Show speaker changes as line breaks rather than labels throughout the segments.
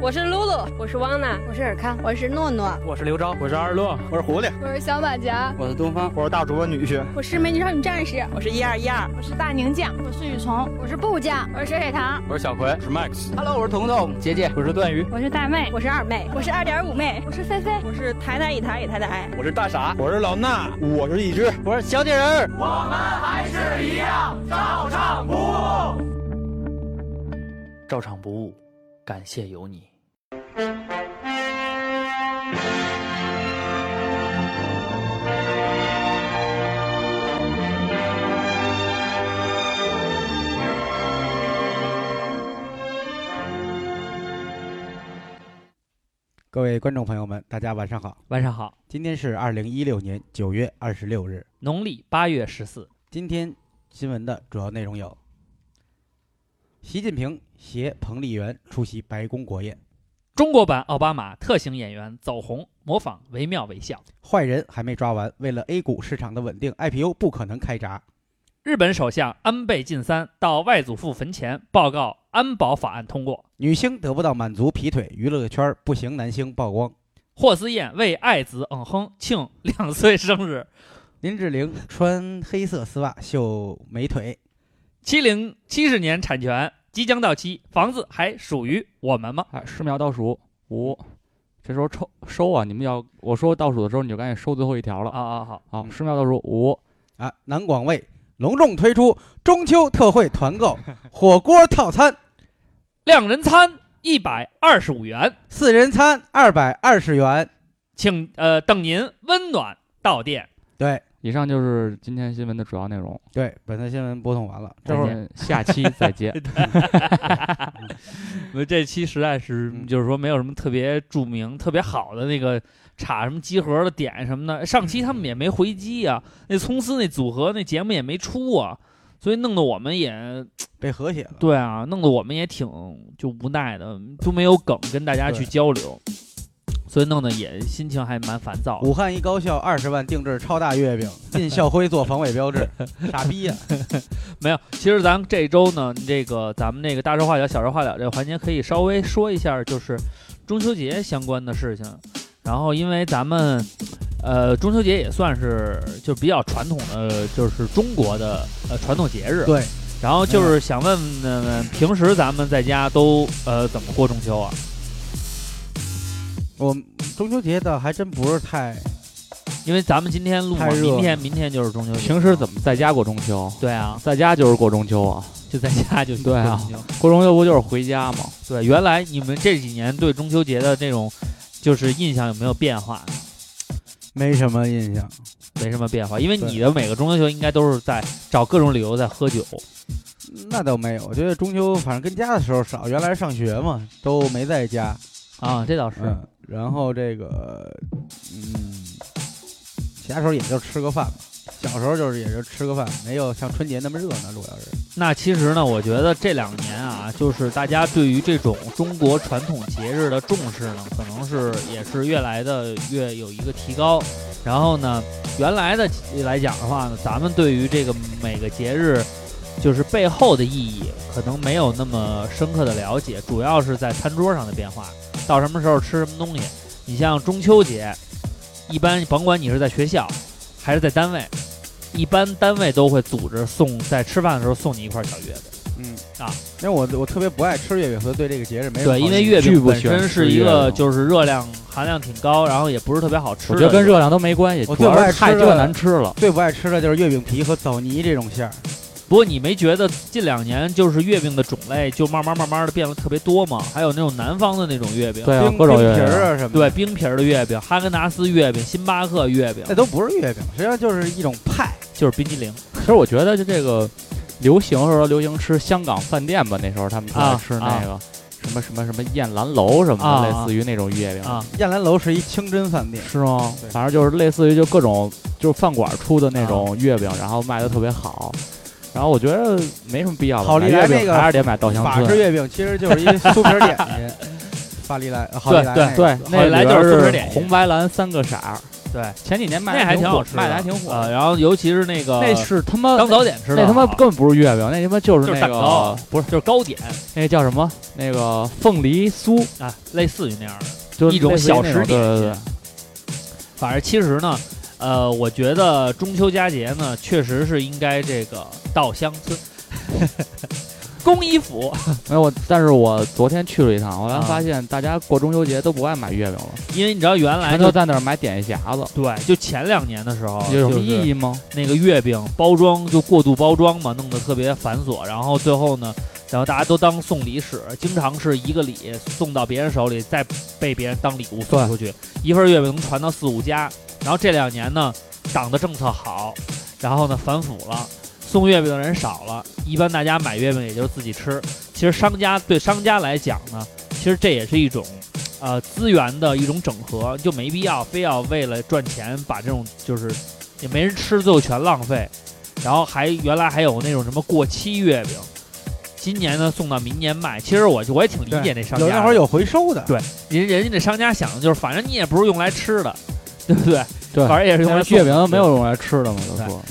我是露露，我是汪娜，
我是尔康，我是诺诺，
我是刘钊，
我是二乐，
我是狐狸，
我是小马甲，
我是东方，
我是大主播女婿，
我是美女少女战士，
我是一二一二，
我是大宁酱，
我是雨虫，
我是布酱，
我是水水糖，
我是小葵，
我是 Max。
Hello，我是彤彤，
姐姐，
我是段鱼，
我是大妹，
我是二妹，
我是二点五妹，
我是菲菲，
我是台台一台一台台，
我是大傻，
我是老衲，
我是一只，
我是小铁人，
我们还是一样照唱不误，
照唱不误，感谢有你。
各位观众朋友们，大家晚上好，
晚上好。
今天是二零一六年九月二十六日，
农历八月十四。
今天新闻的主要内容有：习近平携彭丽媛出席白宫国宴；
中国版奥巴马特型演员走红，模仿惟妙惟肖；
坏人还没抓完，为了 A 股市场的稳定，IPO 不可能开闸；
日本首相安倍晋三到外祖父坟前报告。安保法案通过，
女星得不到满足，劈腿；娱乐圈不行，男星曝光。
霍思燕为爱子嗯哼庆两岁生日。
林志玲穿黑色丝袜秀美腿。
七零七十年产权即将到期，房子还属于我们吗？
哎，十秒倒数，五，这时候抽收啊！你们要我说倒数的时候，你就赶紧收最后一条了
啊啊！好，
好，十秒倒数，五
啊！南广味隆重推出中秋特惠团购火锅套餐。
两人餐一百二十五元，
四人餐二百二十元，
请呃等您温暖到店。
对，
以上就是今天新闻的主要内容。
对，本台新闻播送完了，
这会儿下期再见。
我们这期实在是就是说没有什么特别著名、特别好的那个插什么集合的点什么的。上期他们也没回击啊，那葱丝那组合那节目也没出啊。所以弄得我们也
被和谐了，
对啊，弄得我们也挺就无奈的，都没有梗跟大家去交流，所以弄得也心情还蛮烦躁。
武汉一高校二十万定制超大月饼，进校徽做防伪标志，傻逼呀、
啊！没有，其实咱们这周呢，这个咱们那个大事化小、小事化了这个环节，可以稍微说一下，就是中秋节相关的事情。然后，因为咱们，呃，中秋节也算是就比较传统的，呃就是中国的呃传统节日。
对。
然后就是想问问、呃，平时咱们在家都呃怎么过中秋啊？
我中秋节的还真不是太，
因为咱们今天录嘛，明天明天就是中秋节。
平时怎么在家过中秋？
对啊，
在家就是过中秋啊。
就在家就
对啊，过中秋不就是回家吗？
对，原来你们这几年对中秋节的那种。就是印象有没有变化？
没什么印象，
没什么变化，因为你的每个中秋应该都是在找各种理由在喝酒。
那倒没有，我觉得中秋反正跟家的时候少，原来上学嘛，都没在家
啊，这倒是。
嗯、然后这个，嗯，其他时候也就吃个饭吧。小时候就是也是吃个饭，没有像春节那么热闹，主要是。
那其实呢，我觉得这两年啊，就是大家对于这种中国传统节日的重视呢，可能是也是越来的越有一个提高。然后呢，原来的来讲的话呢，咱们对于这个每个节日，就是背后的意义，可能没有那么深刻的了解，主要是在餐桌上的变化，到什么时候吃什么东西。你像中秋节，一般甭管你是在学校。还是在单位，一般单位都会组织送，在吃饭的时候送你一块小月饼。
嗯
啊，
因为我我特别不爱吃月饼，所以对这个节日
哎
没
对，因为月饼本身是一个就是热量含量挺高，然后也不是特别好吃。
我觉得跟热量都没关系，
我最不爱吃
太难吃了。
最不爱吃的就是月饼皮和枣泥这种馅儿。
不过你没觉得近两年就是月饼的种类就慢慢慢慢的变得特别多吗？还有那种南方的那种月饼，
对啊，各种
冰皮儿啊什么，
对冰皮儿的月饼，哈根达斯月饼，星巴克月饼，
那都不是月饼，实际上就是一种派，
就是冰激凌。
其实我觉得就这个流行时候流行吃香港饭店吧，那时候他们特爱吃那个。
啊啊
什么什么什么燕兰楼什么的，
啊、
类似于那种月饼
啊。
燕兰楼是一清真饭店，
是吗？反正就是类似于就各种就是饭馆出的那种月饼，然后卖的特别好。然后我觉得没什么必要了。
好利来那个
还是得买稻香
村。法式月饼其实就是一酥皮 点心。法利来，好利来，
对对对，
好利来就是
红白蓝三个色儿。
对，
前几年卖
那还挺好吃的，
卖的还挺火
啊。然后尤其是那个
那是他妈
当早点吃的啊
那
好，
他妈根本不是月饼，那他妈就是
就是
那
蛋糕
个不是
就是糕点
那叫什么那个凤梨酥，
啊，类似于那样的。
就是
一种
类似于那
小吃
对对
点
对
心，反正其实呢，呃，我觉得中秋佳节呢，确实是应该这个到乡村， 工衣服，
没有我，但是我昨天去了一趟，我然
啊
发现大家过中秋节都不爱买月饼了，
因为你知道原来
全都
哎就
在那儿买点心匣子，
对，就前两年的时候，就
有什么
是
意义吗？
那个月饼包装就过度包装嘛，弄得特别繁琐，然后最后呢，然后大家都当送礼使，经常是一个礼送到别人手里，再被别人当礼物送出去，一份月饼能传到四五家。然后这两年呢，党的政策好，然后呢反腐了，送月饼的人少了，一般大家买月饼也就是自己吃。其实商家对商家来讲呢，其实这也是一种。呃，资源的一种整合，就没必要非要为了赚钱把这种就是也没人吃，最后全浪费。然后还原来还有那种什么过期月饼，今年呢送到明年卖。其实我我也挺理解那商家
有
的，
那会儿有回收的，
对人人家那商家想的就是，反正你也不是用来吃的，对不对？
对
反正也是用来
但是
送
月饼没有用来吃的嘛，都
对
说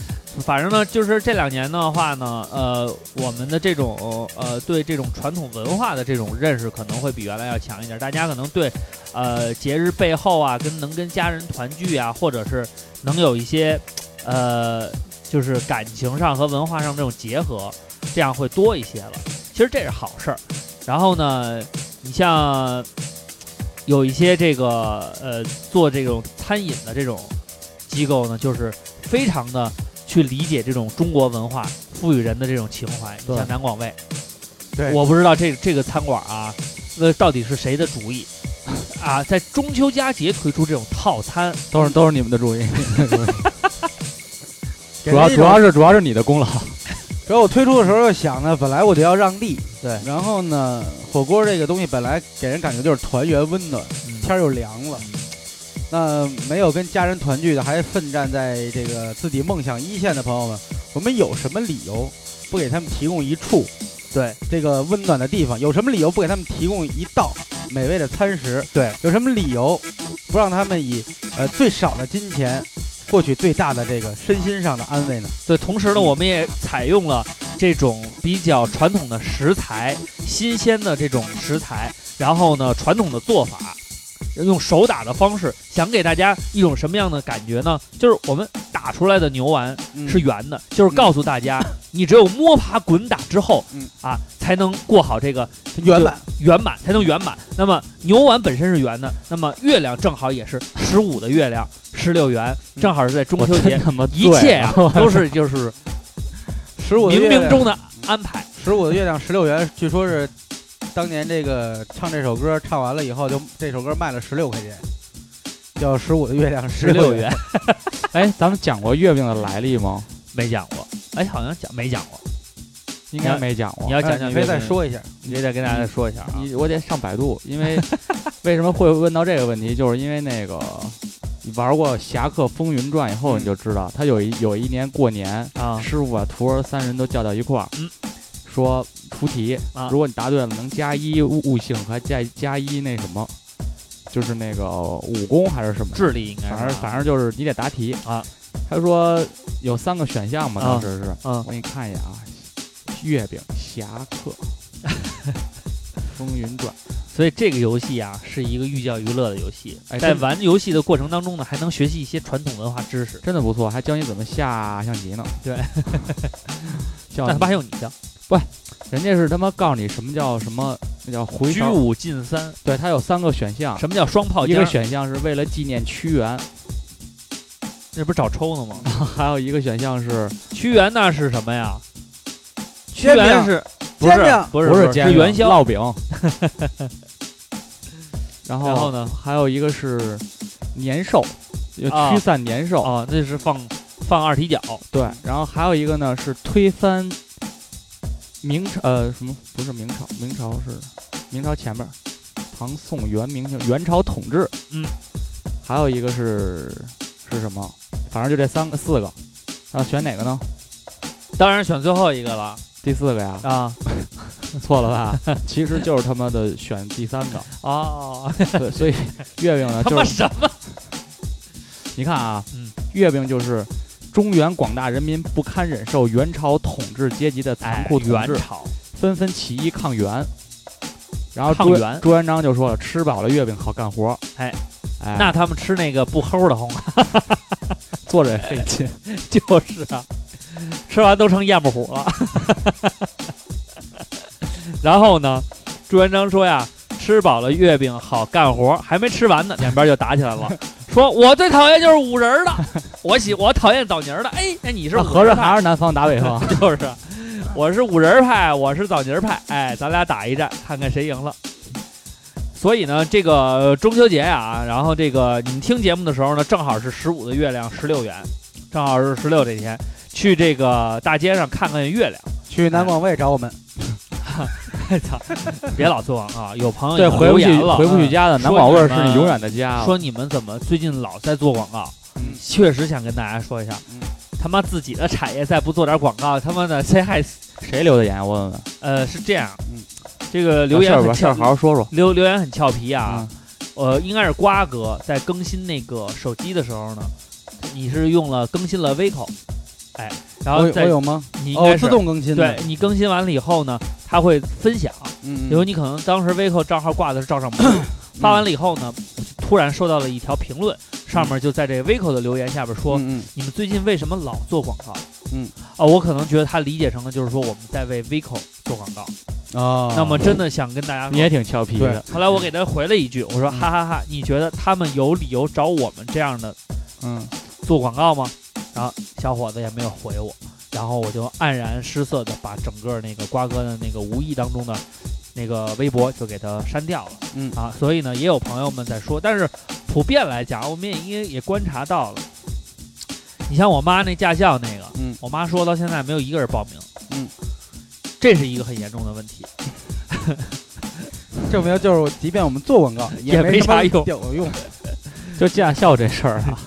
反正呢，就是这两年的话呢，呃，我们的这种呃对这种传统文化的这种认识可能会比原来要强一点。大家可能对呃节日背后啊，跟能跟家人团聚啊，或者是能有一些呃就是感情上和文化上这种结合，这样会多一些了。其实这是好事儿。然后呢，你像有一些这个呃做这种餐饮的这种机构呢，就是非常的去理解这种中国文化赋予人的这种情怀。你
对
像南广味，
对
我不知道这这个餐馆啊，呃，到底是谁的主意 啊？在中秋佳节推出这种套餐，
都是都是你们的主意，
给
主要
人一
主
种
要是主要是你的功劳，
主要我推出的时候就想呢，本来我就要让利，
对
然后呢，火锅这个东西本来给人感觉就是团圆温暖，
嗯
天儿又凉了，那没有跟家人团聚的，还奋战在这个自己梦想一线的朋友们，我们有什么理由不给他们提供一处
对
这个温暖的地方？有什么理由不给他们提供一道美味的餐食？
对，
有什么理由不让他们以呃最少的金钱获取最大的这个身心上的安慰呢？
对，同时呢，我们也采用了这种比较传统的食材，新鲜的这种食材，然后呢，传统的做法，用手打的方式，想给大家一种什么样的感觉呢？就是我们打出来的牛丸
嗯
是圆的，就是告诉大家，你只有摸爬滚打之后，
嗯
啊，才能过好这个
圆满。
圆满才能圆满。那么牛丸本身是圆的，那么月亮正好也是十五的月亮，十六圆，
嗯
正好是在中
我
秋
真
节，
他妈
一切啊都是就是
十五
冥冥中的安排。
十五的月亮十六圆，据说是当年这个唱这首歌唱完了以后，就这首歌卖了十六块钱，叫《十五的月亮十
16
六
元
圆》。
哎，咱们讲过月饼的来历吗？
没讲过，哎，好像讲没讲过。
应
你
该
要
没讲过
你。要讲
哎
讲，
你可以再，说一下，
你得再跟大家说一下啊。
你我得上百度，因 为为什么会问到这个问题，就是因为那个你玩过《侠客风云传》以后，你就知道，他有一有一年过年，
啊
师傅把徒儿三人都叫到一块儿，
嗯
说出题
啊，
如果你答对了，能加一悟悟性，还加加一那什么，就是那个武功还是什么，
智力应该是啊
反正反
正
正就是你得答题
哎啊。
他说有三个选项嘛，
啊
当时是，
嗯
我给你看一眼啊，月饼侠 客。风云传，
所以这个游戏啊是一个寓教于乐的游戏，
哎
在
真
玩游戏的过程当中呢，还能学习一些传统文化知识。
真的不错，还教你怎么下象棋呢。
对，
教
那
你
他妈还有你的
人家是他妈告诉你什么叫什么，那叫回
居
勺。
五进三，
对，它有三个选项，
什么叫双炮
一
尖儿？
个选项是为了纪念屈原，
这不是找抽呢吗？
还有一个选项是
啊屈原那是什么呀？屈
煎饼
原是不
煎
是
饼
不是
是
是是元宵？
烙饼。然后
然后呢？
还有一个是年兽，就
啊
驱散年兽。
哦，那是放放二踢脚，
对，然后还有一个呢是推翻明朝，呃，什么不是明朝？明朝是明朝前面儿，唐宋元明清元朝统治。
嗯，
还有一个是是什么？反正就这三个四个，啊，选哪个呢？
当然选最后一个了
第四个呀？
啊
错了 吧？其实就是他妈的选第三个。
哦，
对，所以月饼呢
他
啊就
妈
是
什么？
你看啊，
嗯，
月饼就是中原广大人民不堪忍受元朝统治阶级的残
哎
酷，统治
元，朝
纷纷起义抗元。然后
抗
朱
元
朱元璋就说了：“吃饱了月饼好干活。”
哎
哎，
那他们吃那个不齁的烘啊，
坐着也费劲。
就是啊，吃完都成咽不虎了。 然后呢，朱元璋说呀，吃饱了月饼好干活，还没吃完呢，两边就打起来了。说我最讨厌就是五仁儿的，我喜我讨厌枣泥儿的。哎，那你是
那
五
合
仁
着
儿派？
还是南方打北方
就是，我是五仁儿派，我是枣泥儿派，哎，咱俩打一战，看看谁赢了。所以呢，这个中秋节啊，然后这个你们听节目的时候呢，正好是十五的月亮十六圆，正好是十六这天，去这个大街上看看月亮。
去南广卫找我们，
操，别老做广告，有朋友
对，
已经
回不
留
去
言了，
回不去家的
嗯
南宝味儿
说
是
你们
你永远的家。
说你们怎么最近老在做广告？
嗯
确实想跟大家说一下，
嗯
他妈自己的产业再不做点广告，他妈的谁还
谁留的言？我问问。
呃是这样，
嗯
这个留言
把事儿
很巧
把事儿好好说说
留留言很俏皮啊，！
嗯
呃，应该是瓜哥在更新那个手机的时候呢，你是用了更新了 Vivo，哎，然
我
后
有我
在
有吗？
你应
哦，
该是、
自动更新的
对，你更新完了以后呢，它会分享，
嗯，
比如你可能当时 Vivo 账号挂的是赵尚博， 发完了以后呢，突然收到了一条评论，上面就在这 Vivo 的留言下边说，
嗯
你们最近为什么老做广告？
嗯，
啊，我可能觉得他理解成了就是说我们在为 Vivo 做广告，
嗯啊，
那么真的想跟大家说
你也挺俏皮的，
后来我给他回了一句，我说
嗯
哈哈哈，你觉得他们有理由找我们这样的
嗯
做广告吗？然后小伙子也没有回我，然后我就黯然失色的把整个那个瓜哥的那个无意当中的那个微博就给他删掉了。
嗯
啊，所以呢，也有朋友们在说，但是普遍来讲，我们也应该也观察到了。你像我妈那驾校那个，
嗯
我妈说到现在没有一个人报名，
嗯，
这是一个很严重的问题。
证明就是，即便我们做广 告
也没
没什么
啥用
有用。
就驾校这事儿啊，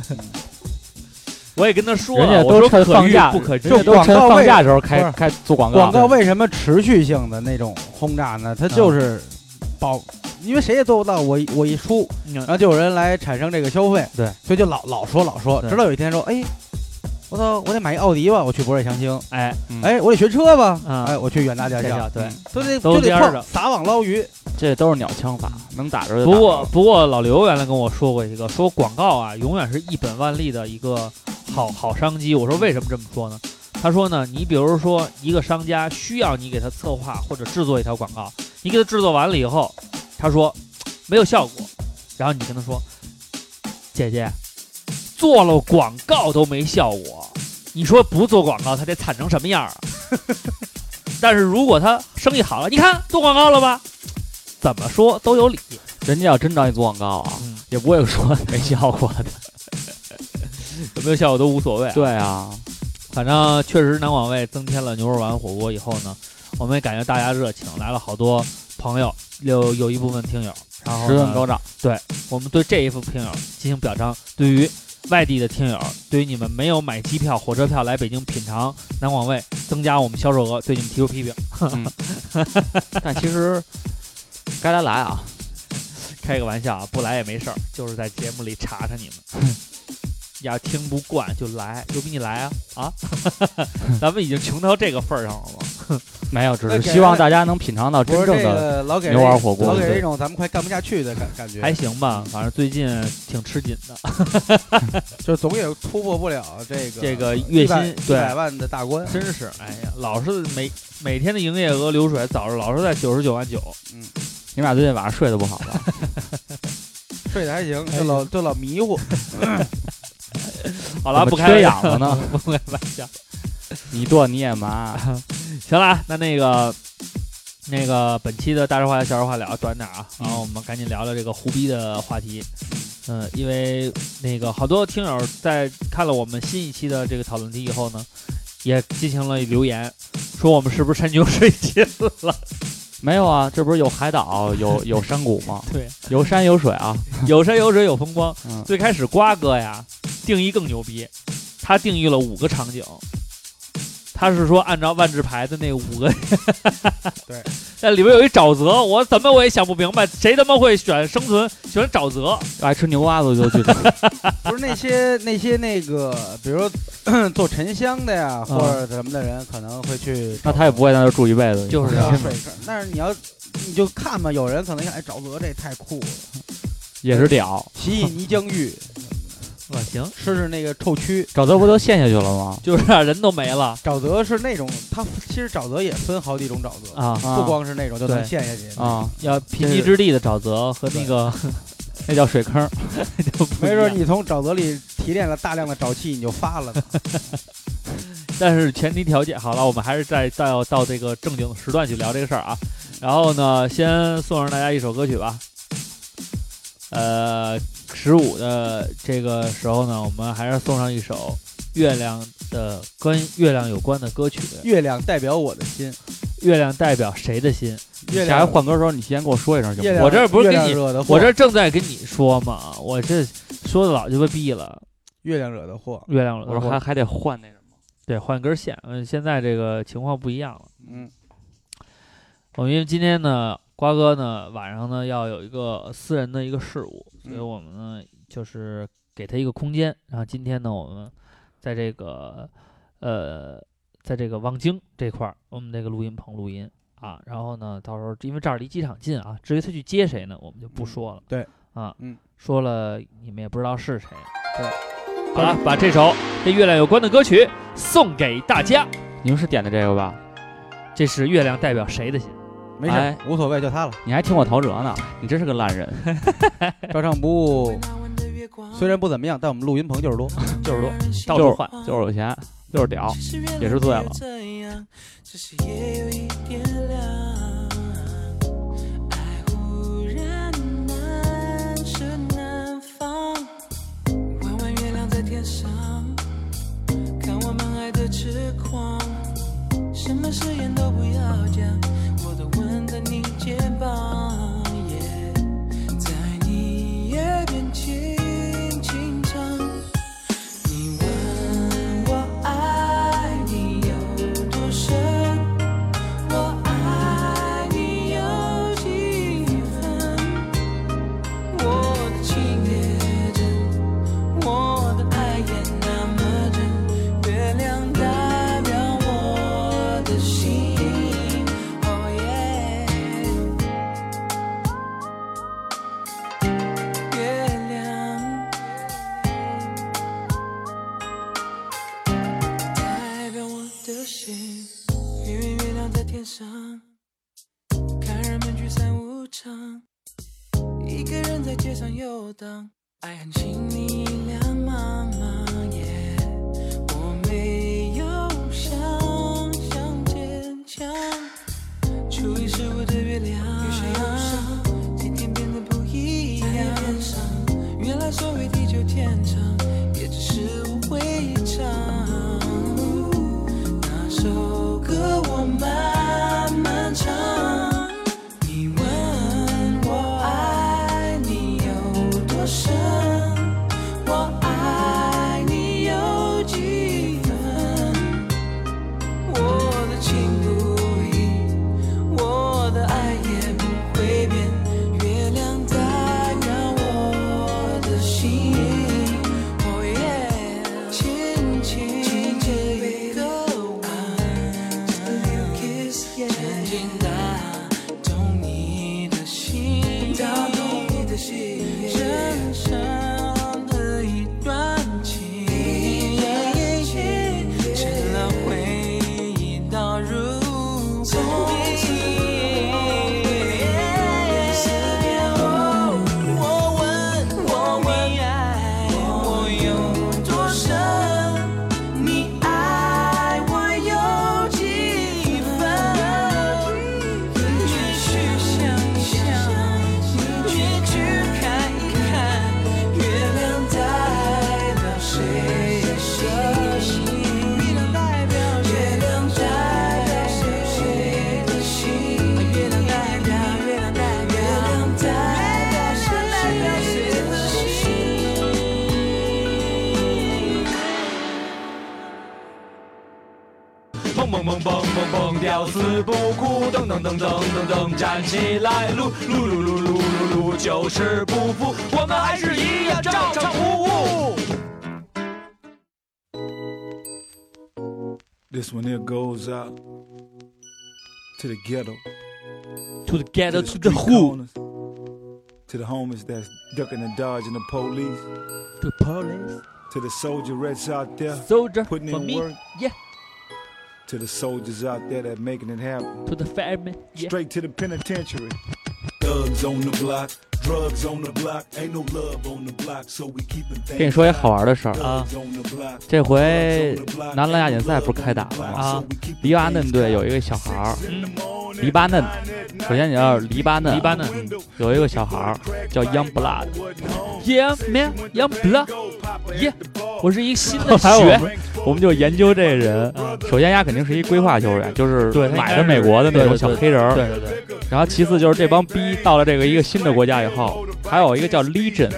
我也跟他说了，啊
人家
我
都
说
趁
可
放
遇
假，
不可
人
知
家
就
都
广
趁
告
放
位
假的时候开
不是
开做广告。
广告为什么持续性的那种轰炸呢？它就是保，因为谁也做不到，我一我一出，
嗯
然后就有人来产生这个消费，
对，
所以就老老说老说，
对
直到有一天说，哎，我操，我得买一奥迪吧，我去博瑞强星，
哎，
嗯
哎，我得学车吧，
嗯
哎，我去远大驾
驾
校
校，对
嗯都得
都
就得
颠
碰
着
撒网捞鱼，
这都是鸟枪法，能打着就打着。
不过不过老刘原来跟我说过一个，说广告啊永远是一本万利的一个好好商机。我说为什么这么说呢？他说呢，你比如说一个商家需要你给他策划或者制作一条广告，你给他制作完了以后，他说没有效果，然后你跟他说，姐姐，做了广告都没效果，你说不做广告他得惨成什么样啊？ 但是如果他生意好了，你看做广告了吧？怎么说都有理。
人家要真找你做广告啊
嗯，
也不会说没效果的。
有没有效果都无所谓、，
对啊，
反正确实南广味增添了牛肉丸火锅以后呢，我们也感觉大家热情，来了好多朋友，有有一部分听友，然后
十
呢
分高涨。
我们对这一部分听友进行表彰。对于外地的听友，对于你们没有买机票、火车票来北京品尝南广味，增加我们销售额，对你们提出批评。
嗯但其实该来来啊，
开个玩笑啊，不来也没事儿，就是在节目里查查你们。 要听不惯就来，牛逼你来啊啊！ 咱们已经穷到这个份儿上了吗？
没有，只
那
是
给
希望大家能品尝到
不
真
是
正
这
的。
个老给人
牛丸火锅
老给人
对
一种咱们快干不下去的感感觉，
还行吧，反正最近挺吃紧的。
就总也突破不了这个
这个月薪
一
对
百万的大关，
真是，哎呀，老是每每天的营业额流水，早上老是在九十九 万九。
你们俩最近晚上睡得不好吧？
睡得还行，就老就老迷糊，，
好了，
怎么
不
缺
开
氧了呢，
不开玩笑。
你剁你也麻。
行了，那那个那个本期的大事化小，小事化了，短点啊。
嗯
然后我们赶紧聊聊这个胡逼的话题。嗯，因为那个好多听友在看了我们新一期的这个讨论题以后呢，也进行了留言，说我们是不是山穷水尽了？
没有啊，这不是有海岛，有有山谷吗？
对，
有山有水啊。
有山有水有风光。
嗯，
最开始瓜哥呀，定义更牛逼，他定义了五个场景，他是说按照万智牌的那五个
对，
那里边有一沼泽，我怎么我也想不明白，谁他妈会选生存选沼泽？
爱吃牛蛙子就去 吃。
不是那些那些那个，比如说 做沉香的呀，或者什么的人，可能会去
那他也不会在那儿住一辈子，
就是 啊
找水坑。但是你要你就看吧，有人可能想，哎，沼泽这太酷了，
也是屌。
奇异泥浆浴，
我行，
吃吃那个臭蛆。
沼泽不都陷下去了吗？
就是啊，人都没了
沼泽是那种，它其实沼泽也分好几种沼泽，
啊
啊
不光是那种就能
对
陷下去，
啊，
要贫瘠之地的沼泽和那个
那叫水坑。
就不一
没
样
准你从沼泽里提炼了大量的沼气，你就发了呢。
但是前提条件好了，我们还是再再要到这个正经的时段去聊这个事儿啊。然后呢，先送上大家一首歌曲吧。呃，十五的这个时候呢，我们还是送上一首月亮的跟月亮有关的歌曲。
月亮代表我的 心，
月亮代表谁的心？
月
下回
亮，
换歌的时候，你提前跟我说一声行
月
吗？
亮，
我这儿不是
月
跟
亮
你
惹的祸，
我这正在跟你说嘛，我这说的老鸡巴逼了。
月亮惹的祸，
月亮，
我说还还得换那什么。
得换根线。嗯，现在这个情况不一样了。
嗯，
我们因为今天呢，瓜哥呢晚上呢要有一个私人的一个事务，所以
嗯
我们呢就是给他一个空间。然后今天呢，我们在这个呃，在这个望京这块儿，我们那个录音棚录音啊。然后呢，到时候因为这儿离机场近啊，至于他去接谁呢，我们就不
嗯
说了。
对，
啊，
嗯，
说了你们也不知道是谁。
对，
好了，把这首跟月亮有关的歌曲送给大家。
你们是点的这个吧？
这是月亮代表谁的心？
没事
哎
儿，无所谓，就他了。
你还听我陶喆呢？你真是个烂人。
照唱不误，虽然不怎么样，但我们录音棚就是多。
就是说到
就是
处换，
就是有钱，就是屌，也是醉了。
只是夜有一点凉，爱忽然难舍难放。弯弯月亮在天上，看我们爱的痴狂，什么誓言都不要讲，我都吻在你肩膀。yeah，在你耳边轻轻唱。你问我爱你有多深，我爱你有几分？我的情也真，我的爱也那么真。月亮代表我的心，哦耶，月亮。代表我的心。明明月亮在天上，看人们聚散无常，一个人在街上游荡，爱恨情迷两茫茫。耶，我没有想象坚强，初一十五的月亮，有谁有伤？今天变得不一样。原来所谓地久天长，也只是误会一场。那首歌我慢慢唱，你问我爱你有多深，我爱你有几分？我的情不移，我的爱也不会变。月亮代表我的心，哦
蹦蹦蹦蹦，吊死不哭，噔噔噔噔噔噔，站起来，撸撸撸撸撸撸撸，就是不服，我们还是一样照常服务。
This one here goes out to the ghetto,
to the ghetto to the
street
who
corners, to the homies that's ducking and dodging the police,
to police
to the soldier reds out there
soldier
putting
for
in
me
work,
yeah
to the soldiers out there that making it happen,
to the family yeah
straight to the penitentiary. Thugs on the block, drugs on the block, ain't no love on the block, so we keeping things.
跟你说一好玩的事儿，
啊
这回男篮亚锦赛不是开打了吗？
啊
黎巴嫩队有一个小孩儿，
嗯
黎巴嫩，首先你要是黎巴嫩，
黎巴嫩
有一个小孩儿叫 Young Blood，
yeah man young blood yeah 我是一个新 的
后来我
血
们我们就研究这人，首先他肯定是一规划球员，就是
啊对他应该
买的美国的那种
是
小黑人儿，
对对对
然后其次就是这帮逼到了这个一个新的国家以后，还有一个叫 Legion，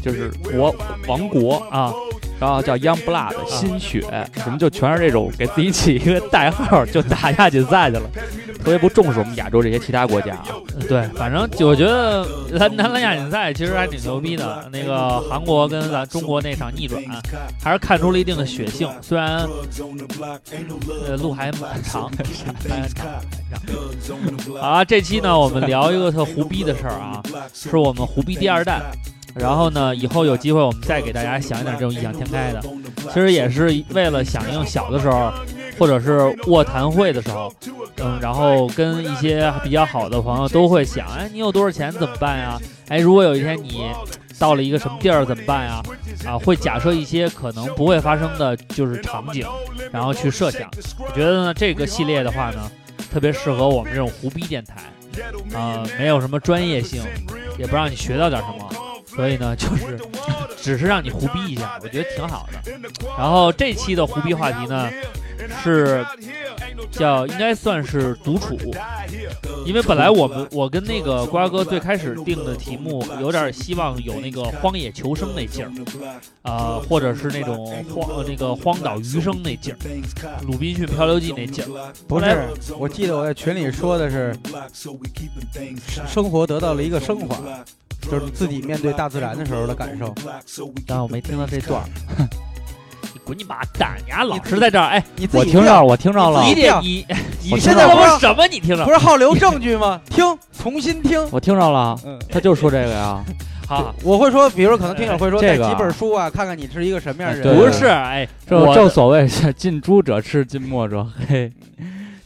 就是国王国，
啊
然后叫 Young Blood 新血，什么就全是这种给自己起一个代号就打亚锦赛去了，特别不重视我们亚洲这些其他国家啊。
对，反正我觉得咱男篮亚锦赛其实还挺牛逼的。那个韩国跟咱中国那场逆转，还是看出了一定的血性。虽然呃路还蛮长，还蛮长。啊，这期呢，我们聊一个特胡逼的事儿啊，是我们胡逼第二弹。然后呢，以后有机会我们再给大家想一点这种异想天开的。其实也是为了响应小的时候，或者是卧谈会的时候，嗯，然后跟一些比较好的朋友都会想，哎，你有多少钱怎么办呀？哎，如果有一天你到了一个什么地儿怎么办呀？啊，会假设一些可能不会发生的就是场景，然后去设想。我觉得呢，这个系列的话呢，特别适合我们这种胡逼电台，啊、没有什么专业性，也不让你学到点什么，所以呢，就是 只是让你胡逼一下，我觉得挺好的。然后这期的胡逼话题呢，是叫应该算是独处，因为本来我们我跟那个瓜哥最开始定的题目有点希望有那个荒野求生那劲儿，啊、或者是那种荒呃那个荒岛余生那劲儿，《鲁滨逊漂流记》那劲儿。
不
后
是
来，
我记得我在群里说的是，生活得到了一个升华，就是自己面对大自然的时候的感受。
但我没听到这段，
你滚你妈蛋！你丫老是在这儿，哎，
你自己
我听
调
着，我听着了
自
你，
己
得
调
你
我
你
现在
他
不
妈
是
什么？你听着
不，是好留证据吗？听，重新听。
我听着了，
嗯，
他就说这个呀，
好，
我会说，比如说可能听友会说
这
带
个啊
几本书啊，看看你是一个什么样的
哎对
人。
不是，哎，
这
我
正所谓是近朱者赤，近墨者黑。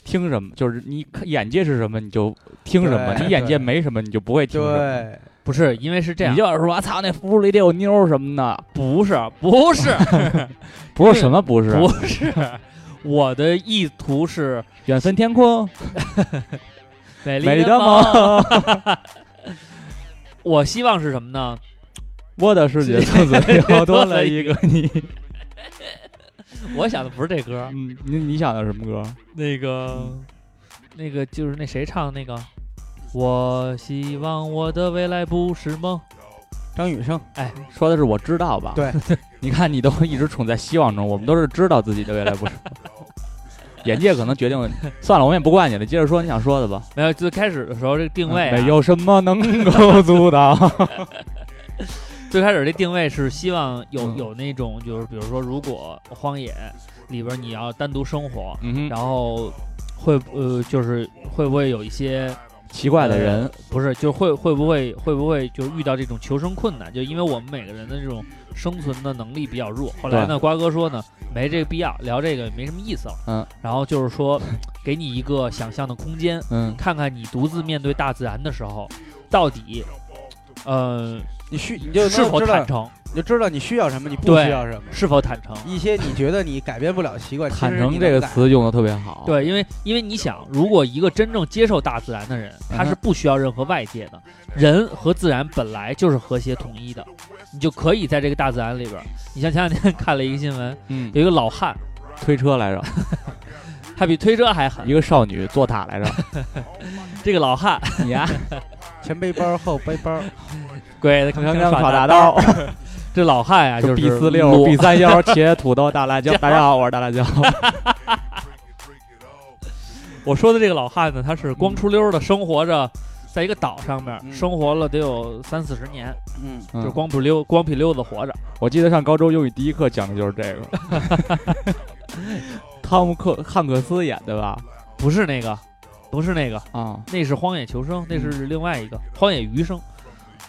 听什么就是你看眼界是什么你就听什么，
对
你眼界
对
没什么你就不会听什么。
对，
不是因为是这样
你，就是说，我操，那服务里得有妞儿什么的，
不是不 是
啊不是什么不是，
不是，我的意图是
远分天空，
美
美
丽
丽的
梦。
梦，
我希望是什么呢？
我的世界从此 以后多了一个你。
我想的不是这歌，
嗯，你你想的什么歌？
那个，那个就是那谁唱的那个。我希望我的未来不是梦。
张雨生，
哎说的是我知道吧？
对，
你看你都一直处在希望中，我们都是知道自己的未来不是。眼界可能决定了，算了，我们也不怪你了，接着说你想说的吧。
没有，最开始的时候这个定位、啊，
没有什么能够阻挡。
最开始这定位是希望有、
嗯
有那种，就是比如说，如果荒野里边你要单独生活，
嗯
然后会呃，就是会不会有一些
奇怪的人
呃，不是，就是会会不会会不会就遇到这种求生困难？就因为我们每个人的这种生存的能力比较弱。后来呢，瓜哥说呢，没这个必要，聊这个也没什么意思了。
嗯，
然后就是说，给你一个想象的空间，
嗯，
看看你独自面对大自然的时候，到底，呃，
你需你就是
否
知
坦
道，
诚，
你就知道你需要什么，你不
对
需要什么。
是否坦诚？
一些你觉得你改变不了习惯，
坦诚这个词用的特别好。，
对，因为因为你想，如果一个真正接受大自然的人，他
嗯
是
哼
不需要任何外界的，人和自然本来就是和谐统一的，你就可以在这个大自然里边儿。你像前两天 看了一个新闻，
嗯，
有一个老汉，
推车来着，
他比推车还狠
一。个少女坐塔来着，
这个老汉，
你 呀，
前背包后背 包，
鬼子
铿
刚
锵锵耍
耍
大
大，
刀，
这老汉呀、就是
B 四六
裸
B 三幺，茄土豆大辣椒。大家好，我是大辣椒。
我说的这个老汉呢，他是光出溜的生活着，在一个岛上面、
嗯
生活了得有三四十年，
嗯，
就
嗯
是光不溜光屁溜子活着。
我记得上高中英语第一课讲的就是这个， 汤姆克汉克斯演的吧？
不是那个，不是那个，
啊，
那是《荒野求生》，
嗯
那是另外一个《荒野余生》，《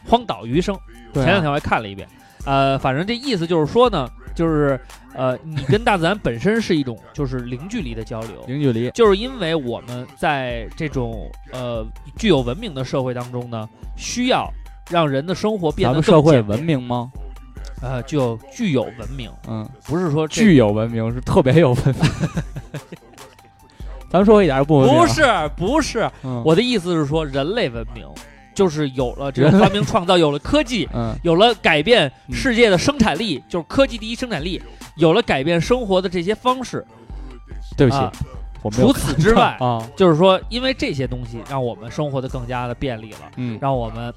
荒岛余生》。
对啊
前两天我还看了一遍，呃，反正这意思就是说呢，就是呃，你跟大自然本身是一种就是零距离的交流，
零距离，
就是因为我们在这种呃具有文明的社会当中呢，需要让人的生活变
咱
得
们
更
社会
简
文明吗？
呃具有具有文明，
嗯，
不是说这
具有文明是特别有文明。 咱们社会一点都不文明啊
不，是不是，
嗯
我的意思是说人类文明就是有了这种
人类
发明创 造，有了科技。
嗯
有了改变
嗯
世界的生产力，就是科技第一生产力，有了改变生活的这些方式。
对不起
啊，
我没有
除此之外，
啊，
就是说，因为这些东西让我们生活的更加的便利了，
嗯，
让我们，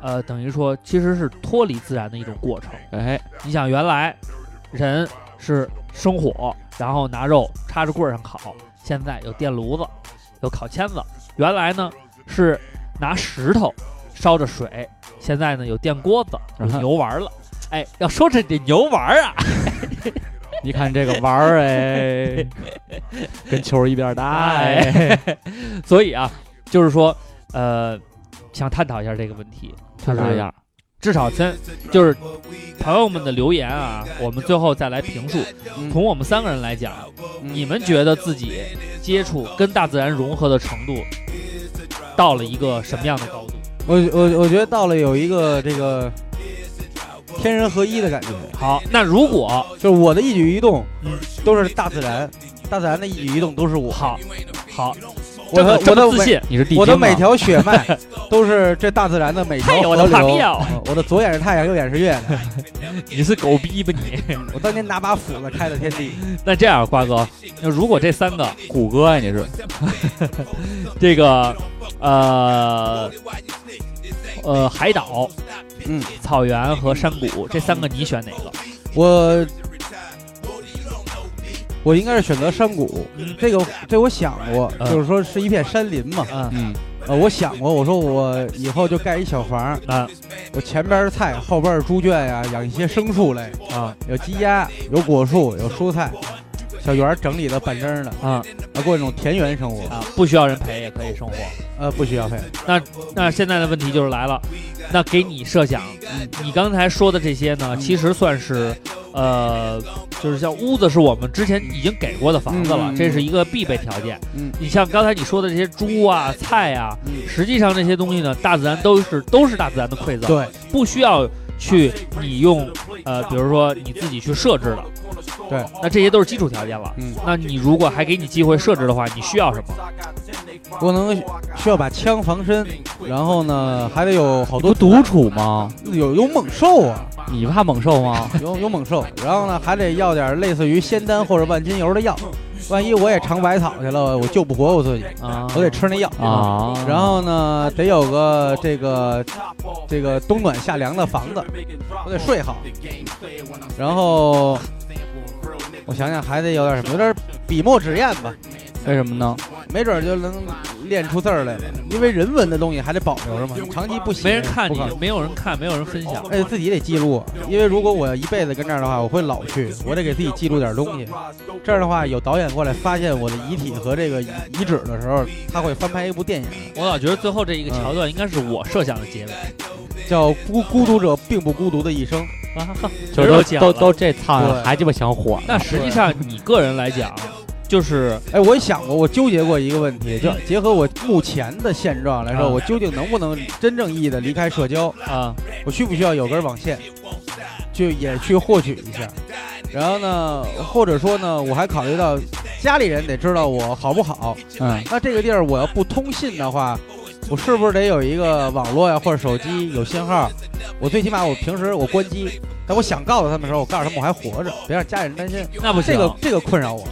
呃，等于说其实是脱离自然的一种过程。
哎，
你想，原来人是生火，然后拿肉插着棍儿上烤，现在有电炉子，有烤签子。原来呢是拿石头烧着水，现在呢有电锅子，有
嗯哼
牛丸儿了。哎，要说这这牛丸儿啊，
你看这个玩儿 哎，跟球儿一边大哎，
哎， 所以啊，就是说，呃，想探讨一下这个问题，
看啥样？
至少先就是朋友们的留言啊，我们最后再来评述。
嗯
从我们三个人来讲，
嗯
你们觉得自己接触跟大自然融合的程度到了一个什么样的高度？
我我我觉得到了有一个这个天人合一的感觉，
好，那如果
就是我的一举一动都是大自然，大自然的一举一动都是我，
嗯好，好，
我的
这么
我
这
的
么自信，
你是地
我的
精啊
每条血脉 都是这大自然的每条
嘿
河
我的
流。
帕米奥
嗯我的左眼是太阳，右眼是月亮。
你是狗逼吧你？
我当年拿把斧子开了天地。
那这样，瓜哥，那如果这三个啊
谷歌呀，你是
这个呃呃海岛、
嗯，
草原和山谷这三个，你选哪个？
我我应该是选择山谷，这个这我想过，
嗯
就是说是一片山林嘛。
嗯
嗯
呃，我想过，我说我以后就盖一小房儿，
啊
我前边是菜，后边是猪圈呀、养一些牲畜类，
啊
有鸡鸭，有果树，有蔬菜，小园儿整理的板正的，
啊
啊，过那种田园生活。
啊！不需要人陪也可以生活。
呃，不需要费。
那现在的问题就是来了，那给你设想，嗯你刚才说的这些呢，其实算是，呃，就是像屋子是我们之前已经给过的房子了，
嗯嗯嗯
这是一个必备条件。
嗯
你像刚才你说的这些猪啊、菜啊，
嗯，
实际上这些东西呢，大自然都是都是大自然的馈赠，
对，
不需要去你用，呃，比如说你自己去设置的，
对，
那这些都是基础条件了。
嗯，
那你如果还给你机会设置的话，你需要什么？
我能需要把枪防身，然后呢，还得有好
不
多
独处吗？
有有猛兽啊，
你怕猛兽吗？
有有猛兽，然后呢，还得要点类似于仙丹或者万金油的药，万一我也尝百草去了，我救不活我自己，
啊，
我得吃那药。
啊，
然后呢，得有个这个这个冬暖夏凉的房子，我得睡好。然后我想想，还得有点什么，有点笔墨纸砚吧，
为什么呢？
没准就能练出字儿来了。因为人文的东西还得保留着嘛，长期不写
没人看
不
你
可，
没有人看，没有人分享。
而哎且自己得记录，因为如果我一辈子跟这儿的话，我会老去，我得给自己记录点东西。这样的话，有导演过来发现我的遗体和这个遗遗址的时候，他会翻拍一部电影，
我老觉得最后这一个桥段应该是我设想的结尾，
叫《孤孤独者并不孤独的一生》。
啊都
就都
讲
都
了
都这苍
对
蝇还鸡巴想火呢，
那实际上你个人来讲，就是
哎，我也想过，我纠结过一个问题，就结合我目前的现状来说，
啊
我究竟能不能真正意义的离开社交？
啊
我需不需要有根网线，就也去获取一下？然后呢，或者说呢，我还考虑到家里人得知道我好不好。
嗯，
那这个地儿我要不通信的话，我是不是得有一个网络呀，或者手机有信号？我最起码我平时我关机，但我想告诉他们的时候，我告诉他们我还活着，别让家里人担心。
那不行。
这个这个困扰我，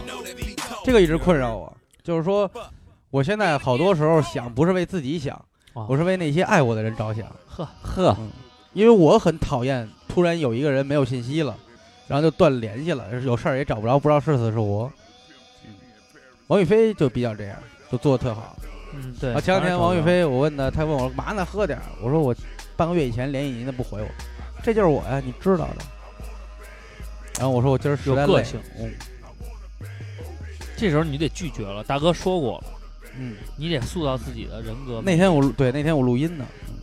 这个一直困扰我，就是说，我现在好多时候想不是为自己想，
哇
我是为那些爱我的人着想，
哦
嗯
呵
呵，
因为我很讨厌突然有一个人没有信息了，然后就断联系了，有事儿也找不着，不知道是死是活。王宇飞就比较这样，就做的特好。
嗯，对
啊，。前两天王
王
岳飞，我问他，他问我嘛呢，喝点儿我说我半个月以前联系您的不回我，这就是我呀，你知道的。然后我说我今儿实在
有个
累
性，
嗯
这时候你得拒绝了，大哥说过了，
嗯，
你得塑造自己的人格。
那天我录对那天我录音呢，嗯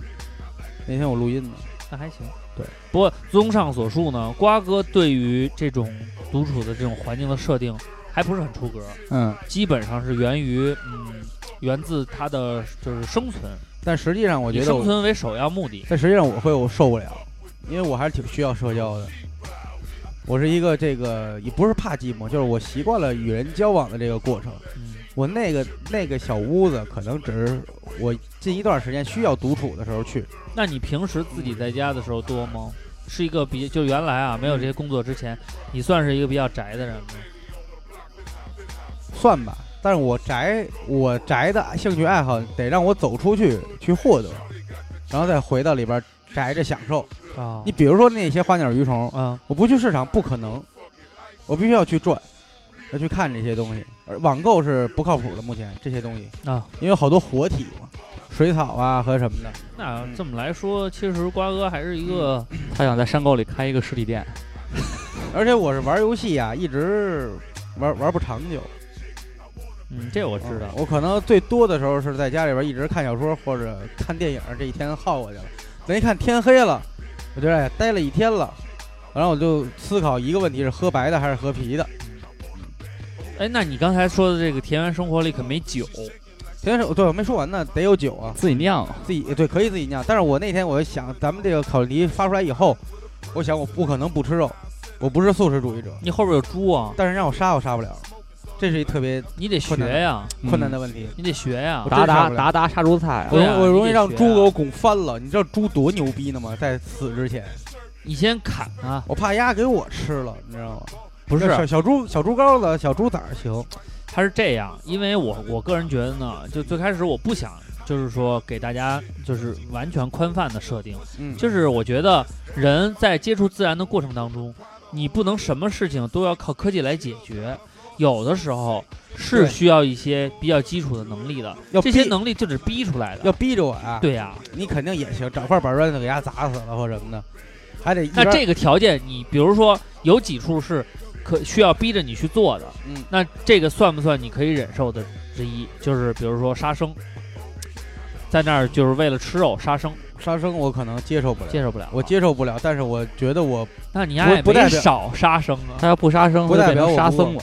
那天我录音呢，
那还行。
对，
不过综上所述呢，瓜哥对于这种独处的这种环境的设定还不是很出格，
嗯，
基本上是源于嗯，源自他的就是生存，
但实际上我
以
觉得
生
我，
存为首要目的。
但实际上我会我受不了，因为我还是挺需要社交的。我是一个这个也不是怕寂寞，就是我习惯了与人交往的这个过程。
嗯，
我那个那个小屋子，可能只是我近一段时间需要独处的时候去。
那你平时自己在家的时候多吗？是一个比就原来啊没有这些工作之
嗯
前，你算是一个比较宅的人吗？
算吧。但是我宅，我宅的兴趣爱好得让我走出去去获得，然后再回到里边宅着享受。
啊
你比如说那些花鸟鱼虫，
啊，
我不去市场不可能，我必须要去转，要去看这些东西。而网购是不靠谱的，目前这些东西
啊，
因为有好多活体嘛，水草啊和什么的。
嗯
那这么来说，其实瓜哥还是一个
他想在山沟里开一个实体店，
而且我是玩游戏啊，一直玩玩不长久。
嗯，这我知道
啊
嗯。我可能最多的时候是在家里边一直看小说或者看电影，这一天耗过去了。等一看天黑了，我觉得哎待了一天了，然后我就思考一个问题：是喝白的还是喝啤的？
哎，那你刚才说的这个田园生活里可没酒，
天是，哦对我没说完呢，得有酒啊，
自己酿。
自己对可以自己酿。但是我那天我就想，咱们这个烤题发出来以后，我想我不可能不吃肉，我不是素食主义者，
你后边有猪啊，
但是让我杀我杀不了，这是一特别
你得学
困难
呀、
困难的问题。
你得学呀、
我
达
真受
达
不了
达达杀猪菜啊，
我
嗯对啊
容我容易
你得
让
学
猪
啊
给我拱翻了，你知道猪多牛逼呢吗？在死之前。
你先砍啊，
我怕鸭给我吃了，你知道吗？
不是，
小小猪小猪羔子、小猪崽儿行，
他是这样，因为我我个人觉得呢，就最开始我不想就是说给大家就是完全宽泛的设定，
嗯
就是我觉得人在接触自然的过程当中，你不能什么事情都要靠科技来解决。有的时候是
对
需要一些比较基础的能力的，
要
这些
逼
能力就是逼出来的
要。逼着我啊！，
对呀、
你肯定也行，找块板砖头给鸭砸死了或什么的，还得一
那
边
这个条件，你比如说有几处是可需要逼着你去做的，
嗯，
那这个算不算你可以忍受的之一？就是比如说杀生，在那儿就是为了吃肉杀生，
杀生我可能接受不了，
接受不了。
我，接受不了，但是我觉得我
那你丫也
不不代
没
表
少杀生啊。
他要不杀生，
不
他
代
就变成
表我
杀
不
僧了。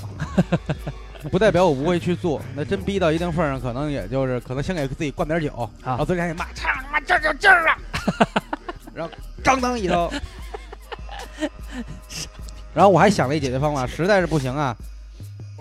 不代表我不会去做。那真逼到一定份儿上，可能也就是可能先给自己灌点
啊
酒，然后嘴里还得骂，操他妈这就劲 儿啊，然后咣当一刀。然后我还想了一解决方法，实在是不行啊，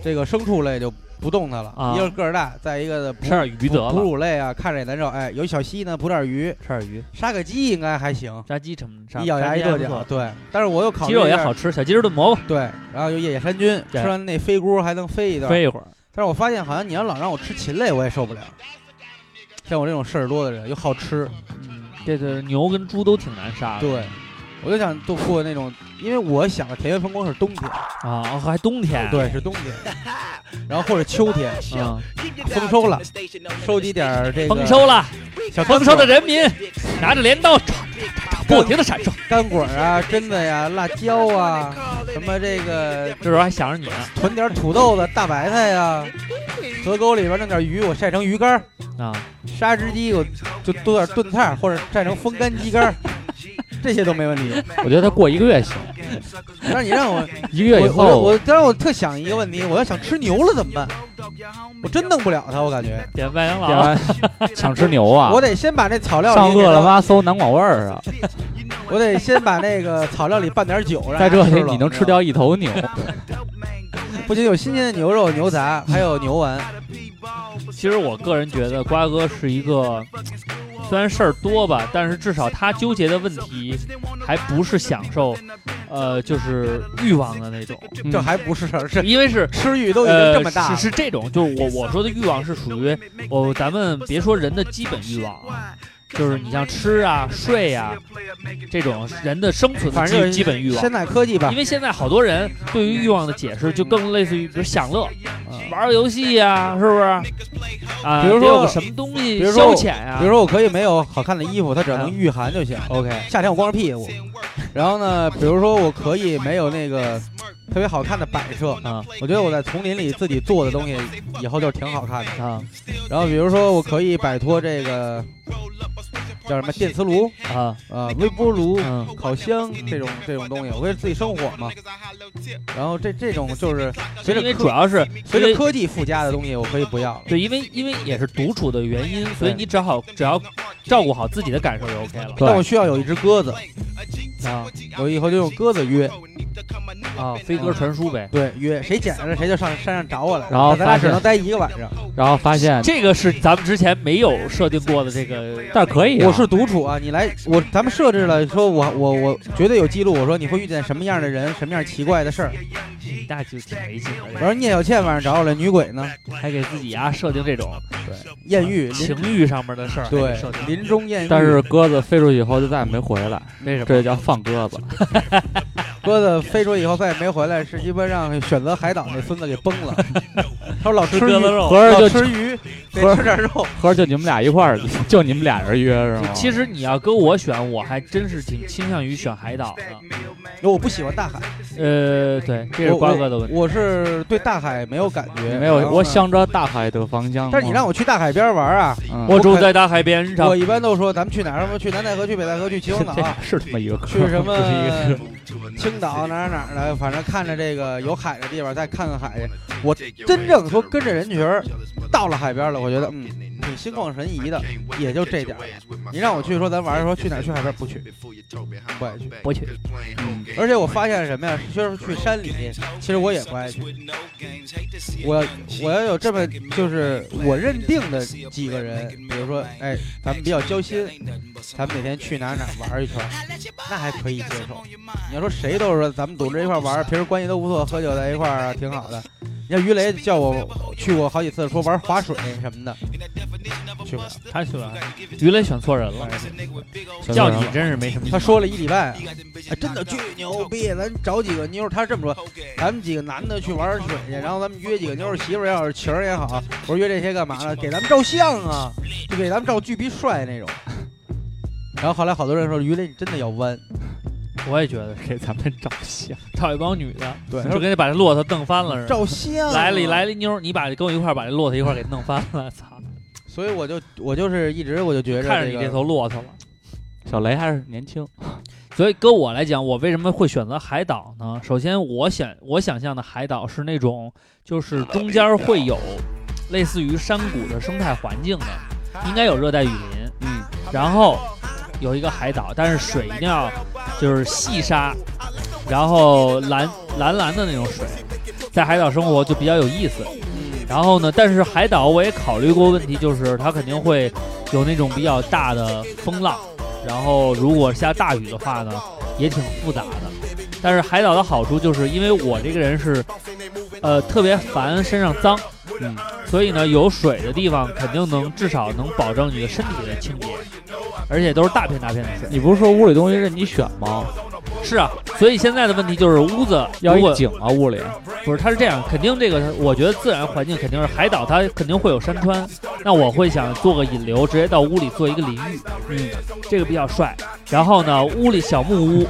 这个牲畜类就不动它了，
啊
一个是个儿大，再一个呢哺
吃点鱼得
哺
了，
乳类啊，看着也难受。哎，有小溪呢，捕点鱼，
吃点鱼，
杀个鸡应该还行，
炸鸡什么的，炸
一咬牙一跺
炸鸡还
脚。
不错
对，但是我又考虑
鸡肉也
一下
好，吃，小鸡肉炖蘑菇，
对，然后有野山菌，
对
吃完那飞菇还能飞一段。
飞一会儿，
但是我发现好像你要老让我吃禽类，我也受不了。像我这种事儿多的人又好吃，
嗯，这个牛跟猪都挺难杀的
对，我就想度过那种，因为我想的田园风光是冬天，
啊，哦还冬天，，
对，是冬 天，然后或者秋天，
嗯，
丰收了，收集点儿这个
丰收了，
小干
丰收
果
的人民拿着镰刀，唰唰唰唰不停的闪烁。
干果啊、榛子呀、辣椒啊，什么这个
这时候还想着你呢
囤点儿土豆子、大白菜呀，河沟里边弄点鱼，我晒成鱼干儿。
啊，
杀只鸡，我就多点炖菜或者晒成风干鸡肝儿，这些都没问题。
我觉得他过一个月行，
但是你让我，
一个月以
我我
后
我，但是我特想一个问题，我要想吃牛了怎么办？我真弄不了它，我感觉，
点麦当
点
劳，
完 想吃牛啊
我，得先把那草料
上
里给
饿了
它？
么搜南广味儿啊，
我得先把那个草料里拌 点酒，让
在这
它
里
了
你能吃。掉一头牛，
知道吗不仅有新鲜的牛肉、牛杂，还有牛丸。
其实我个人觉得瓜哥是一个，虽然事儿多吧，但是至少他纠结的问题还不是享受，呃，就是欲望的那种，
嗯
嗯
嗯
这还不是事儿，是
因为是。
吃欲都已经
呃
这么，大
是
了。
哦是这种，就是我我说的欲望是属于我，咱们别说人的基本欲望啊，就是你像吃啊、睡啊这种人的生存的
反正就是
基基本欲望
现。代科技吧
因，为现在好多人对于欲望的解释就更类似于，比如享乐、
嗯
玩个游戏呀、是不是？啊，
比如说
得有个什么东
比
西
如
消
说
遣呀、
比如说我可以没有好看的衣服，它只要能御寒就行。
啊 OK，
夏天我光着屁股，然后呢，比如说我可以没有那个特别好看的摆设，
啊
我觉得我在丛林里自己做的东西以后就挺好看的。
啊
然后比如说我可以摆脱这个叫什么电磁炉
啊，
啊、微波炉、
嗯
烤箱这种这种东西，我可以自己生火嘛。然后这这种就是随
因
着
为
科
主要是
随
因为
着科技附加的东西，我可以不要了。
对，因为因为也是独处的原因，所以你只好只要照顾好自己的感受就 OK 了。
但我需要有一只鸽子，
啊
我以后就用鸽子约，
啊，飞鸽传书呗。
对约，谁捡着了谁就上山上找我来。
然后
咱俩
发
只
现
能待一个晚上。
然后发现，
这个是咱们之前没有设定过的这个，
但是可以、啊，
我是独处啊，你来我咱们设置了，说我我我绝对有记录，我说你会遇见什么样的人，什么样奇怪的事儿。
那就挺没劲的
我。说聂小倩晚上找我了，女鬼呢？
还给自己啊设定这种
艳遇，
情欲上面的事儿，
对
设定，
林中艳遇。
但是鸽子飞出去以后就再也没回来，
为什么？
这叫放鸽子。
鸽子飞出去以后再也没回来，是基本上选择海岛那孙子给崩了。他说老吃
鸽
鱼，
子肉
合着
老
就
吃鱼，得
合着
吃点肉。
合着就你们俩一块儿，就你们俩人约是吗？
其实你要跟我选，我还真是挺倾向于选海岛的。
我不喜欢大海，
呃，对，这是
我
瓜哥的问题。
我我是对大海没有感觉，
没
然后
有，
呢
我。想着大海的方向。
但是你让
我，
我去大海边玩啊，
嗯、
我住在大海边上
我，一般都说咱们去哪儿？咱们去南戴河，去北戴河，去秦 皇岛
这
啊。
是他妈一个坑，
去什么
不 是一个
青岛哪儿哪儿的，反正看着这个有海的地方，再看看海去。我真正说跟着人群儿到了海边了，我觉得嗯，挺心旷神怡的，也就这点儿。你让我去说咱玩儿说去哪儿去海边儿不去，不爱去。
我去，
而且我发现什么呀？就是去山里，其实我也不爱去。我我要有这么就是我认定的几个人，比如说哎，咱们比较交心，咱们哪天去哪儿哪儿玩一圈，那还可以接受。你要说谁都是说咱们组织一块儿玩，平时关系都不错，喝酒在一块儿啊，挺好的。你像于雷叫我去过好几次，说玩划水什么的，去不哎了。
他选鱼雷选错人了，
选
叫
错人
你
了
真是没什么意思。
他说了一礼拜，哎，真的巨牛逼！咱找几个妞儿，他是这么说，咱们几个男的去玩玩水去，然后咱们约几个妞儿，媳妇儿也好，情儿也好，啊我说约这些干嘛呢？给咱们照相啊，就给咱们照巨逼帅那种。 然后后来好多人说，于雷你真的要弯，
我也觉得是
给咱们照相，
找一帮女的，
对，他
就
说
跟那把这骆驼弄翻了似的。
照相啊
来了一来，了一妞儿，你把跟我一块儿把这骆驼一块儿给弄翻了，操！
所以我就我就是一直我就觉着
看着
这
你
个
这头骆驼了。
小雷还是年轻，
所以跟我来讲，我为什么会选择海岛呢？首先，我想我想象的海岛是那种，就是中间会有类似于山谷的生态环境的，应该有热带雨林，
嗯，
然后有一个海岛，但是水一定要就是细沙，然后蓝蓝蓝的那种水，在海岛生活就比较有意思。然后呢，但是海岛我也考虑过问题，就是它肯定会有那种比较大的风浪，然后如果下大雨的话呢，也挺复杂的。但是海岛的好处就是因为我这个人是，呃，特别烦身上脏，
嗯，
所以呢，有水的地方肯定能至少能保证你的身体的清洁，而且都是大片大片的水。
你不是说屋里东西任你选吗？
是啊，所以现在的问题就是屋子
要
如果
一景啊，屋里
不是，它是这样，肯定这个，我觉得自然环境肯定是海岛，它肯定会有山川。那我会想做个引流，直接到屋里做一个淋浴，嗯，这个比较帅。然后呢，屋里小木屋，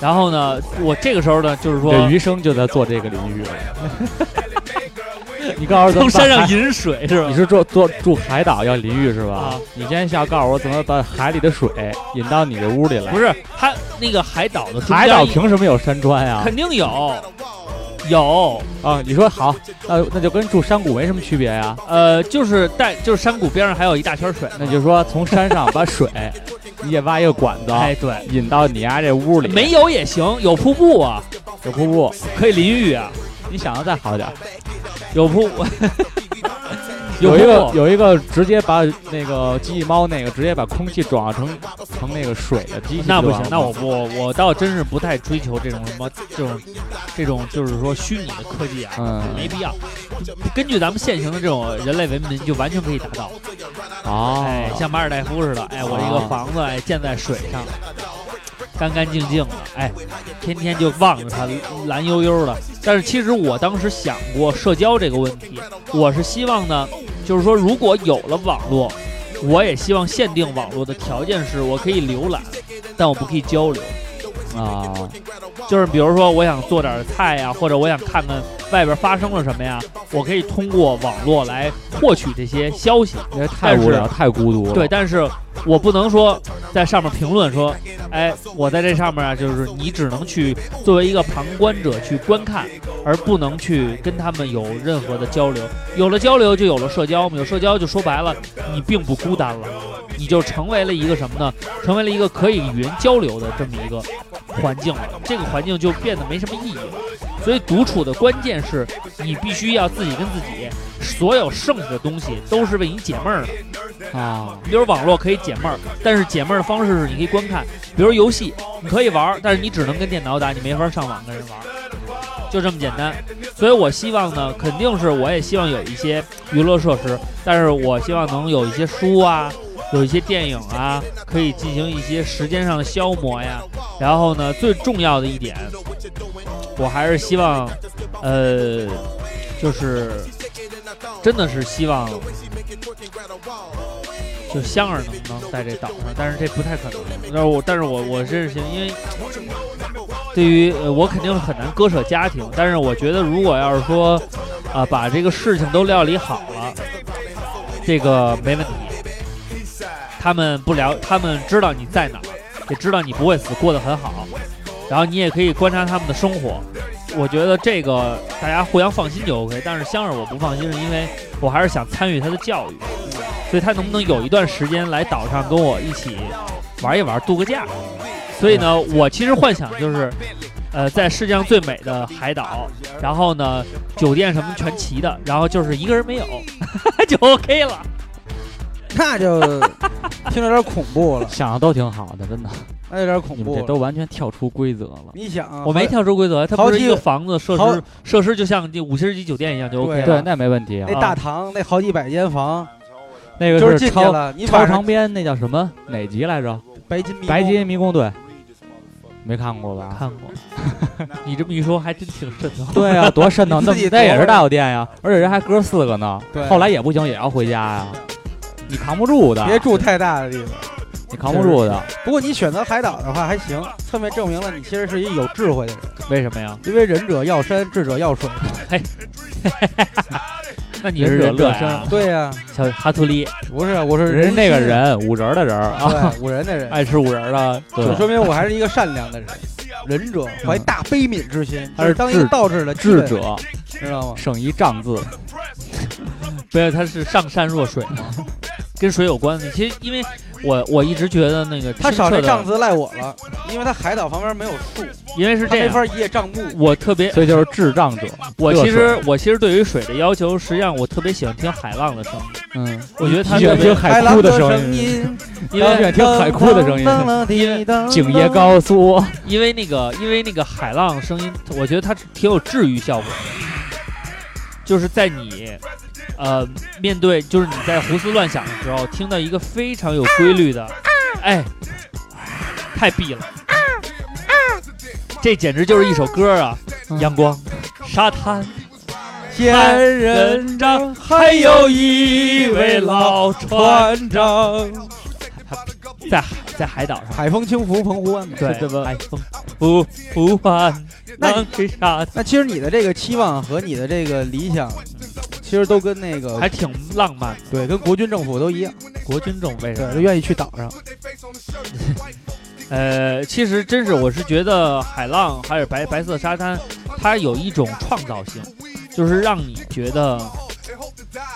然后呢，我这个时候呢，就是说
这余生就在做这个淋浴了。 你告诉咱
从
们
山
把
上
海
引水是吧
你？是住住住海岛要淋浴是吧？
啊
你先要告诉我怎么把海里的水引到你这屋里来。
不是，它那个海岛的中间
海岛凭什么有山川呀？
肯定有，有，
啊，你说好，那那就跟住山谷没什么区别呀。
呃，就是带就是山谷边上还有一大圈水，
那就说从山上把水，你也挖一个管子，
哎，对，
引到你家这屋里。
没有也行，有瀑布啊，
有瀑布，
可以淋浴啊，
你想的再好点儿，
有瀑 布，
有
瀑
一个
布
有一个直接把那个机器猫那个直接把空气转化成成那个水的机器
那不行
转化，
那我不，我倒真是不太追求这种什么这种这种，就是说虚拟的科技啊，
嗯
没必要。根据咱们现行的这种人类文明，就完全可以达到。哎，
哦，
像马尔代夫似的，哎，我这个房子哎建在水上，干干净净的，哎，天天就望着它蓝悠悠的。但是其实我当时想过社交这个问题，我是希望呢，就是说如果有了网络，我也希望限定网络的条件是我可以浏览，但我不可以交流。
啊，
就是比如说，我想做点菜呀、或者我想看看外边发生了什么呀，我可以通过网络来获取这些消息。
因为太无聊，太孤独了。
对，，但是我不能说在上面评论说，哎，我在这上面啊，就是你只能去作为一个旁观者去观看，而不能去跟他们有任何的交流。有了交流，就有了社交嘛，有社交就说白了，你并不孤单了，你就成为了一个什么呢？成为了一个可以与人交流的这么一个环境了。这个环境就变得没什么意义了。所以独处的关键是你必须要自己跟自己，所有剩下的东西都是为你解闷儿的。
啊，
比如网络可以解闷儿，但是解闷儿的方式是你可以观看，比如游戏你可以玩儿，但是你只能跟电脑打，你没法上网跟人玩儿，就这么简单。所以我希望呢，肯定是我也希望有一些娱乐设施，但是我希望能有一些书啊，有一些电影啊，可以进行一些时间上的消磨呀。然后呢，最重要的一点，我还是希望，呃，就是真的是希望就香儿能能在这岛上，但是这不太可能。但是我，但是我我这是因为对于呃我肯定是很难割舍家庭，但是我觉得如果要是说啊、把这个事情都料理好了，这个没问题。他们不了，他们知道你在哪儿，也知道你不会死，过得很好。然后你也可以观察他们的生活，我觉得这个大家互相放心就 OK。但是香儿我不放心，是因为我还是想参与他的教育。所以他能不能有一段时间来岛上跟我一起玩一玩，度个假？所以呢，我其实幻想就是，呃，在世界上最美的海岛，然后呢，酒店什么全齐的，然后就是一个人没有， 就 OK 了。
那就听着有点恐怖了，
想的都挺好的，真的。
那有点恐
你们
怖
这
了。
都完全跳出规则了。
你想啊，
我没跳出规则，它
好
不是
几
一个房子设
好
施，设施就像这五星级酒店一样就 OK
对
了
对，。那没问题啊
那。大堂那好几百间房，
那
就
个
是进去
超
了，你
超
晚
长
上
篇那叫什么哪集来着？
白金迷
白
宫
金迷宫对，没看过吧？
看过，你这么一说还真挺瘆得慌。
对啊，多 瘆得慌！那
自己
那也
琢磨
是大酒店呀，而且人还哥四个呢。
对
后来也不行，也要回家呀。你扛不住的，
别住太大的地方。
你扛不住的。
不过你选择海岛的话还行，侧面证明了你其实是一有智慧的人，
为什么呀？
因为仁者要山，智者要水。
那你
人
是惹
惹
乐
乐
呀？
对呀、
小哈图利
不是，我是
人是那个
心，
人，五仁儿的人儿啊，
对，五人的人，
爱吃五仁儿的，
就
对，
说明我还是一个善良的人。仁者怀大悲悯之心，
他
就是是当一个
智
道士的积
智
累，
者
知道吗？
胜一丈字。
不是，它是上善 若水嘛，跟水有关系。其实因为我我一直觉得那个
他
清
少
澈
这
的
帐子赖我了，因为他海岛旁边没有树，
因为是
他
这
没
样，
法一叶障目。
我特别
所以就是智障者。
我
热
其实
水
我其实对于水的要求，实际上我特别喜欢听海浪的声音，
嗯，
我觉得它
喜
特
欢
别
听海哭的声音，
音，
因为
喜欢听海哭的声音。
音
景业，高速，
因为那个因为那个海浪声音，我觉得它挺有治愈效果的，就是在你呃面对就是你在胡思乱想的时候，听到一个非常有规律的，哎，太必了，这简直就是一首歌啊！阳光、沙滩、
仙人
人掌，还有一位老船
船长，
在海在海岛上。
海风轻拂澎湖湾嘛。
对
是这，么
海风不不换，
那
浪推沙滩，
那其实你的这个期望和你的这个理想，其实都跟那个
还挺浪漫的。
对，跟国军政府都一样，
国军政为什
对，
么
都？愿意去岛上。
呃，其实真是，我是觉得海浪还有白白色沙滩，它有一种创造性，就是让你觉得，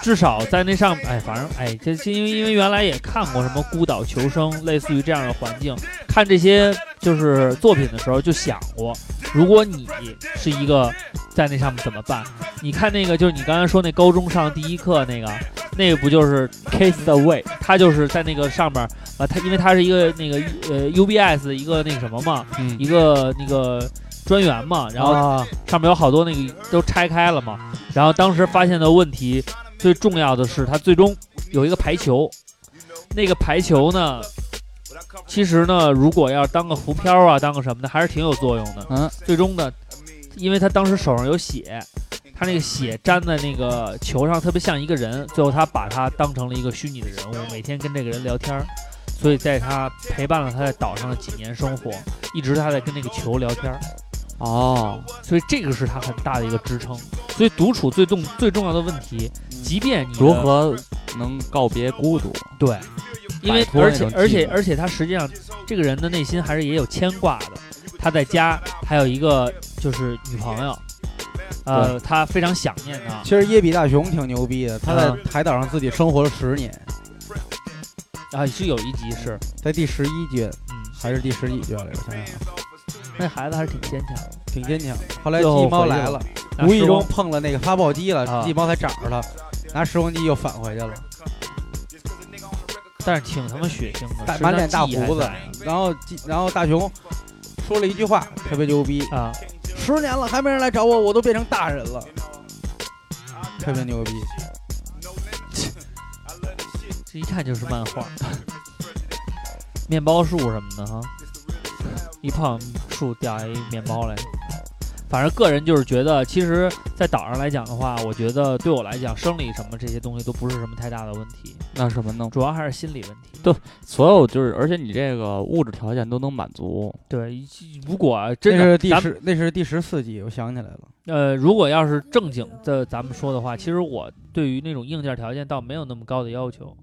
至少在那上，哎，反正哎，这这因为因为原来也看过什么孤岛求生，类似于这样的环境，看这些就是作品的时候就想过，如果你是一个在那上面怎么办？你看那个就是你刚才说那高中上第一课那个，那个不就是 Kiss Away？他就是在那个上面啊，他因为他是一个那个呃 UBS 的一个那个什么嘛，
嗯
一个那个专员嘛，然后
啊
上面有好多那个都拆开了嘛，然后当时发现的问题最重要的是，它最终有一个排球，那个排球呢，其实呢，如果要当个浮漂啊，当个什么的，还是挺有作用的。
嗯，
最终呢，因为他当时手上有血，他那个血粘在那个球上，特别像一个人。最后他把他当成了一个虚拟的人物，每天跟这个人聊天儿，所以在他陪伴了他在岛上的几年生活，一直他在跟那个球聊天儿。
哦，
所以这个是他很大的一个支撑。所以独处最重最重要的问题，即便你的
如何能告别孤独？
对，因为
摆脱
而
那
且
种
而
寂
且
寞
而且他实际上这个人的内心还是也有牵挂的。他在家还有一个就是女朋友，呃，他非常想念她。
其实耶比大雄挺牛逼的，他在
嗯
海岛上自己生活了十年，
啊，是有一集是，
在第十一卷
嗯，
还是第十几卷来着？我想想啊，
那孩子还是挺坚强的。
挺坚强的。后来
又
鸡猫
回去
来
了
了，
那
无意
时
中
光
碰了那个发报机了，
啊
鸡猫才找着他，拿时光机又返回去了。
但是挺他妈血腥的，
大
是
满
他
脸大
记忆还
胡子
在呢
然后鸡，然后大雄说了一句话特别牛逼，
啊，
十年了还没人来找我，我都变成大人了，特别牛逼。
这一看就是漫画。面包树什么的哈，一碰树掉下一面包来。反正个人就是觉得，其实，在岛上来讲的话，我觉得对我来讲，生理什么这些东西都不是什么太大的问题，
那什么呢？
主要还是心理问题。
对所有就是，而且你这个物质条件都能满足，
对，如果
那
真的
是第
咱们
十，那是第十四集，我想起来了。
呃，如果要是正经的咱们说的话，其实我对于那种硬件条件倒没有那么高的要求。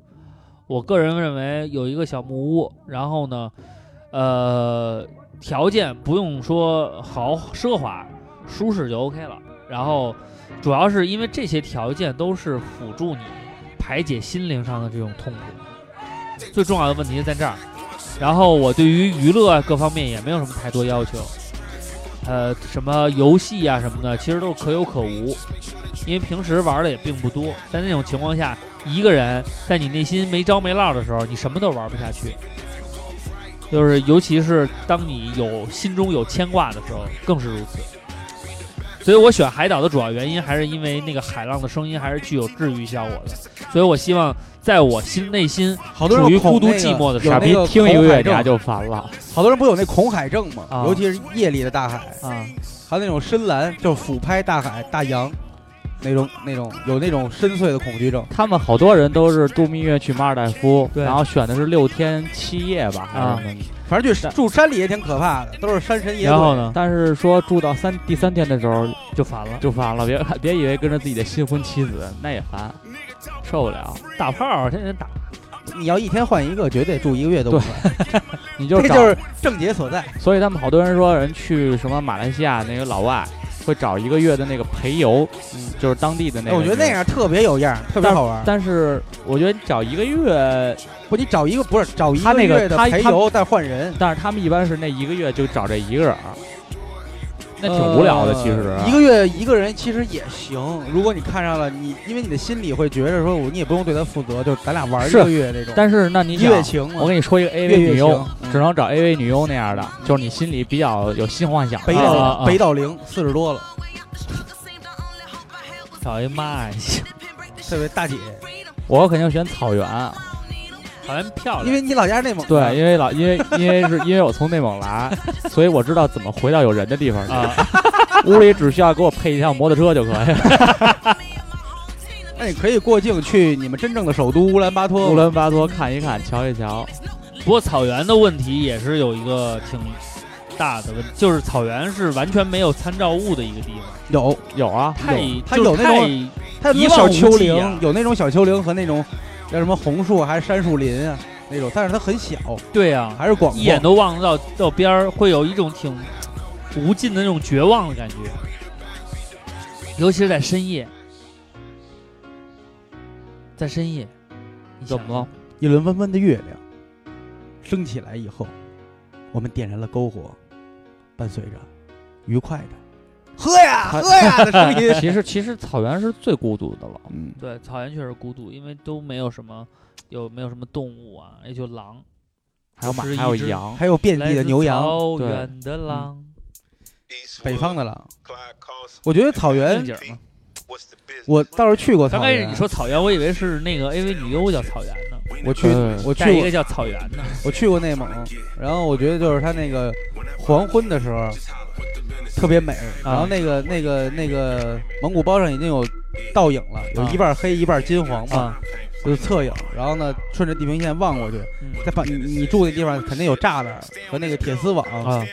我个人认为有一个小木屋，然后呢，呃，条件不用说豪奢华，舒适就 OK 了。然后主要是因为这些条件都是辅助你排解心灵上的这种痛苦，最重要的问题在这儿。然后我对于娱乐啊各方面也没有什么太多要求，呃，什么游戏啊什么的，其实都是可有可无，因为平时玩的也并不多。在那种情况下，一个人在你内心没着没落的时候，你什么都玩不下去。就是尤其是当你有心中有牵挂的时候，更是如此。所以我选海岛的主要原因还是因为那个海浪的声音还是具有治愈效果的，所以我希望在我心内心
好多人
处于
有恐
孤独
那个
寂寞的
有
时候
那
傻逼
个
听一个
恐海
月
症
牙就烦了。
好多人不有那恐海症吗？
啊
尤其是夜里的大海，
啊，
还有那种深蓝，就是俯拍大海、大洋，那种那种有那种深邃的恐惧症。
他们好多人都是度蜜月去马尔代夫，
对
然后选的是六天七夜吧，还
啊
是什么的
反正去住山里也挺可怕的，都是山神野
然后
鬼。
呢
但是说住到三第三天的时候
就烦了。
就烦了，别别以为跟着自己的新婚妻子，那也烦，受不了。
打炮儿天天打，
你要一天换一个，绝对住一个月都不
对
烦。
你就
这
找，
就是症结所在。
所以他们好多人说人去什么马来西亚那个老外会找一个月的那个陪游，就是当地的那
哎
个。
我觉得那。样特别有样儿，特别好玩儿。
但是我觉得你找一个月，
不，你找一个不是找一
他那个
月的
他
陪
他
游，再换人，
但是他们一般是那一个月就找这一个人儿，那挺无聊的。
呃
其实啊
一个月一个人其实也行。如果你看上了你，因为你的心里会觉着说，我你也不用对他负责，就是咱俩玩儿一
是
个月那种。
但是那你
一
想
月情嘛
我，跟你说一个 AV
月月
女优
情，嗯
只能找 AV 女优那样的，就是你心里比较有新幻想的。
北
啊啊
岛
啊
北岛零四十多了，
找一哎妈呀，
特别大姐，
我肯定选草原，啊
好像漂
因
亮。
为你老家是内蒙的，
对，因为老因为因为是因为我从内蒙 来，所以我知道怎么回到有人的地方去。
啊，
屋里只需要给我配一辆摩托车就可以了。
那你可以过境去你们真正的首都乌兰巴托。
乌兰巴托看一看，瞧一瞧。
不过草原的问题也是有一个挺大的问题，就是草原是完全没有参照物的一个地方，
有，
有啊，
太
它
就是
有那种
太
它有那
一
种小
望无
丘
际
陵，
啊
有那种小丘陵和那种叫什么红树还是杉树林啊那种，但是它很小，
对啊，
还是广阔
一眼都望不到到边儿，会有一种挺无尽的那种绝望的感觉，尤其是在深夜，在深夜，你
怎么了？
一轮弯弯的月亮升起来以后，我们点燃了篝火，伴随着愉快的“喝 呀
它
喝呀”的声音。
其实其实草原是最孤独的了。
嗯，
对，草原确实孤独，因为都没有什么，有没有什么动物啊，也就狼，
还有马，
是一
还有
只
羊，
还有遍
来
地的
自
牛羊，
草
对
原的狼，
北方的狼。
我
我觉得草原
正，经儿嘛。
我倒是去过
刚
草
开
原。
始你说草原，我以为是那个 AV 女优叫草原呢。
我去
呃，
我
再
去
一
过
个叫草原的，
我去过内蒙，然后我觉得就是它那个黄昏的时候特别美，
啊
然后那个那个那个蒙古包上已经有倒影了，有
啊
一半黑一半金黄嘛，
啊
就是侧影。然后呢，顺着地平线望过去
嗯，
再把你你住那地方肯定有栅栏和那个铁丝网
啊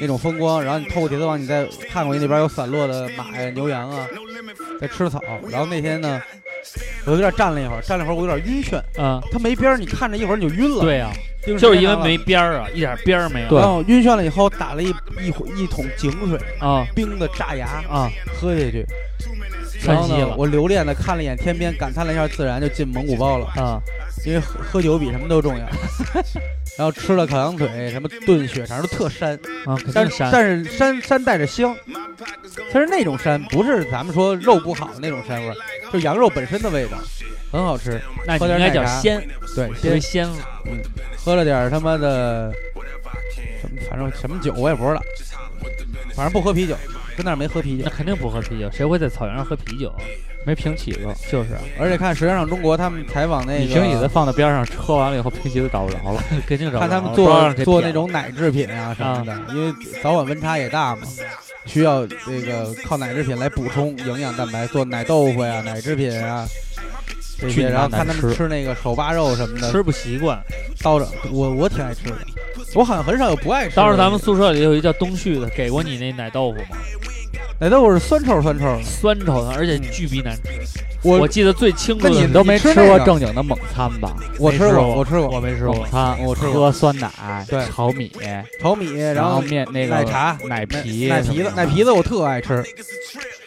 那种风光，然后你透过铁丝网，你再看过去那边有散落的马呀、牛羊啊，在吃草。然后那天呢，我有点站了一会儿，站了一会儿我有点晕眩，
啊，
它没边儿，你看着一会儿你就晕了。
对呀、啊
盯着
就是
天
因为
上了
没边儿啊，一点边儿没有。
然后晕眩了以后打了一一壶一桶井水，
啊
冰的炸牙，
啊，
喝下去。然
窜
后
稀
呢，
了
我留恋的看了一眼天边，感叹了一下自然，就进蒙古包了。
啊
因为喝喝酒比什么都重要。然后吃了烤羊腿，什么炖血肠都特膻，
啊，肯
但
定
是
山
但是膻膻带着香，它是那种膻，不是咱们说肉不好那种膻味儿，就羊肉本身的味道，很好吃。
那你
喝点
应该叫
奶茶
仙，
对，
特别
先
仙了
喝了点儿他妈的什么，反正什么酒我也不知道，反正不喝啤酒，跟那儿没喝啤酒
那。肯定不喝啤酒，谁会在草原上喝啤酒啊？
没平起子，
就是啊，
而且看《舌尖上中国》，他们采访那个，
你平起子放到边上，喝完了以后平起子找不着了。
肯定找
看
不着
他们
不知道
做
让谁
做
骗
那
了
种奶制品啊什么的，因为早晚温差也大嘛，需要这个靠奶制品来补充营养蛋白，做奶豆腐呀、奶制品啊这
去
些，
你妈
然后看他
难
们
吃
吃那个手扒肉什么的，
吃不习惯。
叨着我我挺爱吃的，我好像很少有不爱吃的。
当时咱们宿舍里有一叫东旭的，给过你那奶豆腐吗？
奶豆腐是酸臭酸臭的，
酸臭的，而且巨逼难吃。
我
我记得最清楚
那
的
你
是，
都没
吃
吃
那
过
个
正经的蒙餐吧？
我
没
吃
吃
过
过
我吃过
我没吃过
蒙。餐，
我吃过
喝酸奶，
对
炒米，
炒米，然
后
后
面那个
奶茶、
奶皮、
奶皮子、奶皮子我特爱吃，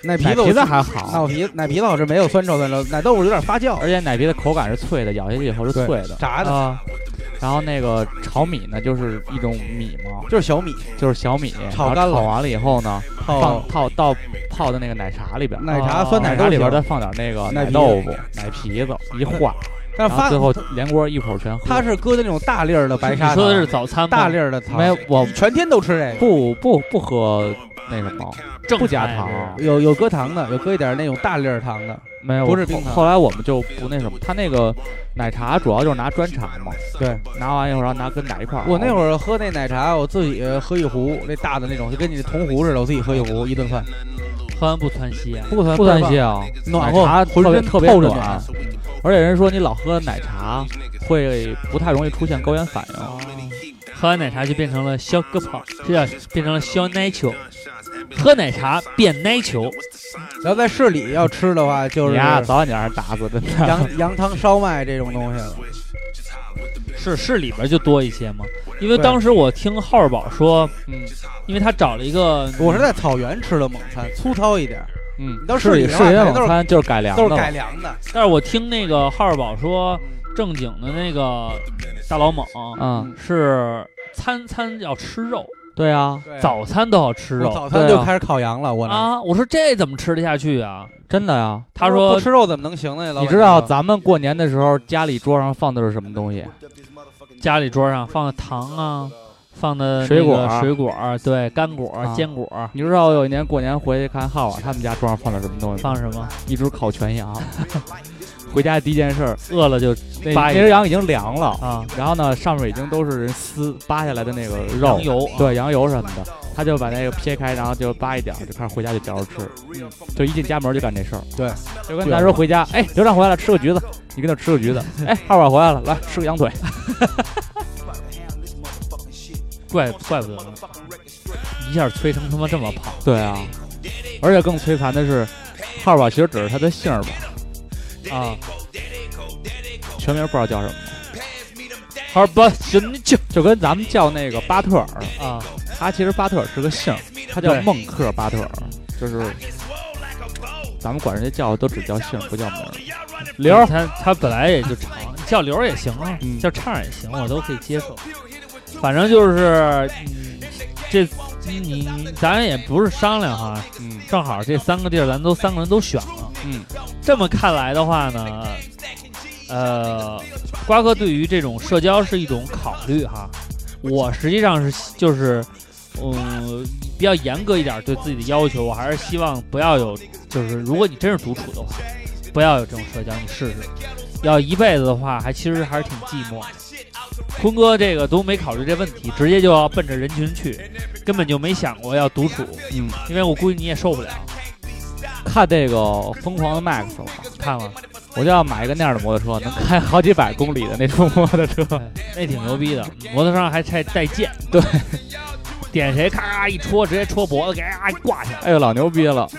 奶皮
奶
子我
皮子还
奶
好，
皮奶皮子好吃，没有酸臭酸臭，奶豆腐有点发酵
而且奶皮的口感是脆的，咬下去以后是
对
脆的。
炸的，
啊，然后那个炒米呢，就是一种米嘛，
就是小米
就是小米，
炒
然
干
后
了
炒完了以后呢，
泡
放泡到泡到那个奶茶里边，
哦奶茶、
哦
酸
奶
奶
茶
都
里边
行
再放点那个
奶
奶
皮
豆腐、奶皮子一化，
但
然
是
后
发
最后连锅一口全喝。
它是搁的那种大粒儿的白
你
砂糖，
说的是早餐吗？
大粒儿的糖，
没有我
全天都吃这个。
不不不喝那什么，
正
不加
菜
糖
是
有有搁糖的，有搁一点那种大粒儿糖的，
没有
不是
后
冰糖
后来我们就不那什么，他那个奶茶主要就是拿砖茶嘛，
对
拿完以后然后拿跟奶一块儿熬。
我那
儿
会儿喝那奶茶，我自己喝一壶，那大的那种，就跟你铜壶似的，我自己喝一壶，一顿饭
喝完不窜稀啊。
不算
不
算
算些啊，
暖
奶
和
茶
浑
特别
身
特别
透着
暖，而且人说你老喝奶茶会不太容易出现高原反
哦
应。
喝完奶茶就变成了小胳泡，这叫变成了小奶球。喝奶茶变奶球，
然后在市里要吃的话，就
你
是
呀，早晚得让人打死，真的。
羊羊汤烧麦这种东西了。
是是里边就多一些吗？因为
对
当时我听浩儿宝说，
嗯
因为他找了一个，
我是在草原吃的蒙餐，粗糙一点儿，
嗯，
到市
市
里
里
的
市
话
原
肯定都
冷
是
餐就是改良的
都
了，
是改良的。
但是我听那个浩儿宝说，正经的那个大老锰
啊
嗯，
是餐餐要吃肉，
对啊，
对
早餐都要吃
我
肉
早餐
对
就
啊
开始烤羊了，我那
啊！我说这怎么吃得下去啊？
真的呀。
他
不
说
吃肉怎么能行呢？老
你
板
知道
娘
咱们过年的时候家里桌上放的是什么东西？
家里桌上放的糖啊，放的那个
水果
水果对，干果、
啊
坚果。
你知道我有一年过年回去看浩啊，他们家桌上放的什么东西吗？
放什么？
一只烤全羊。 回家第一件事儿，
饿了就
那
扒
那
一个
只羊已经凉了，
啊，
然后呢，上面已经都是人撕扒下来的那个肉
羊，油啊
对羊油什么的，他就把那个撇开，然后就扒一点儿，就开始回家就嚼着吃，
嗯
就一进家门就干这事儿。
对，
就跟咱说回家，哎，刘畅回来了，吃个橘子，你跟那吃个橘子，哎， 浩宝回来了，来吃个羊腿，
怪怪不得呢，一下催成他妈这么胖。
对啊，而且更摧残的是，浩宝其实只是他的姓儿吧，
啊，
全名不知道叫什么，
好吧，行你就
就跟咱们叫那个巴特尔，
啊，
他其实巴特尔是个姓儿，他叫
对
孟克巴特尔，就是咱们管人家叫都只叫姓儿不叫名 儿。刘儿
他他本来也就长，叫刘儿也行啊，
嗯
叫畅儿也行，我都可以接受。反正就是，嗯，这嗯你咱也不是商量哈，
嗯
正好这三个地儿咱都三个人都选了。
嗯，
这么看来的话呢，呃，瓜哥对于这种社交是一种考虑哈。我实际上是就是，嗯，比较严格一点对自己的要求，我还是希望不要有，就是如果你真是独处的话，不要有这种社交，你试试，要一辈子的话，还其实还是挺寂寞的。坤哥这个都没考虑这问题，直接就要奔着人群去，根本就没想过要独处，
嗯，
因为我估计你也受不了。
看这个《疯狂的 Max》了吗？
看了，
我就要买一个那样的摩托车，能开好几百公里的那种摩托车。
那挺牛逼的，摩托上还带带剑，
对，
点谁咔咔一戳，直接戳脖子，给啊挂下来。
哎呦，老牛逼了！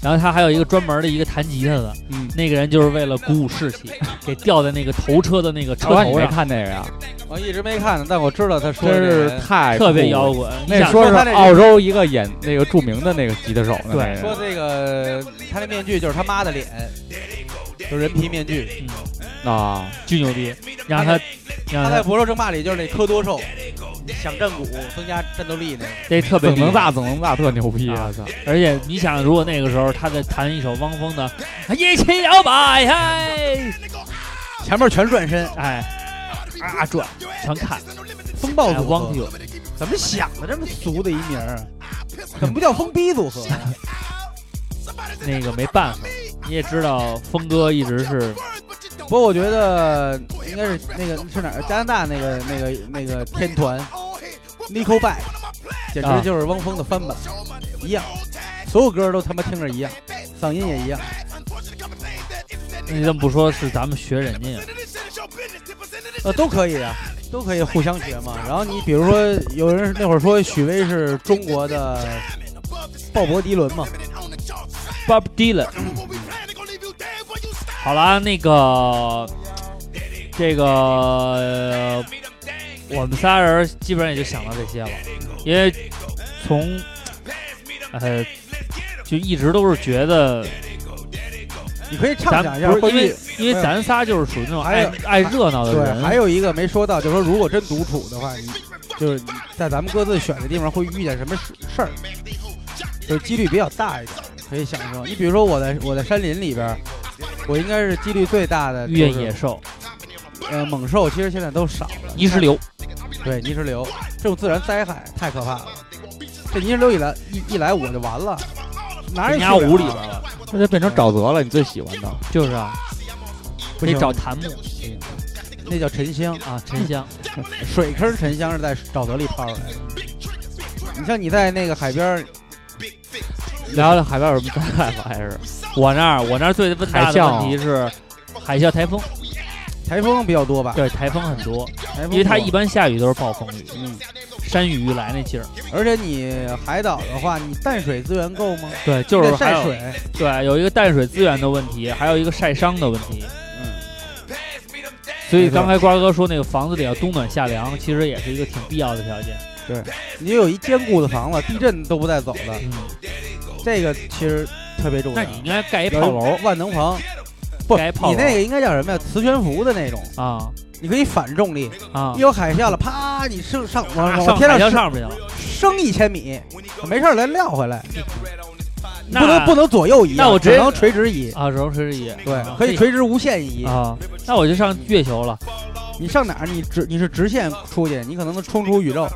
然后他还有一个专门的一个弹吉他的，
嗯，
那个人就是为了鼓舞士气，给吊在那个头车的那个车
我看你
头
没
上，
看那个呀？
我一直没看呢，但我知道他说
真
的这
是
人
太
特别
酷了
摇滚。你
那
想
说是
说他这
澳洲一个演那个著名的那个吉他手呢，
对
那个人
说这个他那面具就是他妈的脸，就是人皮面具。
啊，
巨牛逼，让他让
他在《
他
博兽争霸》里就是那科多兽，想战鼓，增加战斗力那个。
这特别
怎
厉
能
害。
大怎能大特牛逼啊！操
而且你想，如果那个时候他在弹一首汪峰的《一起摇摆》，嗨，
前面全转身，
哎，啊转全看，
风暴
哎
组
汪
合。
就
怎么想的这么俗的一名儿啊？怎么不叫疯逼组合？啊
那个没办法。你也知道，峰哥一直是
不过我觉得应该是那个是哪儿？加拿大那个那个那个天团 n i c o b a c k 简
啊
直就是汪峰的翻版，一样，所有歌都他妈听着一样，嗓音也一样。
你怎么不说是咱们学人家呀？
呃，都可以啊，都可以互相学嘛。然后你比如说，有人那会儿说许巍是中国的鲍勃迪伦嘛，
Bob Dylan。好啦，那个，这个、呃我们仨人基本上也就想到这些了，因为从呃，就一直都是觉得
你可以畅
咱
想一下
不是
会
因为
议。
因为咱仨就是属于那种
还
爱
有
爱热闹的
对，
人，
还有一个没说到，就是说如果真独处的话，你就是你在咱们各自选的地方会遇见什么事事儿，就是几率比较大一点，可以享受。你比如说我在我在山林里边儿，我应该是几率最大的、就是
越野兽、
呃猛兽，其实现在都少了。
泥石流，
对泥石流这种自然灾害太可怕了，这泥石流一来一一来我就完了，哪
人
也
家
去不了啊
屋里边了，
这就变成沼泽了，你最喜欢的
就是啊，
不
得
行
找檀木
那叫沉香，
啊，沉香，
水坑沉香是在沼泽里泡出来的。你像你在那个海边儿，
聊聊海边有什么灾害吧？还是
我那儿我那儿最问大
海
的
啸
问题是海啸、台风，
台风比较多吧？
对，台风很多。
台风
因为它
多
一般下雨都是暴风雨，
嗯，
山雨欲来那劲儿。
而且你海岛的话，你淡水资源够吗？
对，就
你
是
得
还
晒
有
水，
对有一个淡水资源的问题，还有一个晒伤的问题。
嗯，
所以
没错
刚才瓜哥说那个房子里要冬暖夏凉，其实也是一个挺必要的条件。
你有一坚固的房子，地震都不带走的，
嗯，
这个其实特别重要。
那你应该盖一
有
炮楼，
万能房，不，
盖一炮楼
你那个应该叫什么呀？磁悬浮的那种，
啊
你可以反重力，
啊
一，有海啸了，啪，你升上往往
上
天
海
上升
上上不去了。
升一千米，没事儿来撂回来，
那
不能不能左右移啊，
那我直接
只能垂直移，
啊，柔石也
对，可以垂直无限移。
啊。那我就上月球了，
你上哪儿？你直你是直线出去，你可能能冲出宇宙。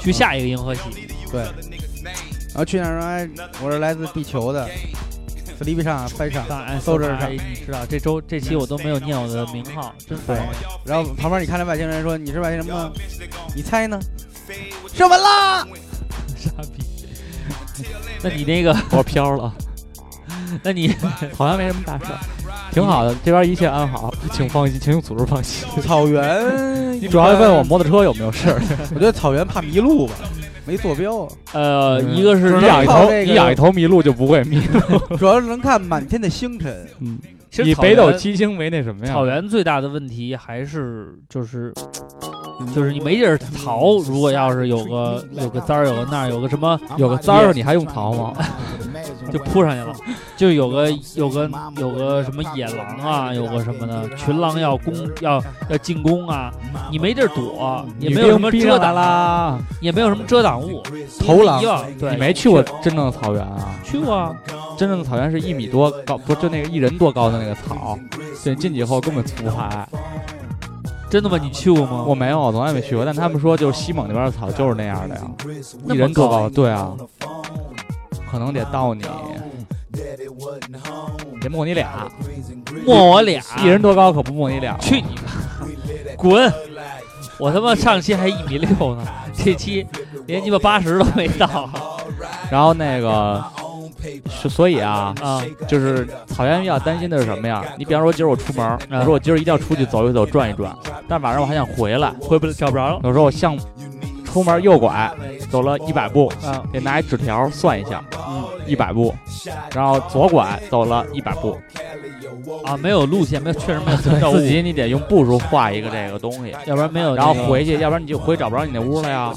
去下一个银河系。
对，然后去那儿说，哎，我是来自地球的，斯利比上啊翻上，
当然，
搜这儿
哎你知道这周这期我都没有念我的名号，真
对
烦。
然后旁边你看那外星人说你是外星人吗？你猜呢？射门啦！
傻逼。那你那个，
我飘了，
那你
好像没什么大事儿，挺好的，这边一切安好，请放心，请用组织放心。
草 原，
你主要问我，摩托车有没 有事儿，
我觉得草原怕迷路吧，没坐标，啊
呃，
嗯
一个是
你养一
靠
头，
这个
你养一头麋鹿就不会迷路。
主要是能看满天的星辰。
嗯，
其实
以
草
北斗
原
七星为那什么呀？
草原最大的问题还是就是就是你没地儿逃。如果要是有个有个栽儿，有个那儿，有个什么，
有个簪儿，你还用逃吗？
就扑上去了。就有个有个有个什么野狼啊，有个什么的群狼要攻要要进攻啊，你没地儿躲，也没有什么遮
你别啊用逼上来
挡，啊
啦。
也没有什么遮挡物。
头狼
一样对，
你没去过真正的草原啊？
去过啊？
真正的草原是一米多高，不就那个一人多高的那个草，对，进去以后根本出不来。
真的吗？你去过吗？
我没有，我从来没去过，但他们说就是西蒙那边的草就是那样的呀，
那
一
么
人多高？
高
对啊，可能得到你，得摸你俩，
摸我俩，
一人多高可不摸你俩。
去你妈，滚！我他妈上期还一米六呢，这期连鸡巴八十都没到
然后那个，是所以啊，
啊！
就是草原比较担心的是什么呀？你比方说今儿我出门儿，我说我今儿一定要出去走一走、转一转，但晚上我还想回来，
回不找不着了，
有时候我向出门右拐走了一百步，
啊，
得拿一纸条算一下，
嗯
一百步，然后左拐走了一百步，
啊，没有路线，没有，确实没有参照物
自，己你得用步数画一个这个东西，
要不然没有那个、
然后回去，要不然你就回找不着你那屋了呀。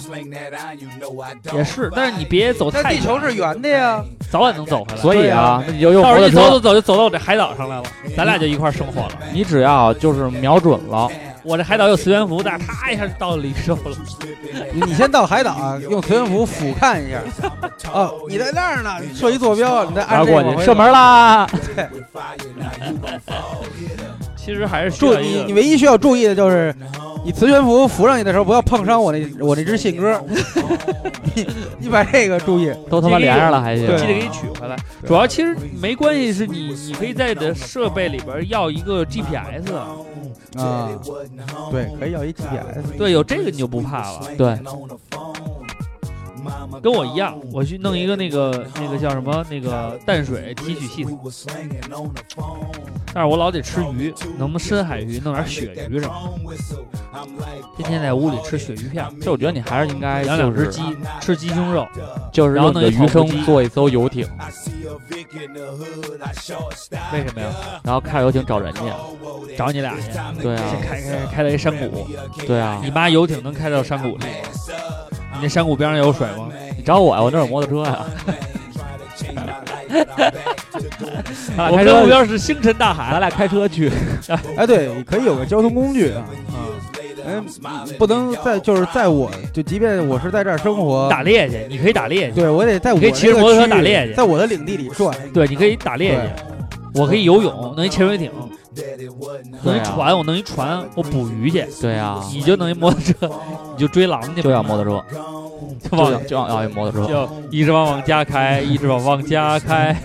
也是，但是你别走
但
太
地
远，
球是圆的呀，
早晚能走回来。
所以啊，那你就用
到
摩
时候
托
一走走
车，
走就走到我这海岛上来了，咱俩就一块儿生活了。
你只要就是瞄准了，
我这海岛有磁悬浮，大家啪一下就到离手了。
你你先到海岛啊，用磁悬浮俯瞰一下。 哦，你在那儿呢，设一坐标，啊你再
然
按
后
这个
过
往
去
回
射门啦。
其实还是需
注
要一
你
个
你唯一需要注意的就是，你磁悬浮浮上去的时候不要碰伤我那我那只信 鸽。你你把这个注意。
都他妈连上了还行
记。得给你取回来。主要其实没关系，是你你可以在你的设备里边要一个 GPS，
啊，对，可以要一 GPS。
对，有这个你就不怕了。
对，
跟我一样，我去弄一个那个那个叫什么那个淡水提取系统，但是我老得吃鱼，能不能深海鱼弄点鳕鱼什么的？天天在屋里吃鳕鱼片，
就我觉得你还是应该
养两
就
只
是
鸡，吃鸡胸肉，
就是
然
用
后
你
弄
的
一跑
余
步
生
机
做一艘游艇，
为什么呀？
然后开游艇找人去。
找你俩去，
对啊，
开开开到一山谷，
对啊，
你妈游艇能开到山谷里吗？你那山谷边上有水吗？
你找我呀，我那有摩托车呀。咱俩
我
开
们的目
车，
标是星辰大海，
咱俩开车去。
哎，对，可以有个交通工具啊。嗯，不能在就是在我就即便我是在这儿生活，
打猎去，你可以打猎去，
对我得在我
你可以骑着
这个
摩托车
区域
打猎去
在我的领地里转。
对，你可以打猎去。我可以游泳，弄一潜水艇，弄
对
一
啊
船，我弄一船，我捕鱼去，
对呀，
你就弄一摩托车，你就追狼去吧，
就要摩托啊车，
就
就要
往
就要要一摩托车。
就一直往往家开，一直往往家开，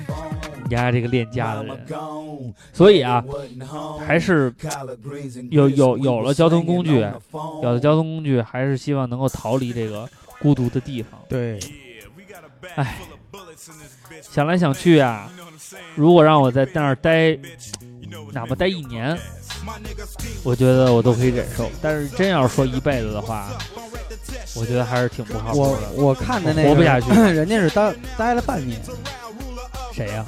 压这个恋家的人。所以啊，还是有有有了交通工具，有了交通工具，还是希望能够逃离这个孤独的地方。
对，
想来想去啊，如果让我在那儿待，哪怕待一年，我觉得我都可以忍受。但是真要是说一辈子的话，我觉得还是挺不靠谱
我
的。
我看的那个
活不下去
人家是待待了半年，
谁呀、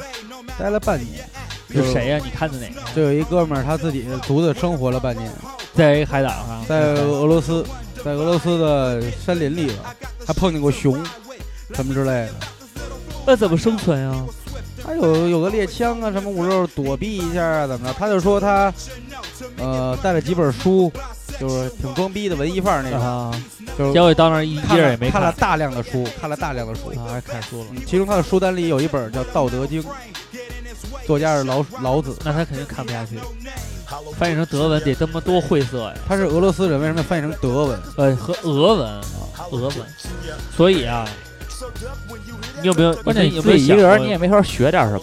待了半年。
是谁呀、你看的哪个？
就有一哥们儿，他自己独自生活了半年，
在一个海岛上，
在俄罗斯，
嗯
在俄罗斯的山林里吧，还碰见过熊，什么之类的。
那怎么生存啊呀、
他有有个猎枪啊，什么五六躲避一下啊，怎么着？他就说他，呃，带了几本书，就是挺装逼的文艺范儿那种，
啊，
就是
结果到那儿一
看
页
了
也没
哎看了
看，
大量的书，看了大量的书。
啊，还看书了。
嗯其中他的书单里有一本叫《道德经》，作家是老老子，
那他肯定看不下去。翻译成德文得他妈多晦涩呀！
他是俄罗斯人，为什么翻译成德文？
呃，和俄文，
啊
俄文。所以啊，你有没有？
关键
你
你
有没
自
有
己一个
想
人，
过
你也没法学点什么。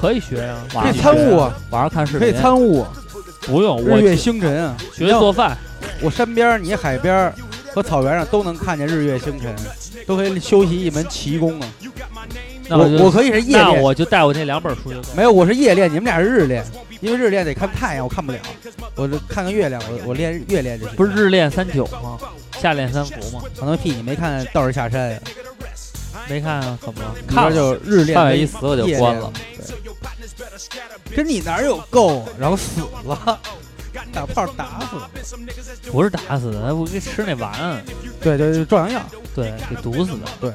可以学呀、
晚
可以
上
参悟，啊，
晚上看视
可以
频。
参悟啊，
不用，我
日月星辰啊！
学做饭，
我山边儿，你海边儿和草原上都能看见日月星辰，都可以修习一门奇功啊！
那
我
就
我可以是夜
那
练，
我就带我那两本书就够。
没有，我是夜练，你们俩是日练，因为日练得看太阳，我看不了，我就看看月亮，我我练月练就行。
不是日练三九吗？夏练三伏吗？
可能屁，你没看《道士下山》啊，
没看啊，怎么了？
里边
看了
就日练
范
跟
伟一死我就
夜
关
练
了。
对跟你哪儿有够？然后死了， 打炮打死了，
不是打死的，他不给吃那丸，
对对对，壮阳药，
对，给毒死的，
对，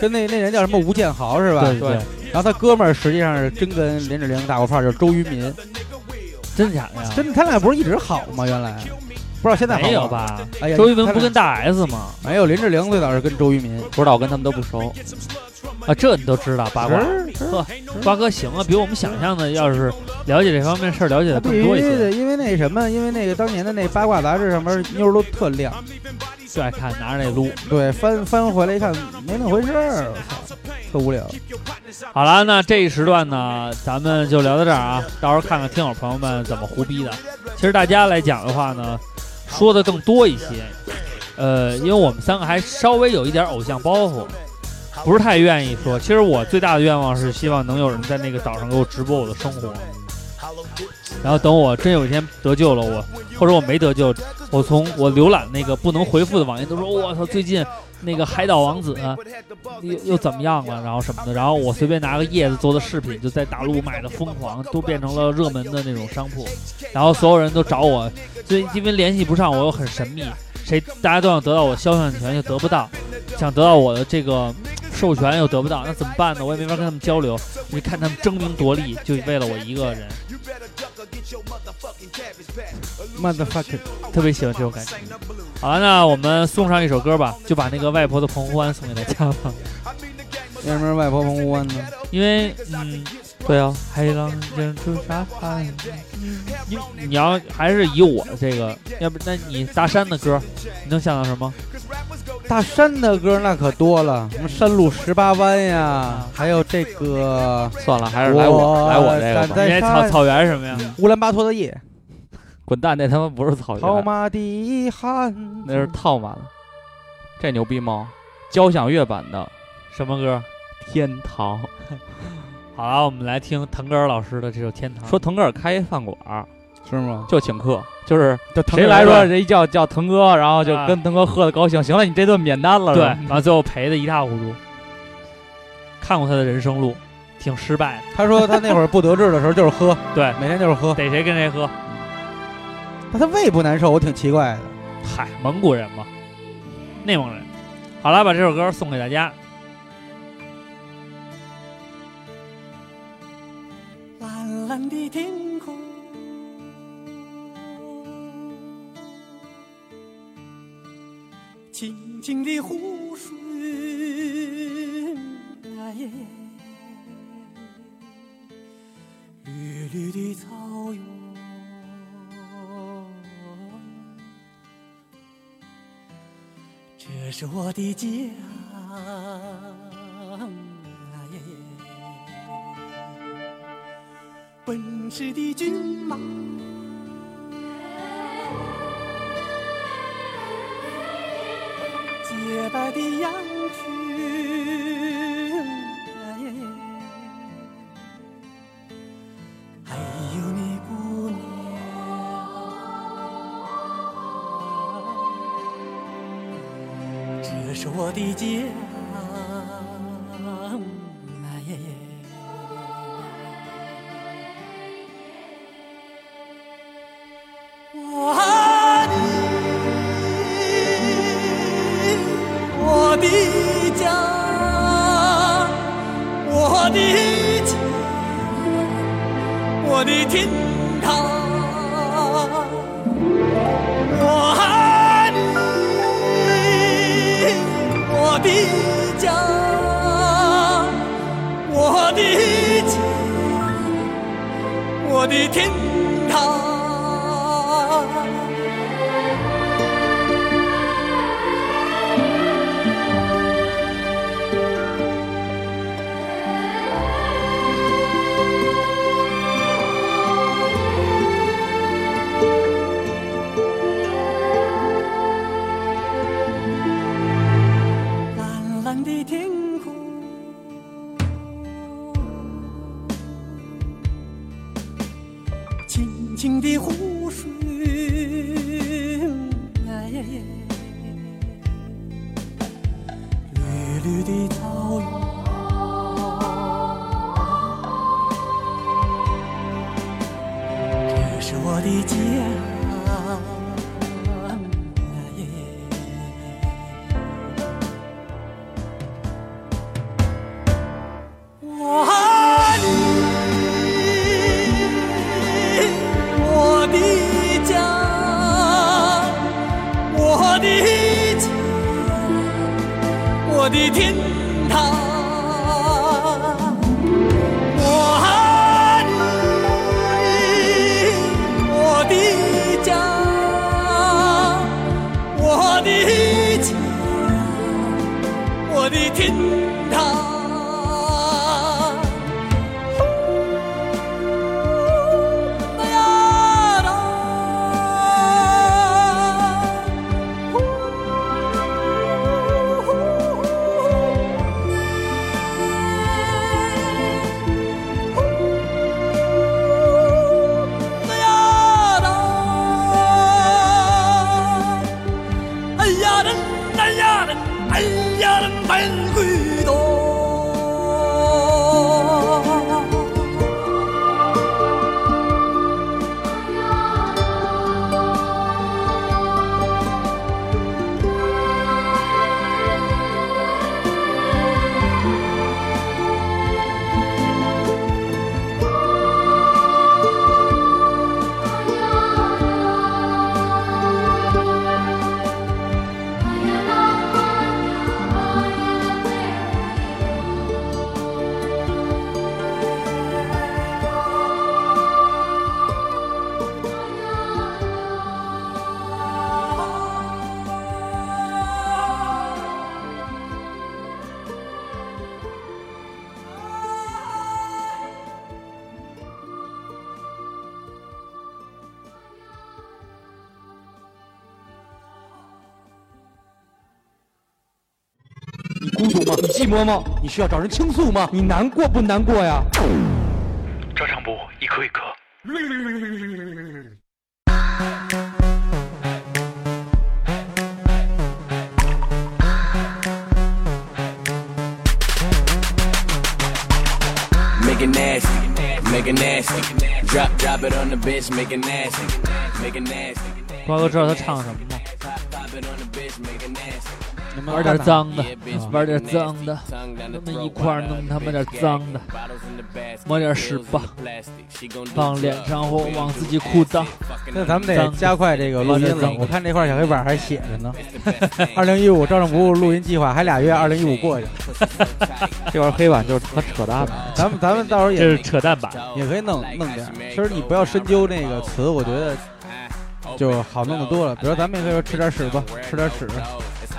跟那那人叫什么吴建豪是吧？
对对，
然后他哥们儿实际上是真跟林志玲打过炮，就是周渝民。
真假的呀？
真的，他俩不是一直好吗？原来不知道现在好吗
没有？吧？
哎呀，
周渝民不
他
跟
俩
大 S 吗？
没有林志玲最早是跟周渝民，
不知道，我跟他们都不熟。
啊，这你都知道八卦？
是
呵，瓜哥行啊，比我们想象的要是了解这方面事儿了解的
他必
更多一
须
些。
得因为那什么，因为那个当年的那八卦杂志上面妞儿都特亮，
就爱看拿着那撸，
对，翻翻回来一看没那回事儿，我操，特无聊。
好了，那这一时段呢，咱们就聊到这儿啊，到时候看看听友朋友们怎么胡逼的。其实大家来讲的话呢，说的更多一些，呃，因为我们三个还稍微有一点偶像包袱，不是太愿意说。其实我最大的愿望是希望能有人在那个岛上给我直播我的生活，然后等我真有一天得救了我，或者我没得救，我从我浏览那个不能回复的网页都说，我操，最近那个海岛王子、啊又又怎么样了，然后什么的，然后我随便拿个叶子做的饰品，就在大陆买的疯狂，都变成了热门的那种商铺，然后所有人都找我，就因为联系不上我又很神秘，谁大家都想得到我肖像权又得不到，想得到我的这个授权又得不到，那怎么办呢？我也没法跟他们交流，你看他们争名夺利，就为了我一个人，
motherfucker，
特别喜欢这种感觉。好了，那我们送上一首歌吧，就把那个外婆的澎湖湾送给大家吧。
为什么是外婆澎湖湾呢？
因为嗯，对啊，海浪扔出沙发。你你要还是以我这个，要不那你大山的歌，你能想到什么？
大山的歌那可多了，什么山路十八弯呀，还有这个
算了，还是来我来我这个
站
你
吧，
在
也草
沙
草原什么呀？
乌兰巴托的夜，
滚蛋！那他妈不是草
套
原，
马的汗，
那是套马的。这牛逼吗？交响乐版的
什么歌？
《天堂》，
好了，我们来听腾格尔老师的这首《天堂》。
说腾格尔开一饭馆儿
是吗？
就请客，就是
就腾
谁
格尔
来说
是吧
谁叫叫腾哥，然后就
啊
跟腾哥喝的高兴。行了，你这顿免单了。是
对，
吧
完了最后赔的一塌糊涂。看过他的人生路，挺失败的。
他说他那会儿不得志的时候就是喝，
对，
每天就是喝，
逮谁跟谁喝。
但他胃不难受，我挺奇怪的。
嗨，蒙古人嘛，内蒙人。好了，把这首歌送给大家。
蓝蓝的天空，清清的湖水，哎耶绿绿的草原，这是我的家。哎耶奔驰的骏马，洁白的羊群，哎还有你姑娘，这是我的家。哎耶耶我爱你，我的家，我的家，我的天堂。我爱你，我的家，我的家。我的天堂。蓝蓝的天空。清清的湖水，哎呀呀，绿绿的草原，这是我的家。哎呀呀我爱你。我的家，我的家，我的天堂。我爱你，我的家，我的家，我的天堂。举动。
你孤独吗？你寂寞吗？你需要找人倾诉吗？你难过不难过呀？
照常补，一颗一颗。
Make it nasty, make it nasty. Drop, drop it on the bitch, make it nasty, make it nasty.
瓜哥知道他唱什么吗？
Pop it on the bitch, make it nasty.
玩点脏的，玩点脏的，他们一块儿弄他们点脏的，抹点屎吧，往脸上或往自己裤裆。
那咱们得加快这个录音了
脏。
我看这块小黑板还写着 呢。二零一五照常不误录音计划还俩月，二零一五过去，
这块黑板就是他扯淡的，
咱们咱们到时候
这
也
是扯淡版，
也可以弄弄点儿。其实你不要深究那个词，我觉得就好弄得多了。比如咱们也可以说吃点屎吧，吃点屎，吃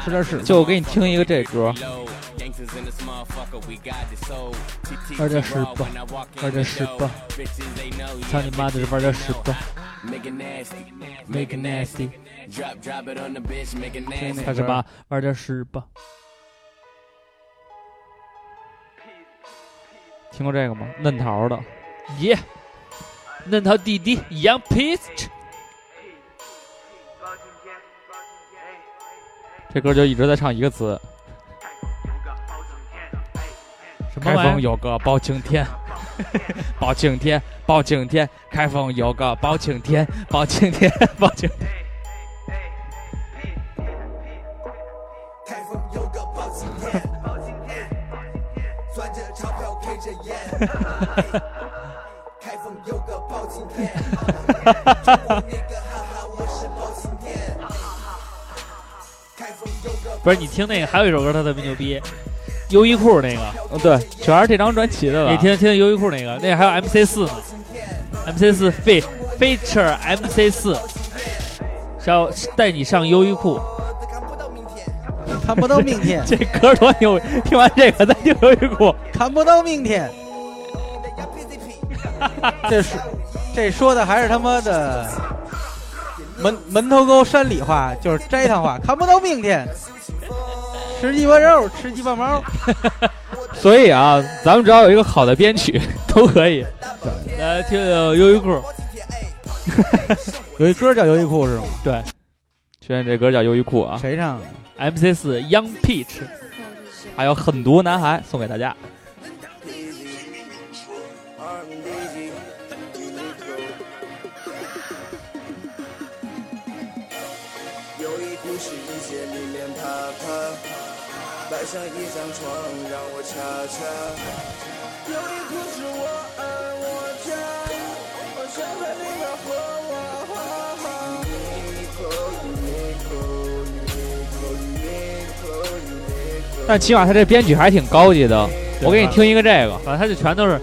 点屎吧。
就我给你听一个这歌，
玩点屎吧，玩点屎吧，操你妈的，玩点屎吧。
Make it nasty, make it nasty. Drop, drop it on the bitch, make it nasty.
开始吧，玩点屎吧。
听过这个吗？嫩桃的，
耶，嫩桃弟弟，Young Peach，
这歌就一直在唱一个词，
什么
开
玩
封
意儿？
有个包青 天，包青天，包青天，开封有个包青天，包青天， 包青天。
不是你听那个，还有一首歌它特别牛逼，优衣库那个，
嗯，对，全是这张专辑的吧
你听听优衣库那个，那还有 MC 四呢，MC 四 fe feature MC 四，要带你上优衣库，
看不到明天，
这歌多牛！听完这个再听优衣库，
看不到明天。这是这说的还是他妈的门门头沟山里话，就是斋堂话，看不到明天。吃鸡巴肉，吃鸡巴猫，
所以啊，咱们只要有一个好的编曲，都可以。
来听听优衣库，
有一歌叫《优衣库》是吗？
对
现在这歌叫《优衣库》啊，
谁唱的？
MC 四 Young Peach，
还有狠毒男孩送给大家。
优衣库是一件里面啪啪，摆上一张床让我查查。优衣库是我爱我家，我想在里面活我哈哈。
但起码他这编曲还挺高级的。我给你听一个这个，
反正他就全都是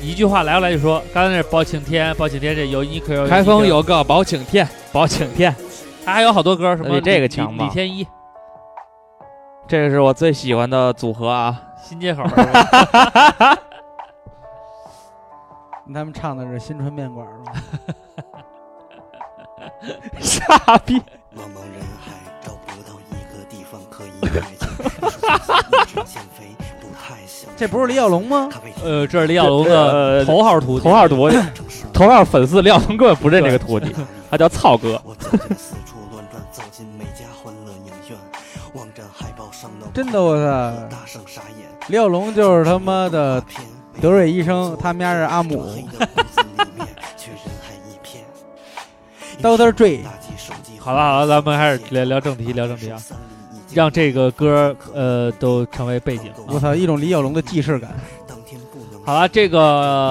一句话来回来就说，刚才那是包青天，包青天这优衣库，
开封，有个包青天，包青天，
他还有好多歌，什么
比哎这个
李
强吧
李天一
这个是我最喜欢的组合啊。
新街口是吧
他们唱的是新川面馆吗？
傻逼，
茫茫人海找不到一个地方可以埋进手术一直减肥不太想
这不是李小龙吗？
咖啡厅
呃，这是李小龙的
呃
头号徒弟，
头号徒弟，
城市
头号粉丝廖鹏根本不认这 个徒弟，他叫操哥。
我走进四处乱转，走进每家欢乐影院，网站海报上的
真的我操！廖龙就是他妈的德瑞医生，他们家是阿姆。Doctor Dre，
好了好了，咱们开始聊聊正题，聊正题啊，让这个歌呃都成为背景。
我操，一种李小龙的既视感。
好了，这 个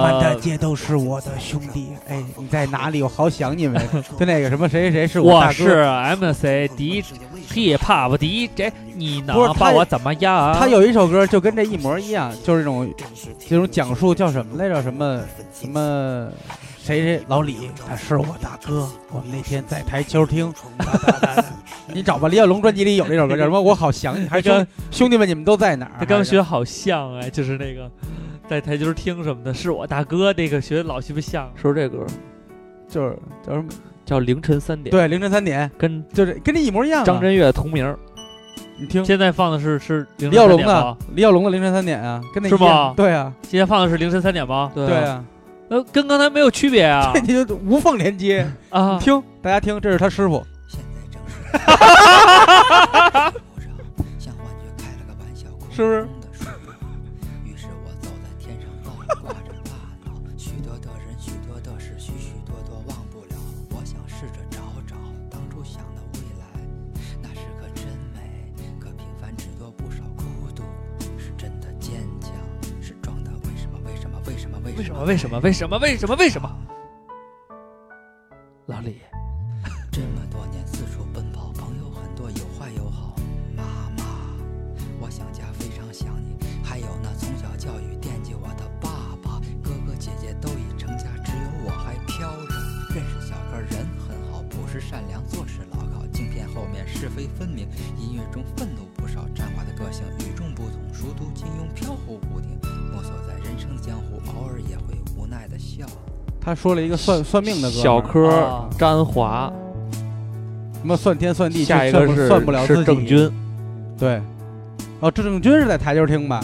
满大街都是我的兄弟，哎，你在哪里？我好想你们。 就那个什么谁谁谁是
我
大
是
哥，
MC 迪 hip hop 迪，这你能
不是他
把我怎么样？啊
他有一首歌就跟这一模一样，就是这种这种讲述叫什么来着？什么什么谁谁啊老李，他是我大哥。我们那天在台球厅， 你找吧，李小龙专辑里有这首歌叫 什么？我好想你，还是兄兄弟们你们都在哪儿？
他刚学好像哎，就是那个在台球厅什么的，是我大哥那个学老鸡巴像。
是不是这歌？
就是叫什么？
叫凌晨三点。
对，凌晨三点
跟
就是跟这一模一样啊。
张震岳同名儿。
你听，
现在放的是是凌晨
李小
三
龙
点吗
的？李小龙的凌晨三点啊，跟那
是
一样
吗？
对啊，，
今天放的是凌晨三点吗？
对啊，。
呃，跟刚才没有区别啊
你就无缝连 接
啊！
你听，大家听，这是他师傅。是不是？
于是我走在天上高，挂着大脑，许多的人，许多的事，许许多多忘不了。我想试着找找当初想的未来，那时可真美，可平凡只多不少孤独，是真的坚强，是装的。为什么？为什么？为什么？为什么？
为什么？为什么？为什么？为什么？老李，
这么多年四处奔跑，朋友很多，有坏有好。妈妈，我想家，非常想你。还有那从小教育惦记我的爸爸，哥哥姐姐都已成家，只有我还飘着。认识小哥人很好，朴实善良，做事牢靠。镜片后面是非分明，音乐中愤怒不少，沾华的个性与众不同，熟读金庸，飘忽不定，摸索在人生江湖，偶尔也会无奈的笑。
他说了一个算算命的歌，
小柯
啊、
詹华，
什么算天算地，
下一
就
个
算不
是
算不了自己。
是郑钧，
对，哦，郑钧是在台球厅吧？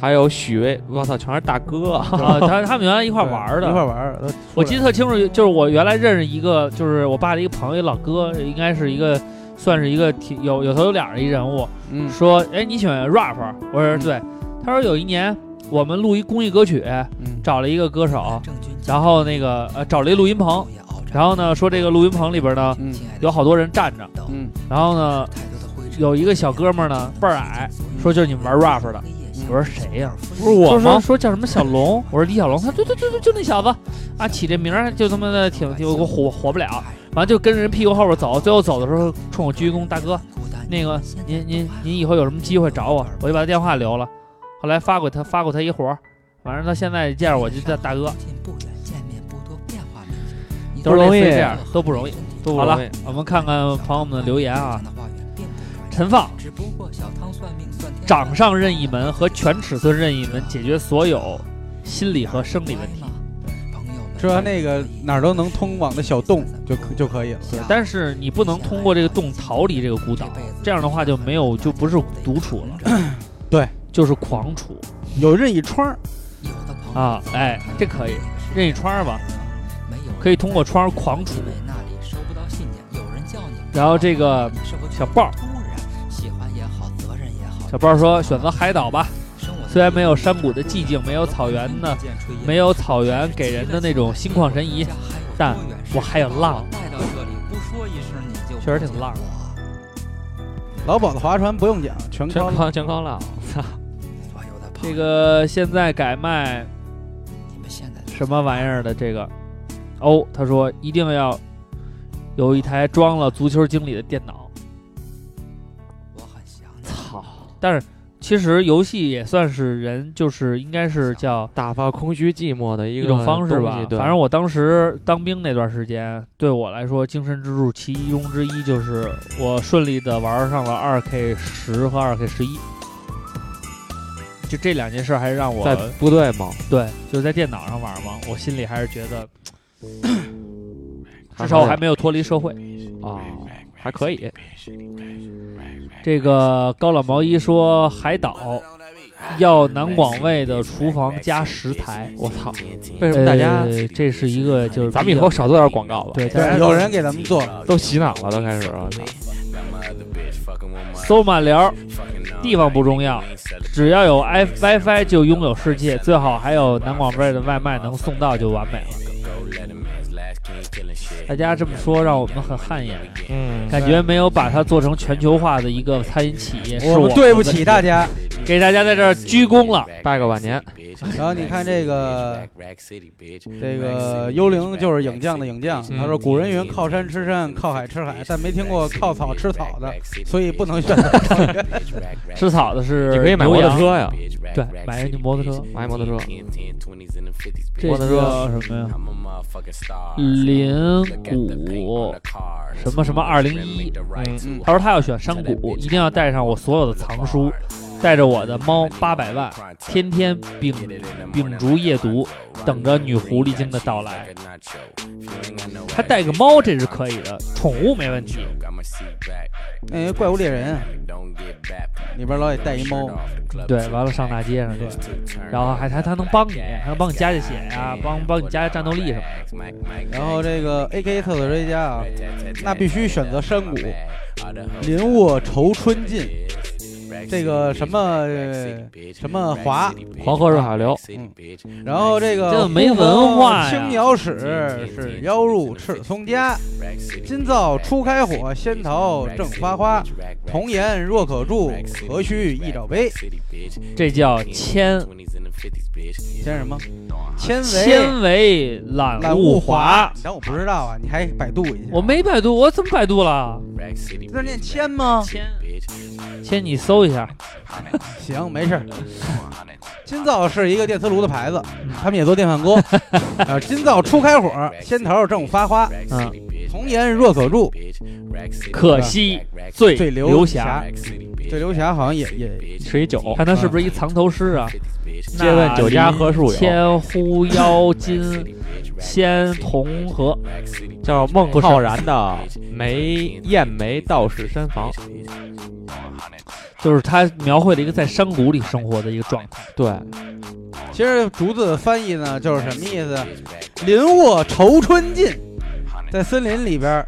还有许巍，我操，全是大哥
啊，他他们原来一块玩儿的，
一块玩儿的。
我记得特清楚，就是我原来认识一个，就是我爸的一个朋友，一老哥，应该是一个算是一个挺有有头有脸的一人物。
嗯，
说，哎，你喜欢 rap？我说对。他说有一年我们录一公益歌曲，
嗯
找了一个歌手，然后那个呃找了一录音棚，然后呢说这个录音棚里边呢有好多人站着，
嗯，
然后呢有一个小哥们儿呢倍儿矮，说就是你们玩 rap 的。
嗯
我说谁呀、
不是
嗯
我
说
吗
说说叫什么小龙？ 我说李小龙，他对对对对，就那小子啊，起这名儿就他妈的挺就我火火不了，完就跟人屁股后边走，最后走的时候冲我鞠一躬，大哥，那个您您您以后有什么机会找我，我就把他电话留了，后来发过他发过他一活儿，反正他现在见着我就叫大哥，都是类似于这样，都不容易，都不容易好了，我们看看朋友们的留言啊，陈放。
只不过小汤算命算天
掌上任意门和全尺寸任意门解决所有心理和生理问题。
说他那个哪儿都能通往的小洞就可就可以了。
对，但是你不能通过这个洞逃离这个孤岛，这样的话就没有就不是独处了，
对，
就是狂处
有任意窗儿，
啊！哎，这可以任意窗儿吧，可以通过窗儿狂处。
那里收不到信件，有人叫你
然后这个小豹儿，
喜欢也好，责任也好，
小豹说：“选择海岛吧，虽然没有山谷的寂静，没有草原的，没有草原给人的那种心旷神怡，但我还有浪，
带到这里不说一声你就
确实挺浪的。
老鸨子划船不用讲，全
全
靠
靠全靠浪。操！
哎
这个现在改卖什么玩意儿的这个？哦，他说一定要有一台装了足球经理的电脑。操！但是其实游戏也算是人，就是应该是叫
打发空虚寂寞的一
一
个
种方式吧
东西。对
反正我当时当兵那段时间，对我来说精神支柱其中之一就是我顺利的玩上了二 K 十和二 K 十一。就这两件事还让我
在部队嘛，
对，就是在电脑上玩嘛，我心里还是觉得，至少我还没有脱离社会
啊，还可以。
这个高老毛衣说海岛要南广卫的厨房加食材，我操！
为什么大家
呃这是一个就是
咱们以后少做点广告吧。
对，
对有人给咱们做了
都洗脑了，都开始了。
搜满聊，地方不重要，只要有 i WiFi 就拥有世界，最好还有南广味儿的外卖能送到就完美了。大家这么说让我们很汗颜，
嗯
感觉没有把它做成全球化的一个餐饮企业，是
我们
们
对不起大家，
给大家在这儿鞠躬了，
拜个晚年。
然后你看这个，这个幽灵就是影将的影将，
嗯
他说古人云靠山吃山，靠海吃海，但没听过靠草吃草的，所以不能选择草原。
吃草的是
你可以买摩托车呀
牛羊对，买人家摩托车，
买摩托车，
这
摩托
叫
车
什么呀？林谷什么什么二零一，
嗯
他说他要选山谷，一定要带上我所有的藏书，带着我的猫八百万，天天秉秉烛夜读，等着女狐狸精的到来。他带个猫这是可以的，宠物没问题。
那怪物猎人里边老得带一猫，
对，完了上大街上去，然后还还他能帮你，还能帮你加加血呀、帮帮你加加战斗力什么的。
然后这个 A K 特色追加啊，那必须选择山谷，林卧愁春尽，这个什么呃什么华，
黄河入海流，
然后这个
这没文化呀
青鸟使是妖入赤松家，今早初开火，仙桃正发花，童颜若可住，何须一朝杯？
这叫纤
先什么？纤维
纤维
懒
懒
物
物
华
华，，
你当我不知道啊？你还百度一下？
我没百度，我怎么百度了？
不是念千吗？
先你搜一下，
行，没事儿。金灶是一个电磁炉的牌子，他们也做电饭锅。啊，金灶初开火，仙桃正发花。
嗯，
红颜若可住，
可惜
醉
醉
流
流
霞
霞。
醉流霞好像也也
是一酒，
看他是不是一藏头诗啊？
借问酒家何处有
千呼妖精，仙同和。
叫孟浩然的《梅艳梅道士山房》。
就是他描绘了一个在山谷里生活的一个状态。
对，
其实竹子的翻译呢，就是什么意思？林卧愁春尽，在森林里边儿，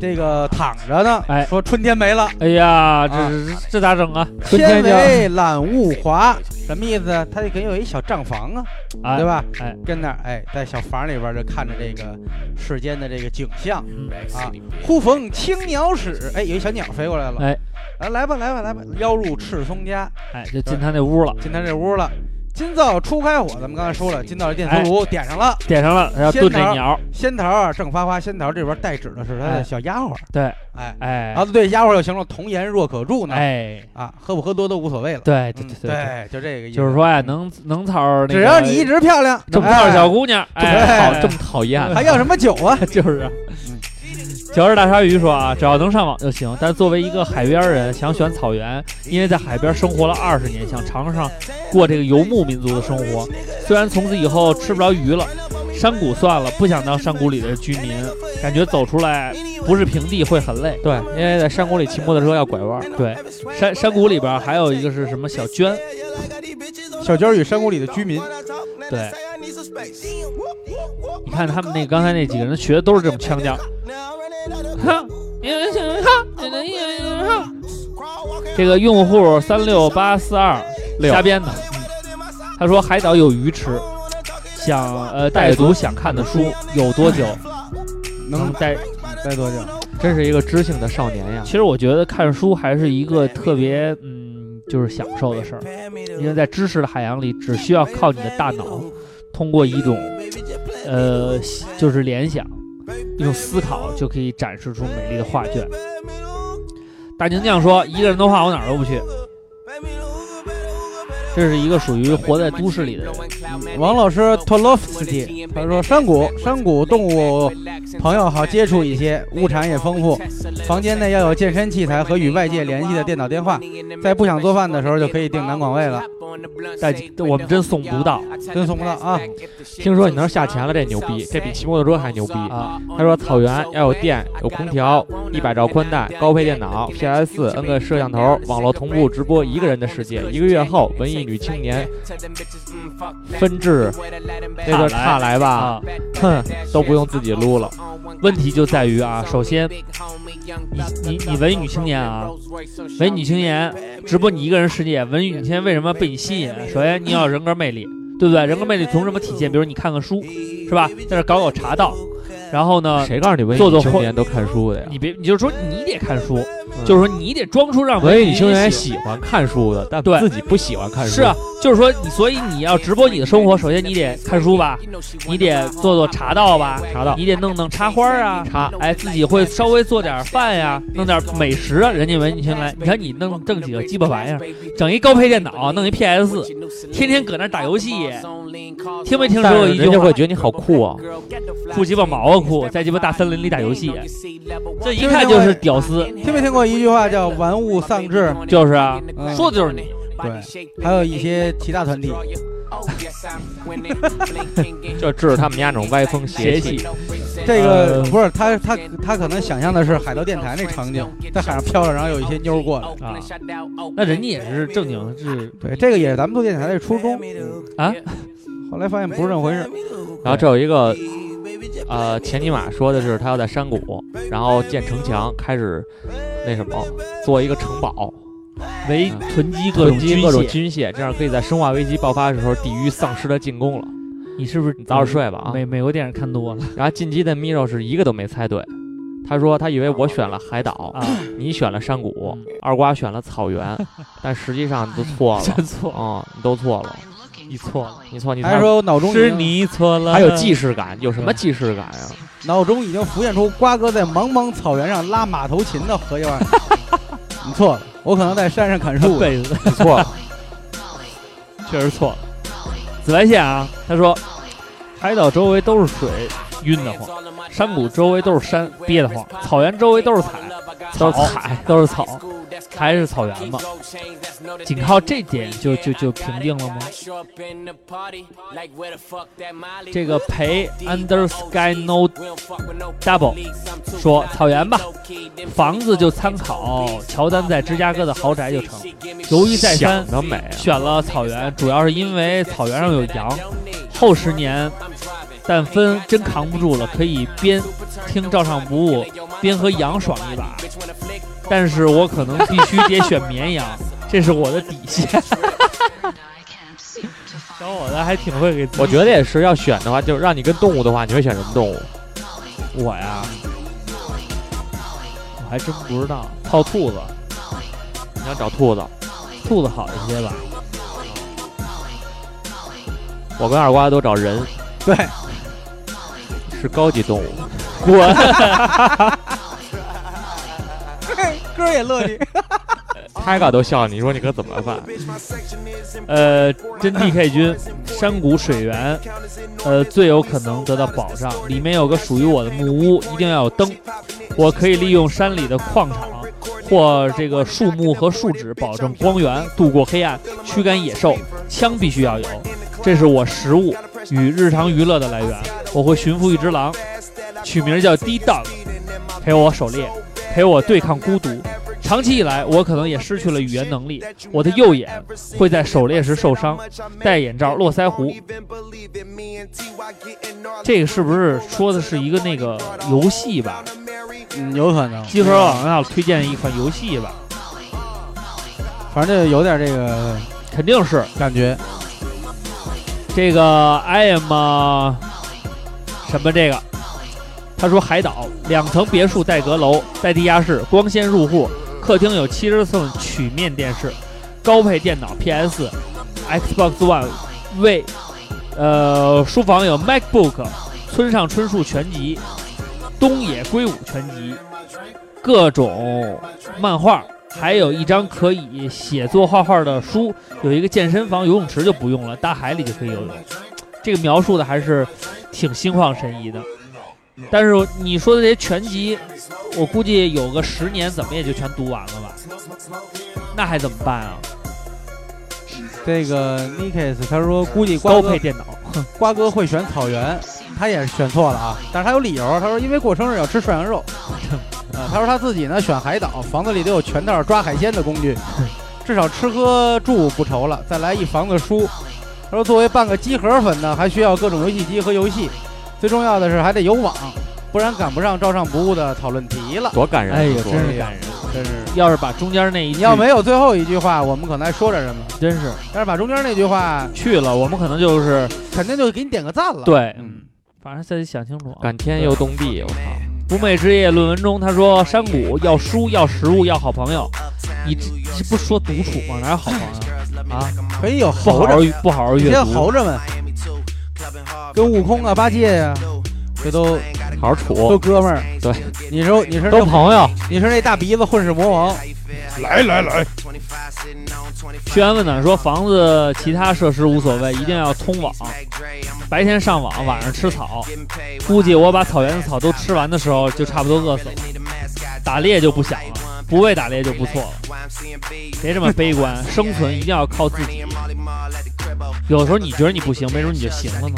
这个躺着呢。
哎
说春天没了，
哎呀，这、这咋整啊？
天为懒物华，什么意思？他就可以有一小账房啊，
哎
对吧？
哎，
跟那儿哎，在小房里边儿就看着这个世间的这个景象、啊。忽逢青鸟使，哎，有一小鸟飞过来了，
哎，
啊，来吧，来吧，来吧，妖入赤松家，
哎，就进他那屋了，
进他这屋了。金灶初开火，咱们刚才说了，金灶是电磁炉，
哎
点上了，
点上了，然后
仙
炖这
桃
鸟。，
仙桃啊正发花，仙桃这边代指的是他的
哎
小丫鬟，
对，
哎
哎，
啊，对，丫鬟又形容童颜若可住呢，
哎，
啊，喝不喝多都无所谓了，
对对
嗯
对对
就这个意思，
就是说呀，能能操那个
只要你一直漂亮，
这么
哎
漂亮小姑娘，哎，
对
好这么讨厌，
还要什么酒啊？
就是啊。乔治大鲨鱼说啊，只要能上网就行。但作为一个海边人，想选草原，因为在海边生活了二十年，想尝尝过这个游牧民族的生活。虽然从此以后吃不着鱼了，山谷算了，不想当山谷里的居民，感觉走出来不是平地会很累。
对，因为在山谷里骑摩托车要拐弯。
对，山山谷里边还有一个是什么小娟，
小娟与山谷里的居民，
对，你看他们那刚才那几个人学的都是这种腔调。 这个用户三六八四二
六
瞎编的，他说海岛有鱼吃，想呃带读想看的书
嗯
有多久？
能
带
待多久？
真是一个知性的少年呀！
其实我觉得看书还是一个特别嗯，就是享受的事儿，因为在知识的海洋里，只需要靠你的大脑，通过一种呃，就是联想，一种思考，就可以展示出美丽的画卷。大宁酱说：“一个人的话，我哪儿都不去。”这是一个属于活在都市里的人，
王老师托洛夫斯基，他说山谷山谷动物朋友好接触一些，物产也丰富，
呃
房间内要有健身器材和与外界联系的电脑电话，在不想做饭的时候就可以订南广味了，
但我们真送不到。
真送不到啊！
听说你那儿下钱了，这牛逼，这比骑摩托车还牛逼
啊！
他说草原要有电、有空调、一百兆宽带、高配电脑、PS 四、N 个摄像头，网络同步直播一个人的世界。啊一个月后，文艺女青年嗯 纷至，这个差来吧，哼，都不用自己撸了。
问题就在于啊，首先，你你你文艺女青年啊，文艺女青年直播你一个人世界，文艺女青年为什么被你吸引？首先你要有人格魅力，对不对？人格魅力从什么体现？比如你看看书，是吧？在这搞搞茶道，然后呢？
谁告诉你文艺
呃做
女
做
青
会
年都看书的呀？嗯
你别，你就说你得看书，就是说你得装出让
文艺
女
女青年喜欢看书的，但
对
自己不喜欢看书。
是啊，，就是说你，所以你要直播你的生活，首先你得看书吧，你得做做茶道吧，茶道，你得弄弄插花啊，茶，哎，自己会稍微做点饭呀、弄点美食啊，人家文艺青来，你看你弄弄几个鸡巴玩意儿，整一高配电脑，弄一 PS，天天搁那打游戏，听没听说过
但
一
是
句
人
话
家会觉得你好酷啊！
酷鸡巴毛啊酷，在鸡巴大森林里打游戏，这一看就是屌丝，
听没听过一句话叫“ 玩物丧志”？
就是啊，
嗯
说的就是你。
对，还有一些其他 团体，
就治他们家那种歪风邪气。
这个
呃
不是他，他他可能想象的是海盗电台那场景，在海上飘着，然后有一些妞儿过来
啊。那人家也是正经是，
对，这个也是咱们做电台的初衷
啊。
后来发现不是这回事儿。
然后这有一个，呃，前尼玛说的是他要在山谷，然后建城墙，开始那什么，做一个城堡，
为囤积各种
囤积各种
军
军械，这样可以在生化危机爆发的时候抵御丧尸的进攻了。
你是不是
你早点睡吧啊？
美美国电影看多了，
然后进击的 Miro 是一个都没猜对，他说他以为我选了海岛，
啊哦
你选了山谷，二瓜选了草原，但实际上你都错 了，
真错
啊、你都错了，
你错了，
你错，你
还说脑中
是
已经
你错了，还有既视感，有什么既视感呀、
脑中已经浮现出瓜哥在茫茫草原上拉马头琴的合影。 你错了，我可能在山上砍 树。
被子
你错了，
确实错了。紫外线啊，他说，海岛周围都是水，晕得慌；山谷周围都是山，憋得慌；草原周围都是彩，都是彩，都是草，还是草原吧。仅靠这点就就就平定了吗？这个陪 Under Sky No Double 说草原吧，房子就参考乔丹在芝加哥的豪宅就成。由于再三
想得美啊
选了草原，主要是因为草原上有羊。后十年，但芬真扛不住了，可以边听照唱不误，边和羊爽一把。但是我可能必须得选绵羊，这是我的底线。小伙子还挺会给自己
我觉得也是，要选的话，就是让你跟动物的话，你会选什么动物？
我呀，我还真不知道。套兔子，
你想找兔子？
兔子好一些吧？
我跟二瓜都找人，
对，
是高级动物。
滚！
歌儿也乐你。
泰嘎都笑你，说你可怎么办？
呃，真 DK 君，山谷水源，呃，最有可能得到保障。里面有个属于我的木屋，一定要有灯。我可以利用山里的矿场或这个树木和树脂，保证光源，度过黑暗，驱赶野兽。枪必须要有，这是我食物与日常娱乐的来源。我会驯服一只狼，取名叫 D Dog，陪我狩猎，陪我对抗孤独。长期以来，我可能也失去了语言能力，我的右眼会在狩猎时受伤，戴眼罩、络腮胡。这个是不是说的是一个那个游戏吧？
嗯，有可能。
集合网要推荐一款游戏吧，
反正就有点这个
肯定是
感觉。
这个 I am 呃什么这个？他说海岛两层别墅带阁楼带地下室，光纤入户，客厅有七十寸曲面电视，高配电脑 PS、Xbox One，为呃书房有 MacBook，村上春树全集，东野圭吾全集，各种漫画，还有一张可以写作画画的书，有一个健身房、游泳池就不用了，大海里就可以游泳。这个描述的还是挺心旷神怡的。但是你说的这些全集，我估计有个十年，怎么也就全读完了吧？那还怎么办啊？
这个 Nikes 他说，估计瓜
高
哥
配电脑，
瓜哥会选草原，他也是选错了啊，但是他有理由，他说因为过生日要吃涮羊 肉，呃，他说他自己呢选海岛，房子里都有全套抓海鲜的工具，至少吃喝住不愁了，再来一房子书。他说作为半个机核粉呢，还需要各种游戏机和游戏，最重要的是还得有网，不然赶不上照上不误的讨论题了。
多感人啊
哎呦，
说
真是感人，
真是。
要是把中间那一句
你要没有最后一句话，我们可能还说点什么。
真是
但是把中间那句话
去了，我们可能就是
肯定就给你点个赞了。
对，嗯，反正自己想清楚啊。
感天又动地，我操！
不寐之夜论文中，他说山谷要书，要食物，要好朋友。你这这不说独处吗？哪有好朋友啊？
可以有
不好
猴
好
着，
不好好阅
你先
读，
猴着们，跟悟空啊、八戒呀、这都
好好处，
都哥们儿。
对，
你说你是
都朋友，
你是那大鼻子混世魔王，
来来来，
屈原问暖说：“房子其他设施无所谓，一定要通网。白天上网，晚上吃草。估计我把草原的草都吃完的时候，就差不多饿死了。打猎就不想了，不为打猎就不错了。别这么悲观，生存一定要靠自己。有时候你觉得你不行，没准你就行了呢。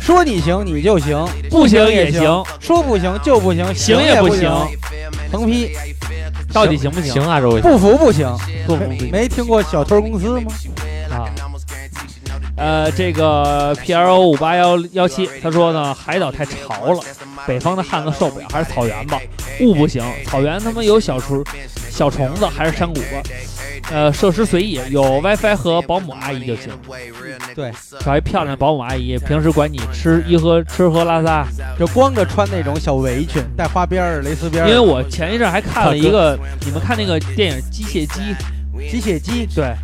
说你行你就行，
不行
行
也
行
行，
说不行就不行，
行也
也
不
行
行，
横批
到底行不行？
行啊，周伟，
不服不行，
不服不行
没听过小偷公司吗？
啊。呃，这个 P L O 五八幺幺七，他说呢，海岛太潮了，北方的汉子受不了，还是草原吧，雾不行，草原他妈有小虫、小虫子，还是山谷吧。呃，设施随意，有 WiFi 和保姆阿姨就行。
对，
找一漂亮的保姆阿姨，平时管你吃一喝吃喝拉撒。
就光着穿那种小围裙，带花边儿、蕾丝边儿。
因为我前一阵还看了一个，你们看那个电影《机械姬》，
机械姬
对，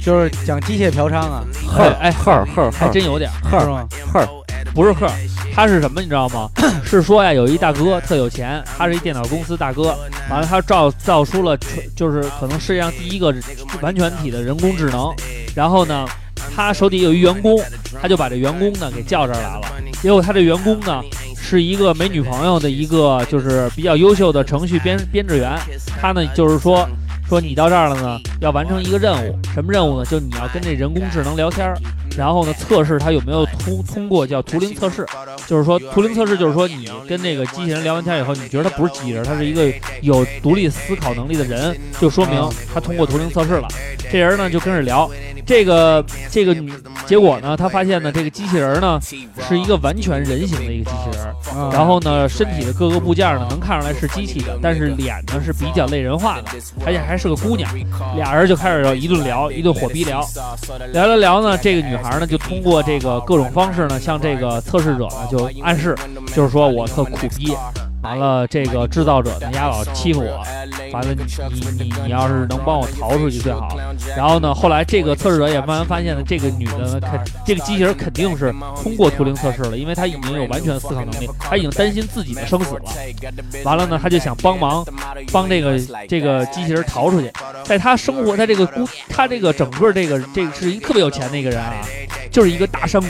就是讲机械嫖娼啊，
赫尔哎
赫尔赫尔
还真有点
赫尔是吗？
赫尔
不是赫尔，他是什么你知道吗？ 是说呀，有一大哥特有钱，他是一电脑公司大哥，完了他造造出了纯就是可能世界上第一个完全体的人工智能，然后呢，他手底有一员工，他就把这员工呢给叫这儿来了，结果他这员工呢。是一个没女朋友的一个，就是比较优秀的程序编编制员。他呢，就是说说你到这儿了呢，要完成一个任务，什么任务呢？就你要跟这人工智能聊天儿，然后呢测试它有没有通通过叫图灵测试，就是说图灵测试就是说你跟这个机器人聊完天以后，你觉得它不是机器人，它是一个有独立思考能力的人，就说明他通过图灵测试了。这人呢就跟着聊，这个这个女结果呢，他发现呢这个机器人呢是一个完全人形的一个机器人，
嗯
然后呢身体的各个部件呢能看上来是机器的，但是脸呢是比较类人化的，而且还是个姑娘。俩人就开始一顿聊，一顿火逼聊，聊聊聊呢，这个女孩呢就通过这个各种方式呢，向这个测试者呢就暗示，就是说我特苦逼，完了这个制造者呢丫老欺负我，完了你你你你要是能帮我逃出去最好。然后呢，后来这个测试者也慢慢发现呢，这个女的呢肯这个机器人肯定是通过图灵测试了，因为她已经有完全思考能力，她已经担心自己的生死了。完了呢，她就想帮忙帮这个这个机器人逃出去。在她生活在这个孤，她这个整个这个这个是一个特别有钱的一个人啊，就是一个大山谷，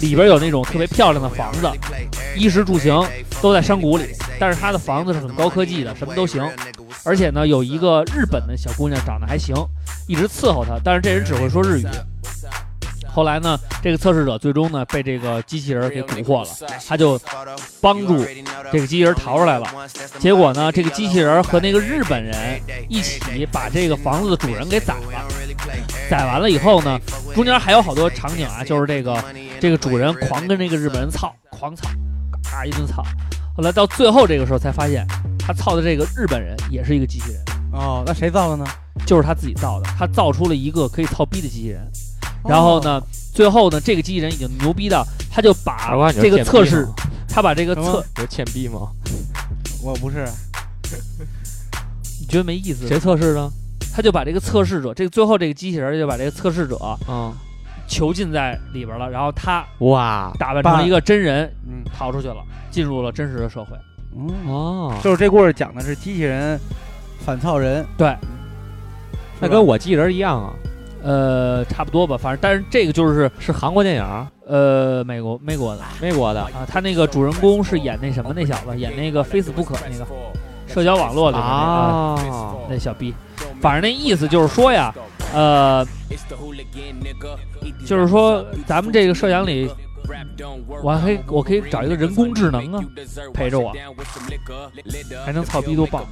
里边有那种特别漂亮的房子，衣食住行都在山谷里，但是她的房子是很高科技的，什么都行。而且呢，有一个日本的小姑娘长得还行，一直伺候她，但是这人只会说日语。后来呢，这个测试者最终呢被这个机器人给蛊惑了，他就帮助这个机器人逃出来了。结果呢，这个机器人和那个日本人一起把这个房子的主人给宰了。宰完了以后呢，中间还有好多场景啊，就是这个这个主人狂跟这个日本人操，狂操，嘎一顿操。后来到最后这个时候才发现，他操的这个日本人也是一个机器人。
哦，那谁造的呢？
就是他自己造的，他造出了一个可以操逼的机器人。
哦
然后呢，最后呢，这个机器人已经牛逼到，他就
傻
把
瓜你就
这个
欠逼
测试
了，
他把这个
什
测
嗯
么，
有欠逼吗？
我不是，
你觉得没意思？
谁测试呢？
他就把这个测试者，这个最后这个机器人就把这个测试者，
嗯，
囚禁在里边了，然后他
哇，
打扮成一个真人，
嗯，
逃出去了，进入了真实的社会。
嗯，
哦，
就是这故事讲的是机器人反操人，
对，
那跟我机器人一样啊，
呃，差不多吧，反正但是这个就是
是韩国电影，
呃，美国美国的
美国的
啊，他那个主人公是演那什么那小子，演那个 Facebook 那个社交网络里面那个、
啊，
那小逼，反正那意思就是说呀，呃，就是说咱们这个社养里我还我可以找一个人工智能啊，陪着我，还能操逼多棒，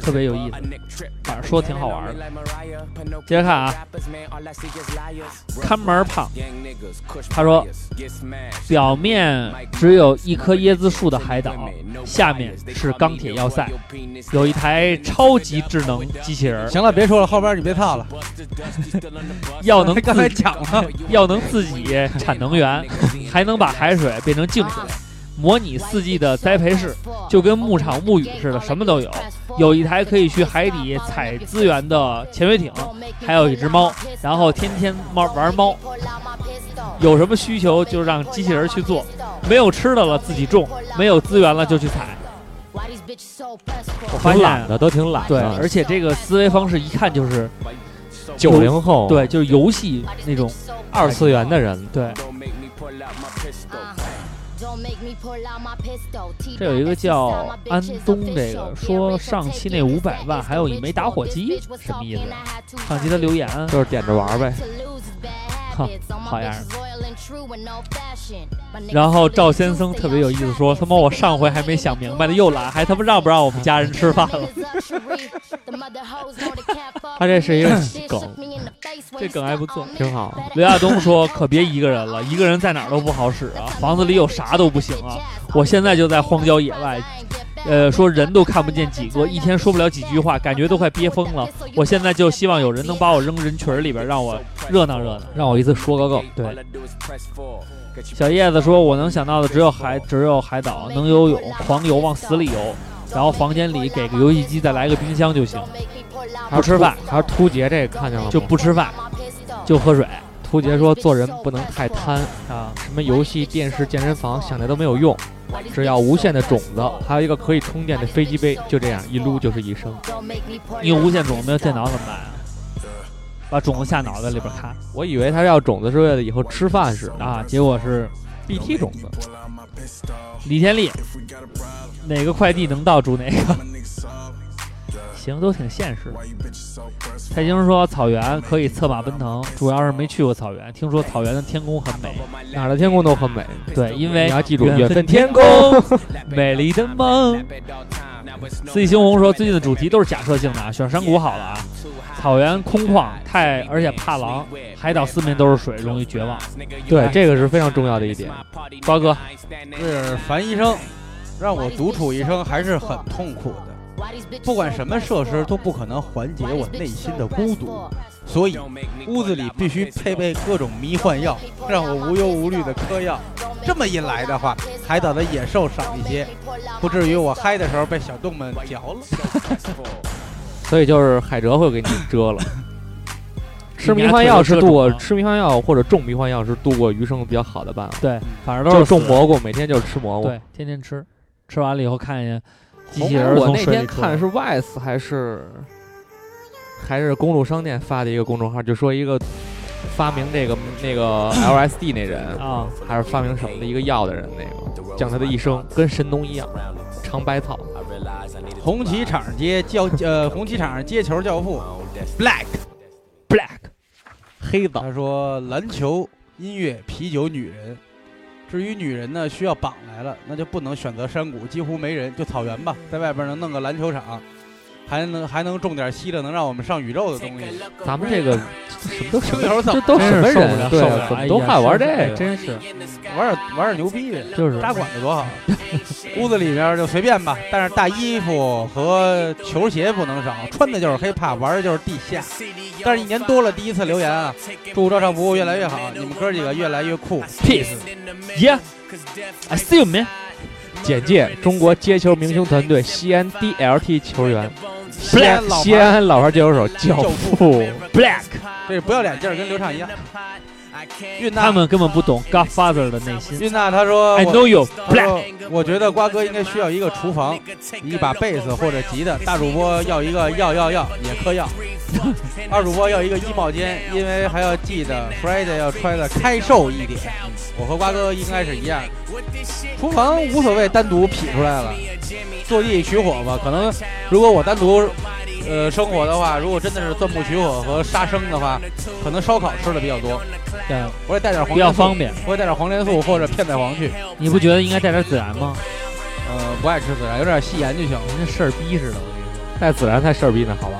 特别有意思，反正说挺好玩的。接着看啊，看门儿胖，他说，表面只有一棵椰子树的海岛，下面是钢铁要塞，有一台超级智能机器人儿。
行了，别说了，后边你别套了。
要能
刚才讲了，
要能自己产能源，还能把海水变成净水，模拟四季的栽培室，就跟牧场物语似的，什么都有。有一台可以去海底采资源的潜水艇，还有一只猫，然后天天猫玩猫。有什么需求就让机器人去做，没有吃的了自己种，没有资源了就去采。我发现
懒的都挺懒
对
的，啊
嗯
而且这个思维方式一看就是
90后
哦
对，就是游戏那种
二次元的人
对。这有一个叫安东，这个说上期那五百万还有一枚打火机，什么意思啊？上期他留言
就是点着玩呗。
哼，好样的！然后赵先生特别有意思说，他妈我上回还没想明白呢，又来，还他妈让不让我们家人吃饭 了？
他这是一个梗，
这梗还不错，
挺好。
刘亚东说：“可别一个人了，一个人在哪儿都不好使啊，房子里有啥都不行啊。我现在就在荒郊野外，呃，说人都看不见几个，一天说不了几句话，感觉都快憋疯了。我现在就希望有人能把我扔人群里边，让我热闹热闹，
让我一次说个够。
对，小叶子说：“我能想到的只有海，只有海岛，能游泳，狂游，往死里游。然后房间里给个游戏机，再来个冰箱就行，不吃饭，
还是突杰这个看见了吗
就不吃饭，就喝水。”
突杰说做人不能太贪
啊，
什么游戏、电视、健身房想的都没有用，只要无限的种子，还有一个可以充电的飞机杯，就这样一撸就是一生。
你有无线种没有电脑怎么办啊？把种子下脑袋里边看
我以为他要种子是为了以后吃饭使的
啊，结果是
BT 种子。
李天利，哪个快递能到煮哪个。行，都挺现实的。蔡京说草原可以策马奔腾，主要是没去过草原，听说草原的天空很美，
哪儿的天空都很美。
对，因为
你要记住，
缘
缘
分
分
天
天
空
空，
美丽的梦。四季猩红说，最近的主题都是假设性的，啊，选山谷好了啊。草原空旷，太而且怕狼，海岛四面都是水，容易绝望。
对，这个是非常重要的一点。
瓜哥，
是樊医生，让我独处一生还是很痛苦的。不管什么设施都不可能缓解我内心的孤独，所以屋子里必须配备各种迷幻药，让我无忧无虑的嗑药。这么一来的话，海岛的野兽少一些，不至于我嗨的时候被小动物们嚼了。
所以就是海蜇会给你蛰 了。吃
你
迷
家
幻
腿
药
有
是
蛰
度
种
过
吗
吃迷幻药或者种迷幻药是度过余生比较好的办法。
对，反正都
嗯就是是种
死
蘑菇，每天就是吃蘑菇。
对，天天吃，吃完了以后看见机
红
器人儿
我
从
那
水
天
里出来
看是 Vice 还是还是公路商店发的一个公众号，就说一个发明这个那个 LSD 那人
啊，
还是发明什么的一个药的人，那个讲他的一生跟神农一样，尝百草。
红旗场街教呃，红旗场街球教父 Black
Black
黑子，
他说篮球、音乐、啤酒、女人。至于女人呢，需要绑来了，那就不能选择山谷，几乎没人，就草原吧，
嗯
在外边能弄个篮球场，还能还能种点稀的，能让我们上宇宙的东西。
咱们这个什么都
听友
这都
真
什么
是受不
人
了
对
受不
啊
了
怎么
哎
都
呀
爱玩
真是
这个？
真是
玩点玩点牛逼的，
就是
搭管子多好。屋子里面就随便吧，但是大衣服和球鞋不能少，穿的就是 hiphop，玩的就是地下。但是一年多了，第一次留言啊，祝照上不越来越好，你们哥几个越来越酷
Peace，Yeah，I see you man。
简介：中国接球明星团队西安 DLT 球员，西
Black
安西安老牌接球手教父
Black，
这不要脸劲儿跟刘畅一样。韵娜
他们根本不懂 Godfather 的内心。
韵娜她说
I
我
know you,
她说我觉得瓜哥应该需要一个厨房，一把贝斯或者吉他。大主播要一个要要要也嗑药，二主播要一个衣帽间，因为还要记得 Friday 要穿的开瘦一点。我和瓜哥应该是一样的，厨房无所谓，单独劈出来了，坐地取火吧。可能如果我单独呃生活的话，如果真的是钻木取火和杀生的话，可能烧烤吃的比较多。
对，
我也带点黄
比较
连素
方便
我也带点黄连素或者片仔癀去。
你不觉得应该带点孜然吗？
呃，不爱吃孜然，有点细盐就行。
跟事儿逼似的，我跟你
带孜然太事儿逼呢，好吧？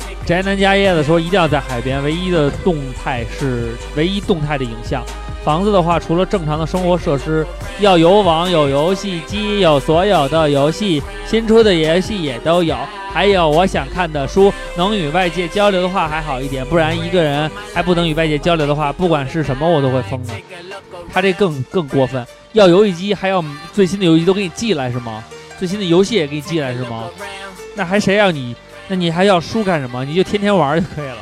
说。宅男家业的说一定要在海边，唯一的动态是唯一动态的影像。房子的话，除了正常的生活设施，要有网、有游戏机、有所有的游戏，新出的游戏也都有。还有我想看的书，能与外界交流的话还好一点，不然一个人还不能与外界交流的话，不管是什么我都会疯的。他这更更过分，要游戏机还要最新的游戏都给你寄来是吗？最新的游戏也给你寄来是吗？那还谁让你？那你还要书干什么？你就天天玩儿就可以了。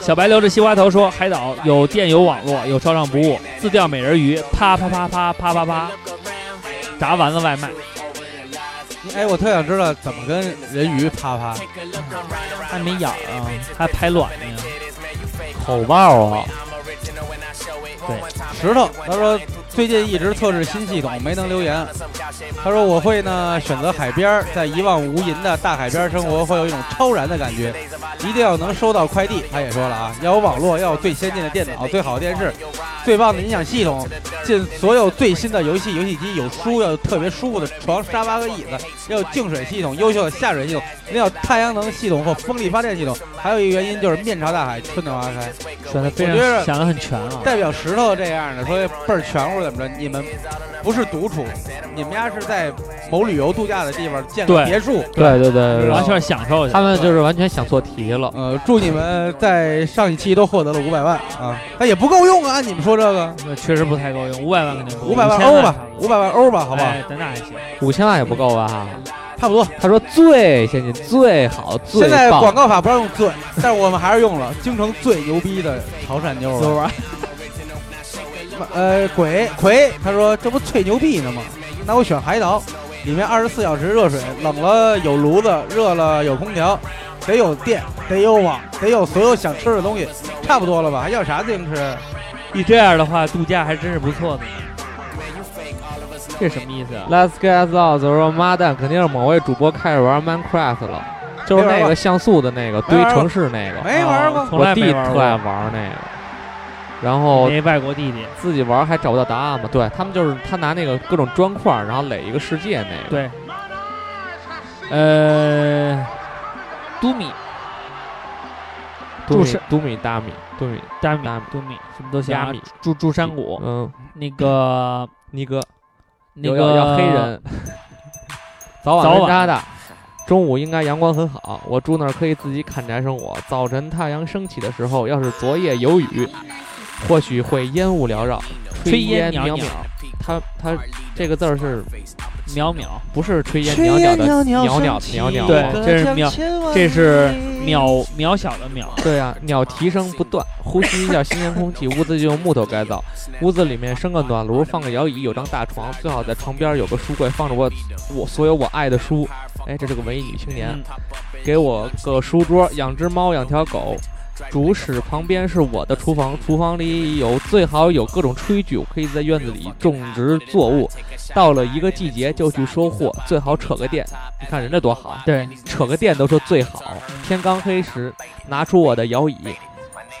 小白留着西瓜头说：“海岛有电有网络有超上不误，自钓美人鱼，啪啪啪啪啪啪啪，炸丸子外卖。
哎，我特想知道怎么跟人鱼啪啪，
还没眼儿啊，还排卵呢。
口爆啊！
对，
石头他说最近一直测试新系统，没能留言。他说我会呢选择海边儿，在一望无垠的大海边生活，会有一种超然的感觉。一定要能收到快递。他也说了啊，要有网络，要有最先进的电脑、最好的电视、最棒的音响系统，进所有最新的游戏、游戏机，有书，要有特别舒服的床、沙发和椅子，要有净水系统、优秀的下水系统，要有太阳能系统或风力发电系统。还有一个原因就是面朝大海，春暖花开。
选的非
我觉得
常想的很全啊。
代表石头这样的，说倍儿全乎怎么着？你们不是独处，你们家是在某旅游度假的地方建个
对
别墅，
对对对，
完全
享受
他们就是完全想错题了。
呃，祝你们在上一期都获得了五百万啊，但也不够用啊！按你们说这个
那确实不太够用，五百万肯定不够
五百万
5000
欧吧，五百万欧吧，好不好？
哎，那还行。
五千万也不够吧？
差不多。
他说最先进、最好、最
现在
棒
广告法不让用最，但是我们还是用了京城最牛逼的潮汕妞
妞
儿。呃，鬼葵他说这不吹牛逼呢吗？那我选海岛，里面二十四小时热水，冷了有炉子，热了有空调，得有电，得有网，得有所有想吃的东西，差不多了吧？还要啥自行车？
你这样的话，度假还真是不错的呢。这什么意思啊？
Let's get out！他说妈蛋，肯定是某位主播开始玩 Minecraft 了，就是那个像素的那个堆城市那个，
没哎玩过
啊
从来
我弟
没玩过
特爱玩那个，然后
没外国弟弟，
自己玩还找不到答案嘛？对他们就是他拿那个各种砖块，然后垒一个世界那个。
对，呃，都米、
杜
住
米
山
杜米大米杜米
大米、
大米
都米，什么都行
亚
啊
米，，
住住山谷，
嗯，
那个
尼哥，
那
有
个
要要黑人， 早
早
晚温
晚
差大，中午应该阳光很好。我住那儿可以自己砍柴生火。早晨太阳升起的时候，要是昨夜有雨，或许会烟雾缭绕，
炊烟
烟袅
袅
袅
袅。
他他这个字儿是
淼淼，
不是炊烟袅袅的袅袅袅袅？
对，这是淼，这是渺渺小的淼，
对啊，鸟啼声不断，呼吸一下新鲜空气，屋子就用木头改造，屋子里面生个暖炉，放个摇椅，有张大床，最好在床边有个书柜，放着我我所有我爱的书。哎，这是个文艺女青年，给我个书桌，养只猫，养条狗。主室旁边是我的厨房，厨房里有最好有各种炊具，我可以在院子里种植作物。到了一个季节就去收获，最好扯个电。你看人家多好，啊
对，
扯个电都说最好。天刚黑时，拿出我的摇椅，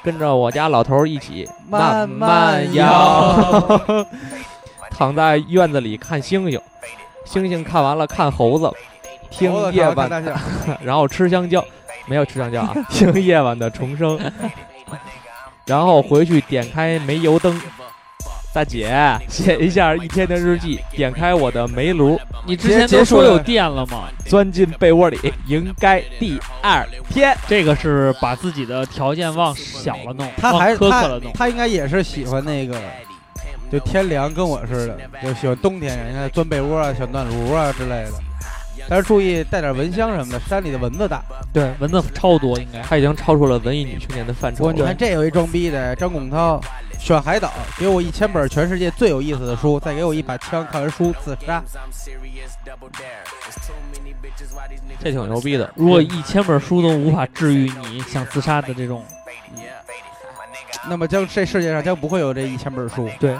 跟着我家老头儿一起
慢
慢慢
慢
摇，躺在院子里看星星，星星看完了看猴子，听
猴子看
夜
完
晚
看大
的，然后吃香蕉，没有吃香蕉啊，听夜晚的虫声，然后回去点开煤油灯。大姐，写一下一天的日记，点开我的煤炉。
你之前都说有电了吗？
钻进被窝里，应该第二天。
这个是把自己的条件往小了弄，
他
往
还
哦苛刻
他
了弄。
他应该也是喜欢那个，就天凉跟我似的，就喜欢冬天，你看钻被窝啊、小暖炉啊之类的。但是注意带点蚊香什么的，山里的蚊子大。
对，蚊子超多，应该
他已经超出了文艺女青年的范畴
我
了。
你看这有一装逼的张拱涛，选海岛，给我一千本全世界最有意思的书，再给我一把枪，看完书自杀。
这挺牛逼的。
如果一千本书都无法治愈你想自杀的这种，
那么将这世界上将不会有这一千本书。
对，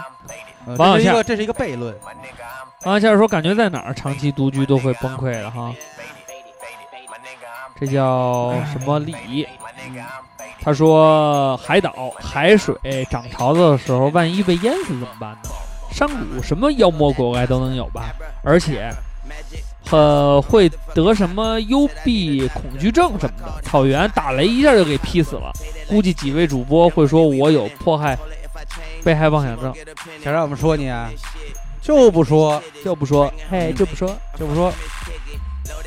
呃、这
王小
是一
夏
个这是一个悖论。
啊王小夏说，感觉在哪儿长期独居都会崩溃的哈。这叫什么李？他说海岛海水涨潮的时候，万一被淹死怎么办呢？山谷什么妖魔鬼怪都能有吧，而且。呃，会得什么幽闭恐惧症什么的。草原打雷一下就给劈死了，估计几位主播会说我有迫害、被害妄想症。
想让我们说你啊？就不说，
就不说，嘿，就不说，
就不说。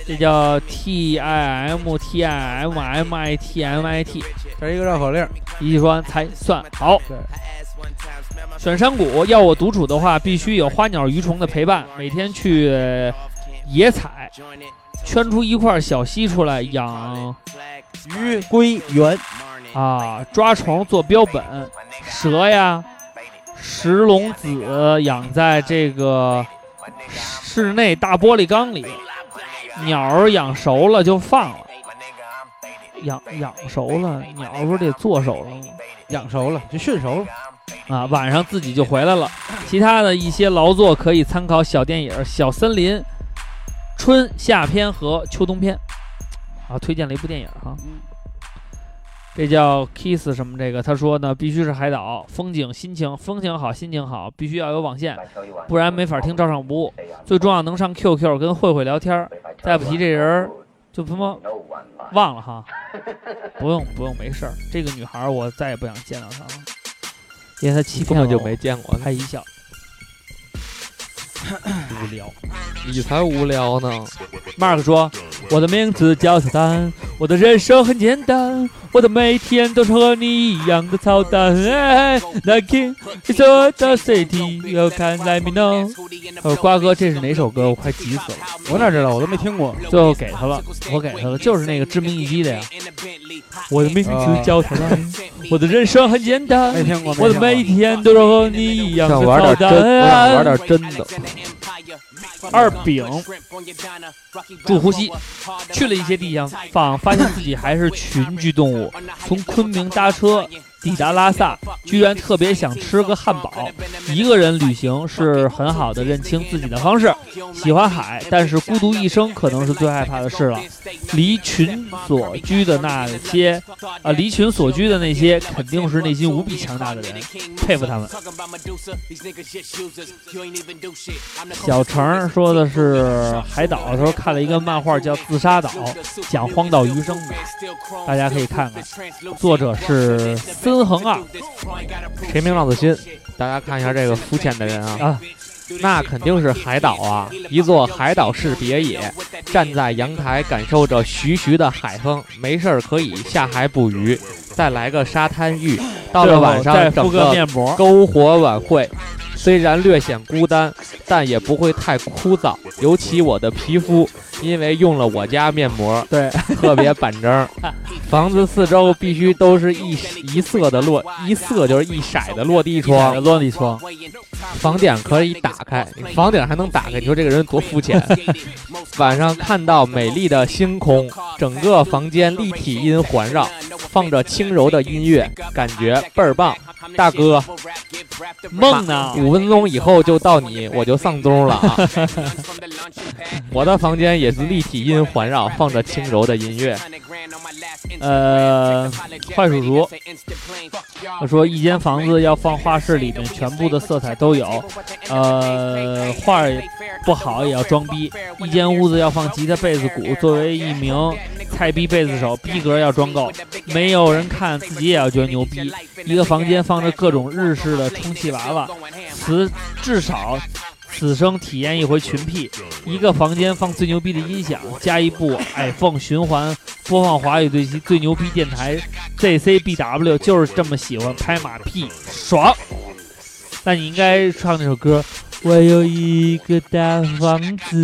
这叫 T I M T I M M I T M I T，
这是一个绕口令，
一起说才算好。选山谷，要我独处的话，必须有花鸟鱼虫的陪伴，每天去野采，圈出一块小溪出来养
鱼龟园
啊，抓虫做标本，蛇呀、石龙子养在这个室内大玻璃缸里，鸟儿养熟了就放了，养养熟了，鸟儿不是得做熟了吗？
养熟了就驯熟了。
啊，晚上自己就回来了。其他的一些劳作可以参考小电影《小森林》春夏篇和秋冬篇。啊，推荐了一部电影哈，这叫 Kiss 什么这个？他说呢，必须是海岛风景，心情风情好，心情好，必须要有网线，不然没法听照上不误。最重要能上 QQ 跟慧慧聊天儿，再不提这人儿就他妈忘了 哈。不用不用，没事儿。这个女孩儿我再也不想见到她了。因为他欺根骗本就我没见过，开一笑，无聊。你才无聊呢。Mark 说：“我的名字叫小丹，我的人生很简单，我的每天都是和你一样的操蛋。哎” Lucky is the city, you can let me know。我说呃瓜哥，这是哪首歌？我快急死了！
我哪知道？我都没听过。
最后给他了，我给他了，就是那个致命一击的呀。我的名字叫小丹，我的人生很简单，
没哎听过没
我的
听过
每天都是和你一样的
想
操
玩点
蛋。哎
真我想玩点真的
二饼住呼吸，去了一些地方，访发现自己还是群居动物。从昆明搭车抵达拉萨，居然特别想吃个汉堡。一个人旅行是很好的认清自己的方式。喜欢海，但是孤独一生可能是最害怕的事了。离群所居的那些，啊、离群所居的那些，肯定是内心无比强大的人，佩服他们。小程儿说的是海岛，他说看了一个漫画叫《自杀岛》，讲荒岛余生的，大家可以看看。作者是森恒二，谁名浪子心？大家看一下这个肤浅的人啊啊，那肯定是海岛啊，一座海岛式别野，站在阳台感受着徐徐的海风，没事儿可以下海捕鱼，再来个沙滩浴，到了晚
最
上
后再
整
敷个面膜
篝火晚会。虽然略显孤单，但也不会太枯燥。尤其我的皮肤，因为用了我家面膜，
对
特别板正。 房子四周必须都是一一色的落，一色就是一色的落地
一色
窗，
的
落地窗。房顶可以打开，房顶还能打开，你说这个人多肤浅。啊晚上看到美丽的星空，整个房间立体音环绕，放着轻柔的音乐，感觉倍儿棒。大哥，
梦呢
五分钟以后就到你，我就丧钟了啊！ 我的房间也是立体音环绕，放着轻柔的音乐。呃，坏叔叔，他说一间房子要放画室，里面全部的色彩都有，呃，画儿也不好也要装逼。一间屋子要放吉他、贝斯、鼓，作为一名菜逼贝斯手，逼格要装够，没有人看自己也要觉得牛逼。一个房间放着各种日式的充气娃娃，此至少。此生体验一回群 P，一个房间放最牛逼的音响，加一部 iPhone 循环播放华语最最牛逼电台 ZCBW，就是这么喜欢拍马屁，爽。那你应该唱那首歌，我有一个大房子，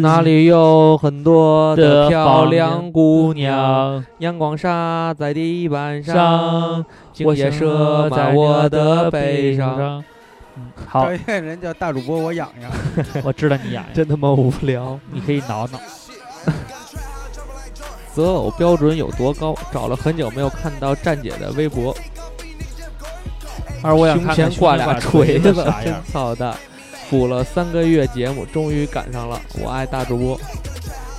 那里有很多的漂亮姑娘
娘，
阳光洒在地板上
上，
今夜射满我的悲
我想
伤。好
找，一个人叫大主播，我养养。
我知道你演，真他妈无聊，你可以挠挠。择偶标准有多高？找了很久没有看到站姐的微博。
二我想
胸
看看
前
胸
挂
前
俩
挂
锤
锤
子
子啥
真
样
操蛋！补了三个月节目，终于赶上了。我爱大主播，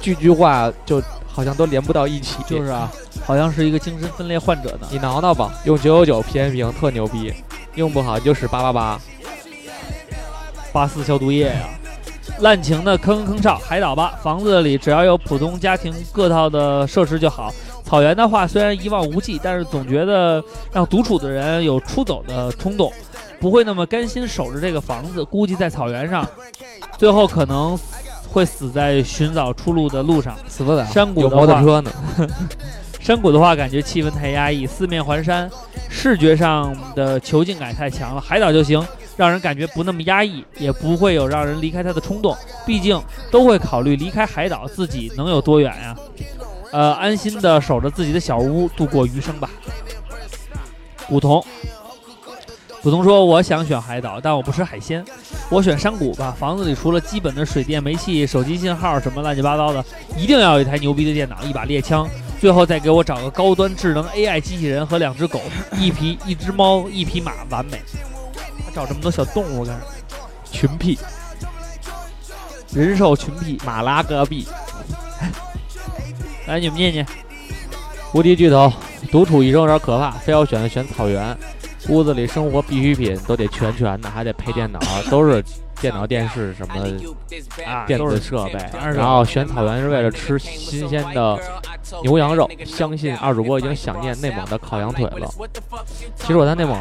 句句话就
好像都连不到一起。
就是啊，好像是一个精神分裂患者呢。
你挠挠吧，用九九九 PM 平特牛逼，用不好就使八八八
八四消毒液呀、滥情的坑坑哨，海岛吧，房子里只要有普通家庭各套的设施就好。草原的话虽然一望无际，但是总觉得让独处的人有出走的冲动，不会那么甘心守着这个房子。估计在草原上，最后可能会死在寻找出路的路上。
死不了。
山谷
有
的
摩托
话
车呢，
山谷的话，感觉气氛太压抑，四面环山，视觉上的囚禁感太强了。海岛就行，让人感觉不那么压抑，也不会有让人离开它的冲动。毕竟都会考虑离开海岛自己能有多远呀、呃，安心的守着自己的小屋度过余生吧。古潼，古潼说：“我想选海岛，但我不吃海鲜，我选山谷吧。房子里除了基本的水电、煤气、手机信号什么乱七八糟的，一定要有一台牛逼的电脑，一把猎枪，最后再给我找个高端智能 AI 机器人和两 只狗，一匹一只猫，一匹马，完美。他找这么多小动物干什么？
群癖，
人兽群癖，
马拉戈壁。
来，你们念念。
无敌巨头，独处一生有点可怕，非要选选草原。屋子里生活必需品都得全全的，还得配 电脑，都是电脑、电视什么
啊
电
都
子
是
设备。
当然是
然
哦
后选草原是为了吃新鲜的牛羊肉。相信二主播已经想念内蒙的烤羊腿了。其实我在内蒙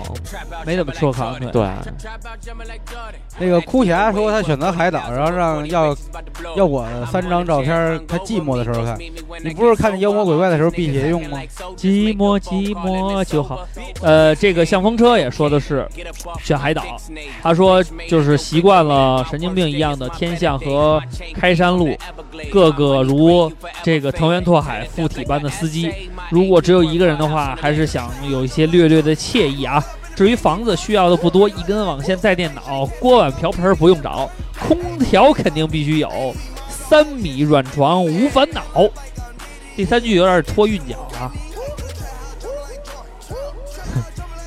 没怎么吃过烤羊腿
对，
那个哭侠说他选择海岛，然后让要要我三张照片，他寂寞的时候看。你不是看见妖魔鬼怪的时候辟邪用吗？
寂寞寂寞就好。呃，这个向风车也说的是选海岛，他说就是习惯了神经病一样的天象和开山路，各个如这个藤原拓海附体般的司机。如果只有一个人的话，还是想有一些略略的惬意啊。至于房子需要的不多，一根网线带电脑，锅碗瓢盆不用找，空调肯定必须有，三米软床无烦恼。第三句有点拖韵脚啊。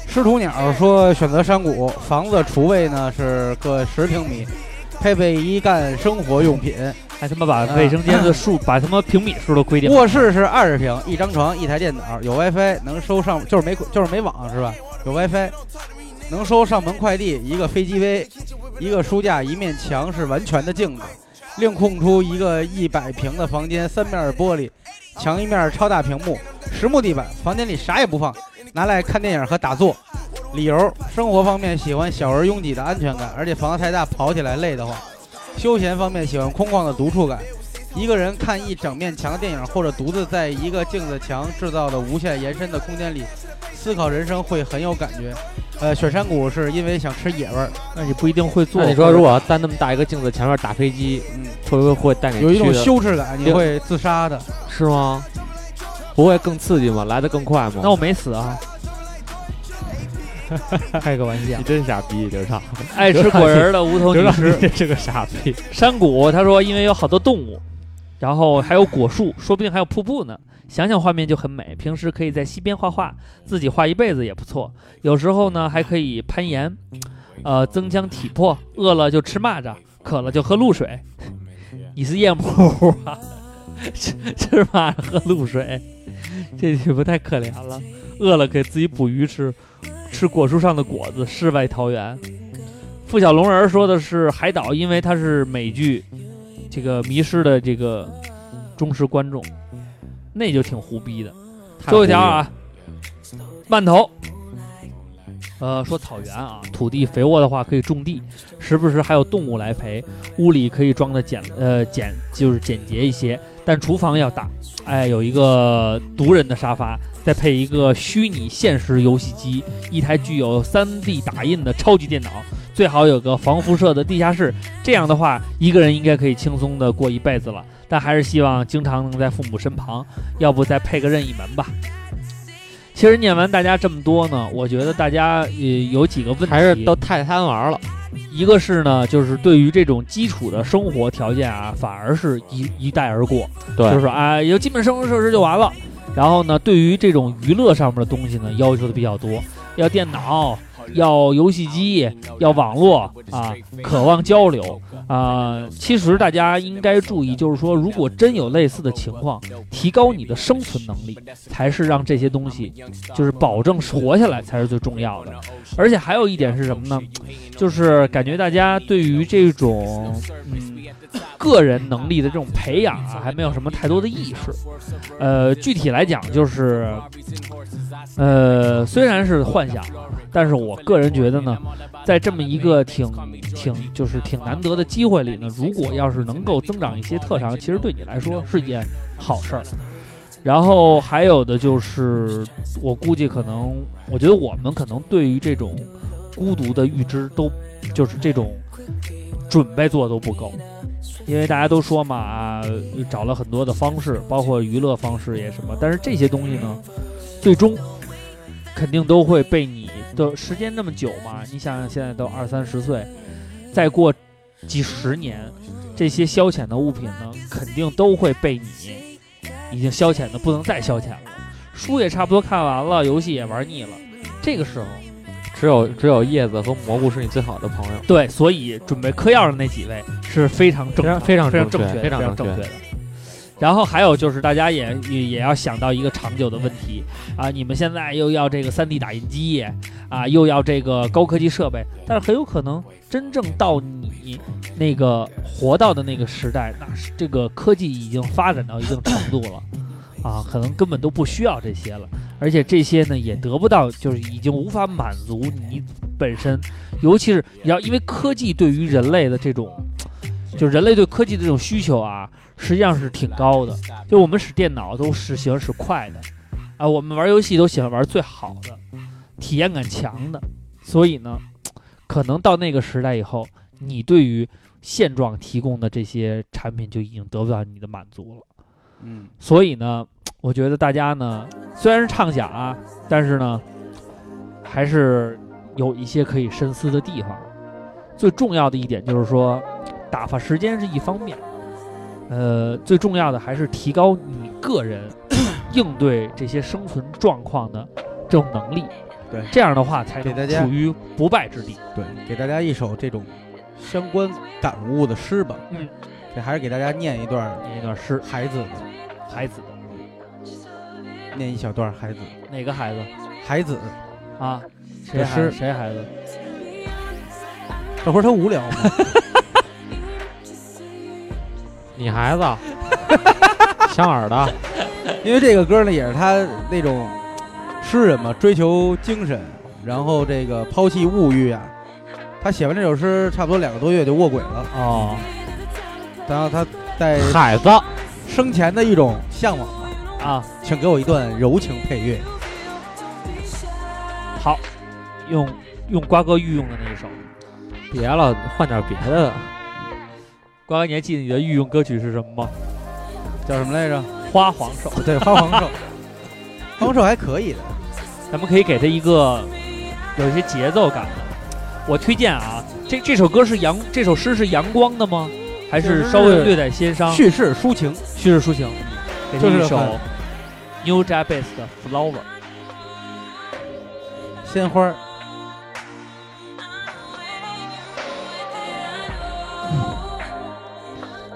师徒鸟说选择山谷，房子厨卫呢是个十平米，配备一干生活用品，
还他妈把卫生间的数，把他妈平米数都规定了。
卧室是二十平，一张床，一台电脑，有 WiFi，能收上就是没就是没网是吧？有 WiFi，能收上门快递，一个飞机杯，一个书架，一面墙是完全的镜子，另空出一个一百平的房间，三面玻璃，墙一面超大屏幕，实木地板，房间里啥也不放，拿来看电影和打坐。理由：生活方面喜欢小而拥挤的安全感，而且房子太大，跑起来累得慌。休闲方面喜欢空旷的独处感，一个人看一整面墙的电影，或者独自在一个镜子墙制造的无限延伸的空间里思考人生，会很有感觉。呃，雪山谷是因为想吃野味儿，
那你不一定会做
那你说，如果在那么大一个镜子前面打飞机，会不会会带你
有一种
去的
羞耻感，你会自杀的。
是吗？不会更刺激吗？来的更快吗？
那我没死啊，开个玩笑
你。真傻逼， 刘畅。
爱吃果仁儿的无头女
刘畅
尸
你真是个傻逼。
山谷，他说因为有好多动物，然后还有果树，说不定还有瀑布呢。想想画面就很美，平时可以在溪边画画，自己画一辈子也不错。有时候呢还可以攀岩，呃，增强体魄。饿了就吃蚂蚱，渴了就喝露水。 你是夜幕啊？吃 吃蚂蚱喝露水，这就不太可怜了。饿了给自己捕鱼吃，吃果树上的果子，世外桃源。付小龙人说的是海岛，因为他是美剧这个迷失的这个忠实观众，那就挺胡逼的。
太
最后一条
胡逼
啊，慢头。呃，说草原啊，土地肥沃的话可以种地，时不时还有动物来陪。屋里可以装的简呃简就是简洁一些，但厨房要大。哎，有一个独人的沙发，再配一个虚拟现实游戏机，一台具有 3D 打印的超级电脑，最好有个防辐射的地下室。这样的话，一个人应该可以轻松的过一辈子了。但还是希望经常能在父母身旁，要不再配个任意门吧。其实念完大家这么多呢，我觉得大家呃有几个问题
还是都太贪玩了。
一个是呢，就是对于这种基础的生活条件啊，反而是一一带而过，
对
就是啊，有基本生活设施就完了。然后呢，对于这种娱乐上面的东西呢，要求的比较多，要电脑，要游戏机，要网络啊，渴望交流啊。其实大家应该注意，就是说，如果真有类似的情况，提高你的生存能力，才是让这些东西就是保证活下来才是最重要的。而且还有一点是什么呢？就是感觉大家对于这种嗯个人能力的这种培养啊，还没有什么太多的意识。呃，具体来讲就是，呃，虽然是幻想，但是我个人觉得呢，在这么一个挺挺就是挺难得的机会里呢，如果要是能够增长一些特长，其实对你来说是一件好事儿。然后还有的就是，我估计可能，我觉得我们可能对于这种孤独的预知都，就是这种准备做都不够，因为大家都说嘛，啊找了很多的方式，包括娱乐方式也什么，但是这些东西呢，最终肯定都会被你的时间那么久嘛，你想想现在都二三十岁，再过几十年，这些消遣的物品呢，肯定都会被你已经消遣的不能再消遣了，书也差不多看完了，游戏也玩腻了，这个时候。
只有只有叶子和蘑菇是你最好的朋友。
对，所以准备嗑药的那几位是非常正常、
非常
非常
正
正
确
确、
非常
常
正
正
确
的。然后还有就是，大家也也也要想到一个长久的问题啊！你们现在又要这个 3D 打印机啊，又要这个高科技设备，但是很有可能真正到你那个活到的那个时代，那是这个科技已经发展到一定程度了。啊，可能根本都不需要这些了，而且这些呢也得不到，就是已经无法满足你本身，尤其是你要因为科技对于人类的这种，就人类对科技的这种需求啊，实际上是挺高的。就我们使电脑都是喜欢使快的，啊，我们玩游戏都喜欢玩最好的，体验感强的，所以呢，可能到那个时代以后，你对于现状提供的这些产品就已经得不到你的满足了。
嗯，
所以呢，我觉得大家呢，虽然是畅想啊，但是呢，还是有一些可以深思的地方。最重要的一点就是说，打发时间是一方面，呃，最重要的还是提高你个人 应对这些生存状况的这种能力。
对
这样的话才
给大
能
家
处于不败之地。
对，给大家一首这种相关感悟的诗吧。
嗯，
这还是给大家念一段，
念一段诗，
孩子的，
孩子
的，念一小段孩子，
哪个孩子？
孩子
啊，谁
的
孩子
诗，
谁孩子？
这不是他无聊吗？
你孩子，
啊
香耳的，
因为这个歌呢，也是他那种诗人嘛，追求精神，然后这个抛弃物欲啊。他写完这首诗，差不多两个多月就卧轨了
哦。
然后他在
海子
生前的一种向往嘛
啊，
请给我一段柔情配乐。
好，用用瓜哥御用的那一首。
别了，换点别的。
瓜哥，你还记得你的御用歌曲是什么吗？
叫什么 来着？
花黄手。
对，花黄手。花黄手还可以的。
咱们可以给他一个有一些节奏感的。我推荐啊，这这首歌是阳，这首诗是阳光的吗？还是稍微略带些伤？
叙事抒情，
叙事抒情，给他
就是
一首
很
New j a b a s 的 Flower。
鲜花儿。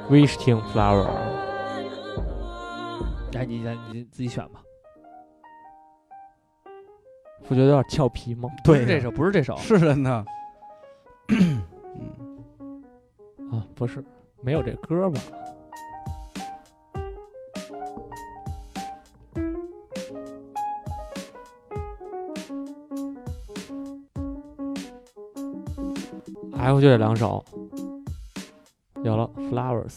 Wishing flower，
哎，你先你自己选吧。
不觉得有点俏皮吗？
不 是这首不是这首
是真的。嗯
啊，不是，没有这歌吧？哎，我就这两首，有了，Flowers，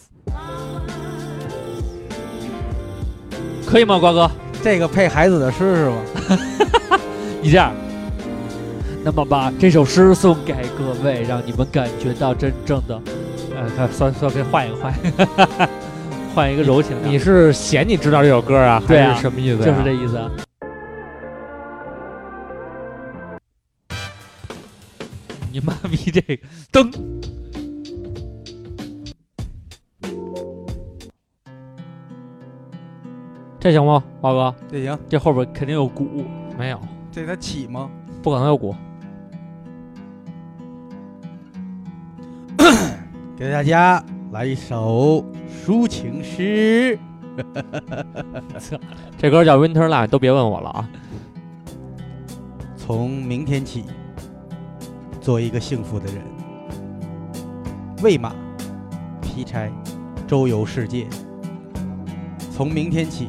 可以吗，瓜哥？
这个配孩子的诗是吗？
你这样，那么把这首诗送给各位，让你们感觉到真正的，呃，看算算给换一个换 一个，换一个柔情的。
你是嫌你知道这首歌啊？
对啊
还是什么意思、
就是这意思啊。你妈逼这个噔！
这行吗，华哥？
这行，
这后边肯定有鼓，
没有，
这他起吗？
不可能有鼓。
给大家来一首抒情诗。
这歌叫《Winter Line》，都别问我了啊！
从明天起，做一个幸福的人。喂马，劈柴，周游世界。从明天起，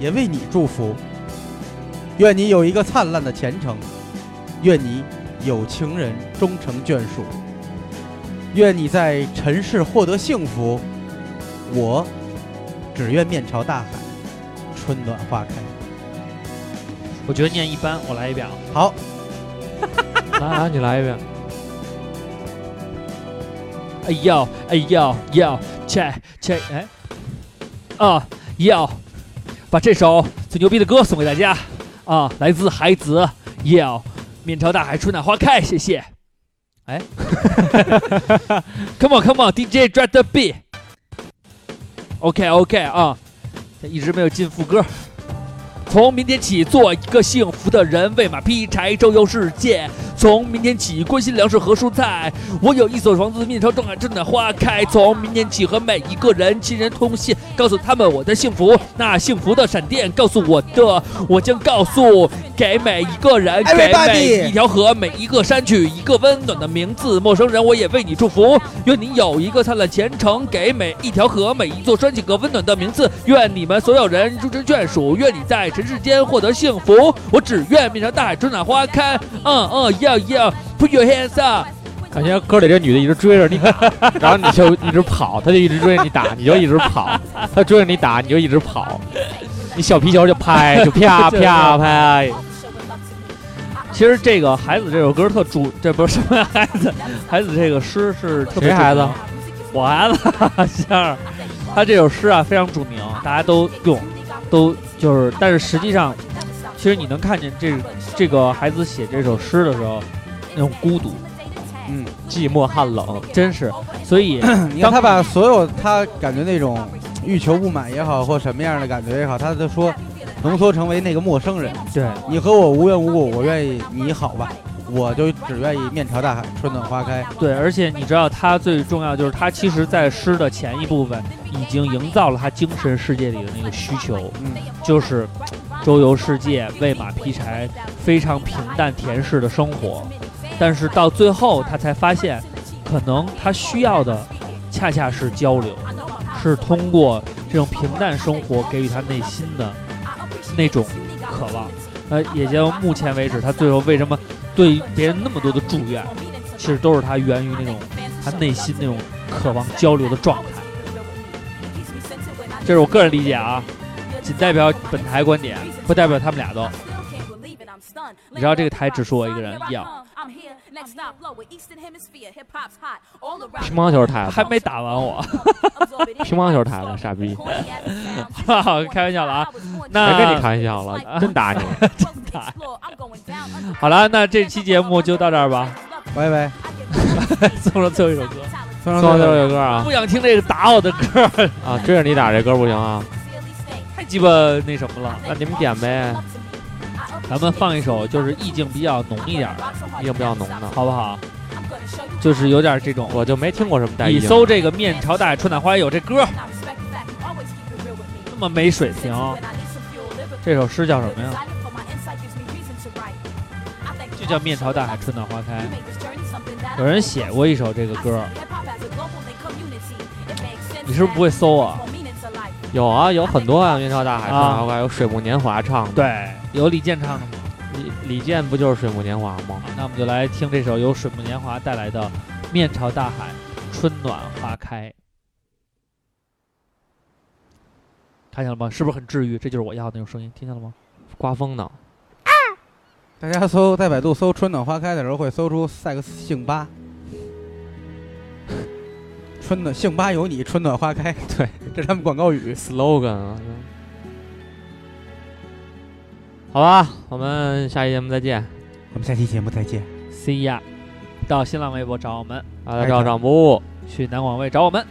也为你祝福。愿你有一个灿烂的前程，愿你有情人终成眷属，愿你在尘世获得幸福。我只愿面朝大海，春暖花开。
我觉得念一般，我来一遍啊。
好，
来啊，你来一遍。哎呦，哎呦呦，切切，哎，
啊，要把这首最牛逼的歌送给大家啊，来自海子，要面朝大海，春暖花开，谢谢。哎 ，Come on Come on DJ drop the beat。OK OK 啊，这一直没有进副歌。从明天起，做一个幸福的人，喂马劈柴，周游世界。从明天起，关心粮食和蔬菜。我有一所房子，面朝东海，春暖花开。从明天起，和每一个人、亲人通信，告诉他们我的幸福。那幸福的闪电告诉我的，我将告诉给每一个人，给每
Everybody
一条河、每一个山取一个温暖的名字。陌生人，我也为你祝福，愿你有一个灿烂前程。给每一条河、每一座山取个温暖的名字。愿你们所有人终成眷属，愿你在尘世间获得幸福。我只愿面朝大海，春暖花开。嗯嗯，要要，Put your hands up。
感觉歌里这女的一直追着你打， 然后你就一直跑，她就一直追着你打，你就一直跑，她追着你打，你就一直跑，你小皮球就拍，就 啪啪拍。
其实这个孩子这首歌特主，这不是什么孩子，孩子这个诗是特别
谁孩子
著名？我孩子， 仙儿，他这首诗啊非常著名，大家都用，都就是，但是实际上，其实你能看见这这个孩子写这首诗的时候，那种孤独，
嗯，
寂寞和冷，真是，所以
你看他把所有他感觉那种欲求不满也好，或什么样的感觉也好，他都说浓缩成为那个陌生人。
对
你和我无缘无故，我愿意你好吧，我就只愿意面朝大海，春暖花开。
对，而且你知道，他最重要就是他其实，在诗的前一部分已经营造了他精神世界里的那个需求，
嗯
就是周游世界、喂马劈柴，非常平淡恬适的生活。但是到最后，他才发现，可能他需要的恰恰是交流，是通过这种平淡生活给予他内心的那种渴望。呃，也就目前为止，他最后为什么对别人那么多的祝愿，其实都是他源于那种他内心那种渴望交流的状态。这是我个人理解啊，仅代表本台观点，不代表他们俩 都。你知道这个台只是我一个人要。
乒乓球台
还没打完我，
乒乓球台的傻逼，
开玩笑了啊。
谁
那
哎跟你开玩笑 了？真打你！
真打。好了，那这期节目就到这儿吧，
拜拜。
啊 送上最后一首歌，
送上最后一首歌啊
不想听这个打我的歌，
啊，追着你打这歌不行啊！
太鸡巴那什么 了。
那你们点呗，
咱们放一首就是意境比较浓一点的，
意境比较浓的，
好不好？就是有点这种，
我就没听过什么带意
你
境。
搜这个“面朝大海，春暖花开”有这歌，那么没水平。这首诗叫什么呀？就叫“面朝大海，春暖花开”。有人写过一首这个歌，你是不是不会搜啊？
有啊，有很多啊，面朝大海，春
啊
暖花开，有《水木年华》唱的。
对，有李健唱的吗？
李李健不就是《水木年华》吗？
那我们就来听这首由水木年华带来的《面朝大海，春暖花开》。看见了吗？是不是很治愈？这就是我要的那种声音，听见了吗？
刮风呢，
大家搜在百度搜“春暖花开”的时候，会搜出赛克斯性吧。春暖杏巴有你，春暖花开。
对，
这是他们广告语
slogan 啊。好吧，我们下期节目再见。
我们下期节目再见。
See ya！到新浪微博找我们，
啊，照涨不误，
去南广卫找我们，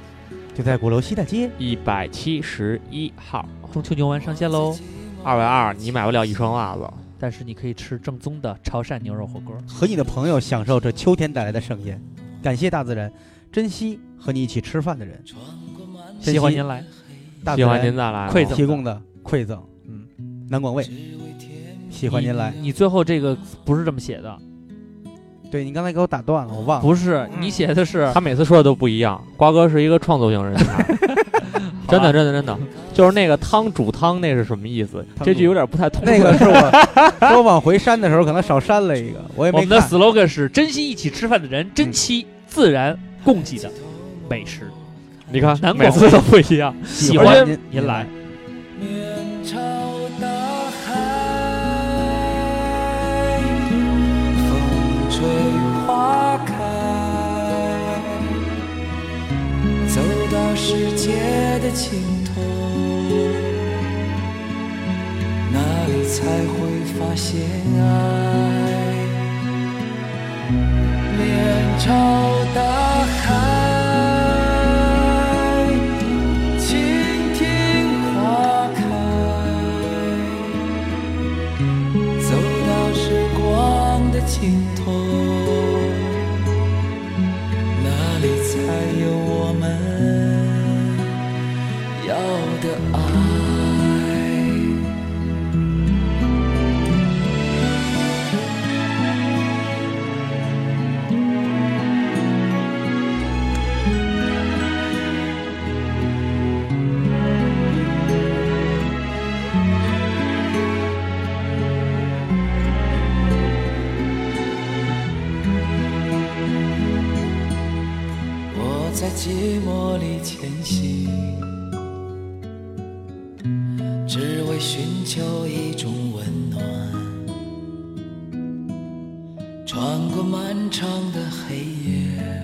就在鼓楼西大街
一百七十一号。
中秋牛丸上线喽，
二百二，你买不了一双袜子。
但是你可以吃正宗的潮汕牛肉火锅。
和你的朋友享受这秋天带来的盛宴，感谢大自然，珍惜和你一起吃饭的人，珍惜
喜欢您来，
大自
喜
然
欢您再来。啊
馈赠
提供的馈赠。
嗯，
南广味，喜欢您来。
你最后这个不是这么写的，
对你刚才给我打断了，我忘了。
不是你写的是
他每次说的都不一样。瓜哥是一个创作型人 才，真的，真的，真的，就是那个汤煮汤那是什么意思？这句有点不太通顺。
那个是我 说往回删的时候，可能少删了一个，我也
我
没
们的
看。
slogan 是珍惜一起吃饭的
嗯
人，珍惜自然供给的美食。
你看，
南
每
广
次都不一样。
喜
而
欢
且
您来。
面朝大海，风吹花开，走到世界的尽头，那里才会发现爱。面朝大海，倾听花开，走到时光的尽头，那里才有我们要的爱。我在寂寞里前行，只为寻求一种温暖。穿过漫长的黑夜，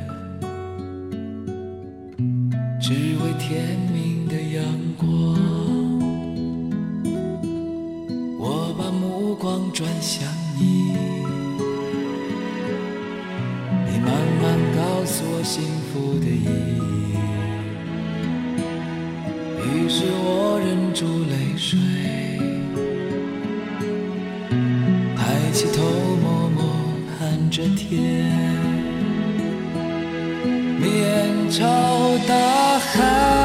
只为天明的阳光。我把目光转向你。你慢慢告诉我幸福的意义，于是我忍住泪水，抬起头默默看着天，面朝大海。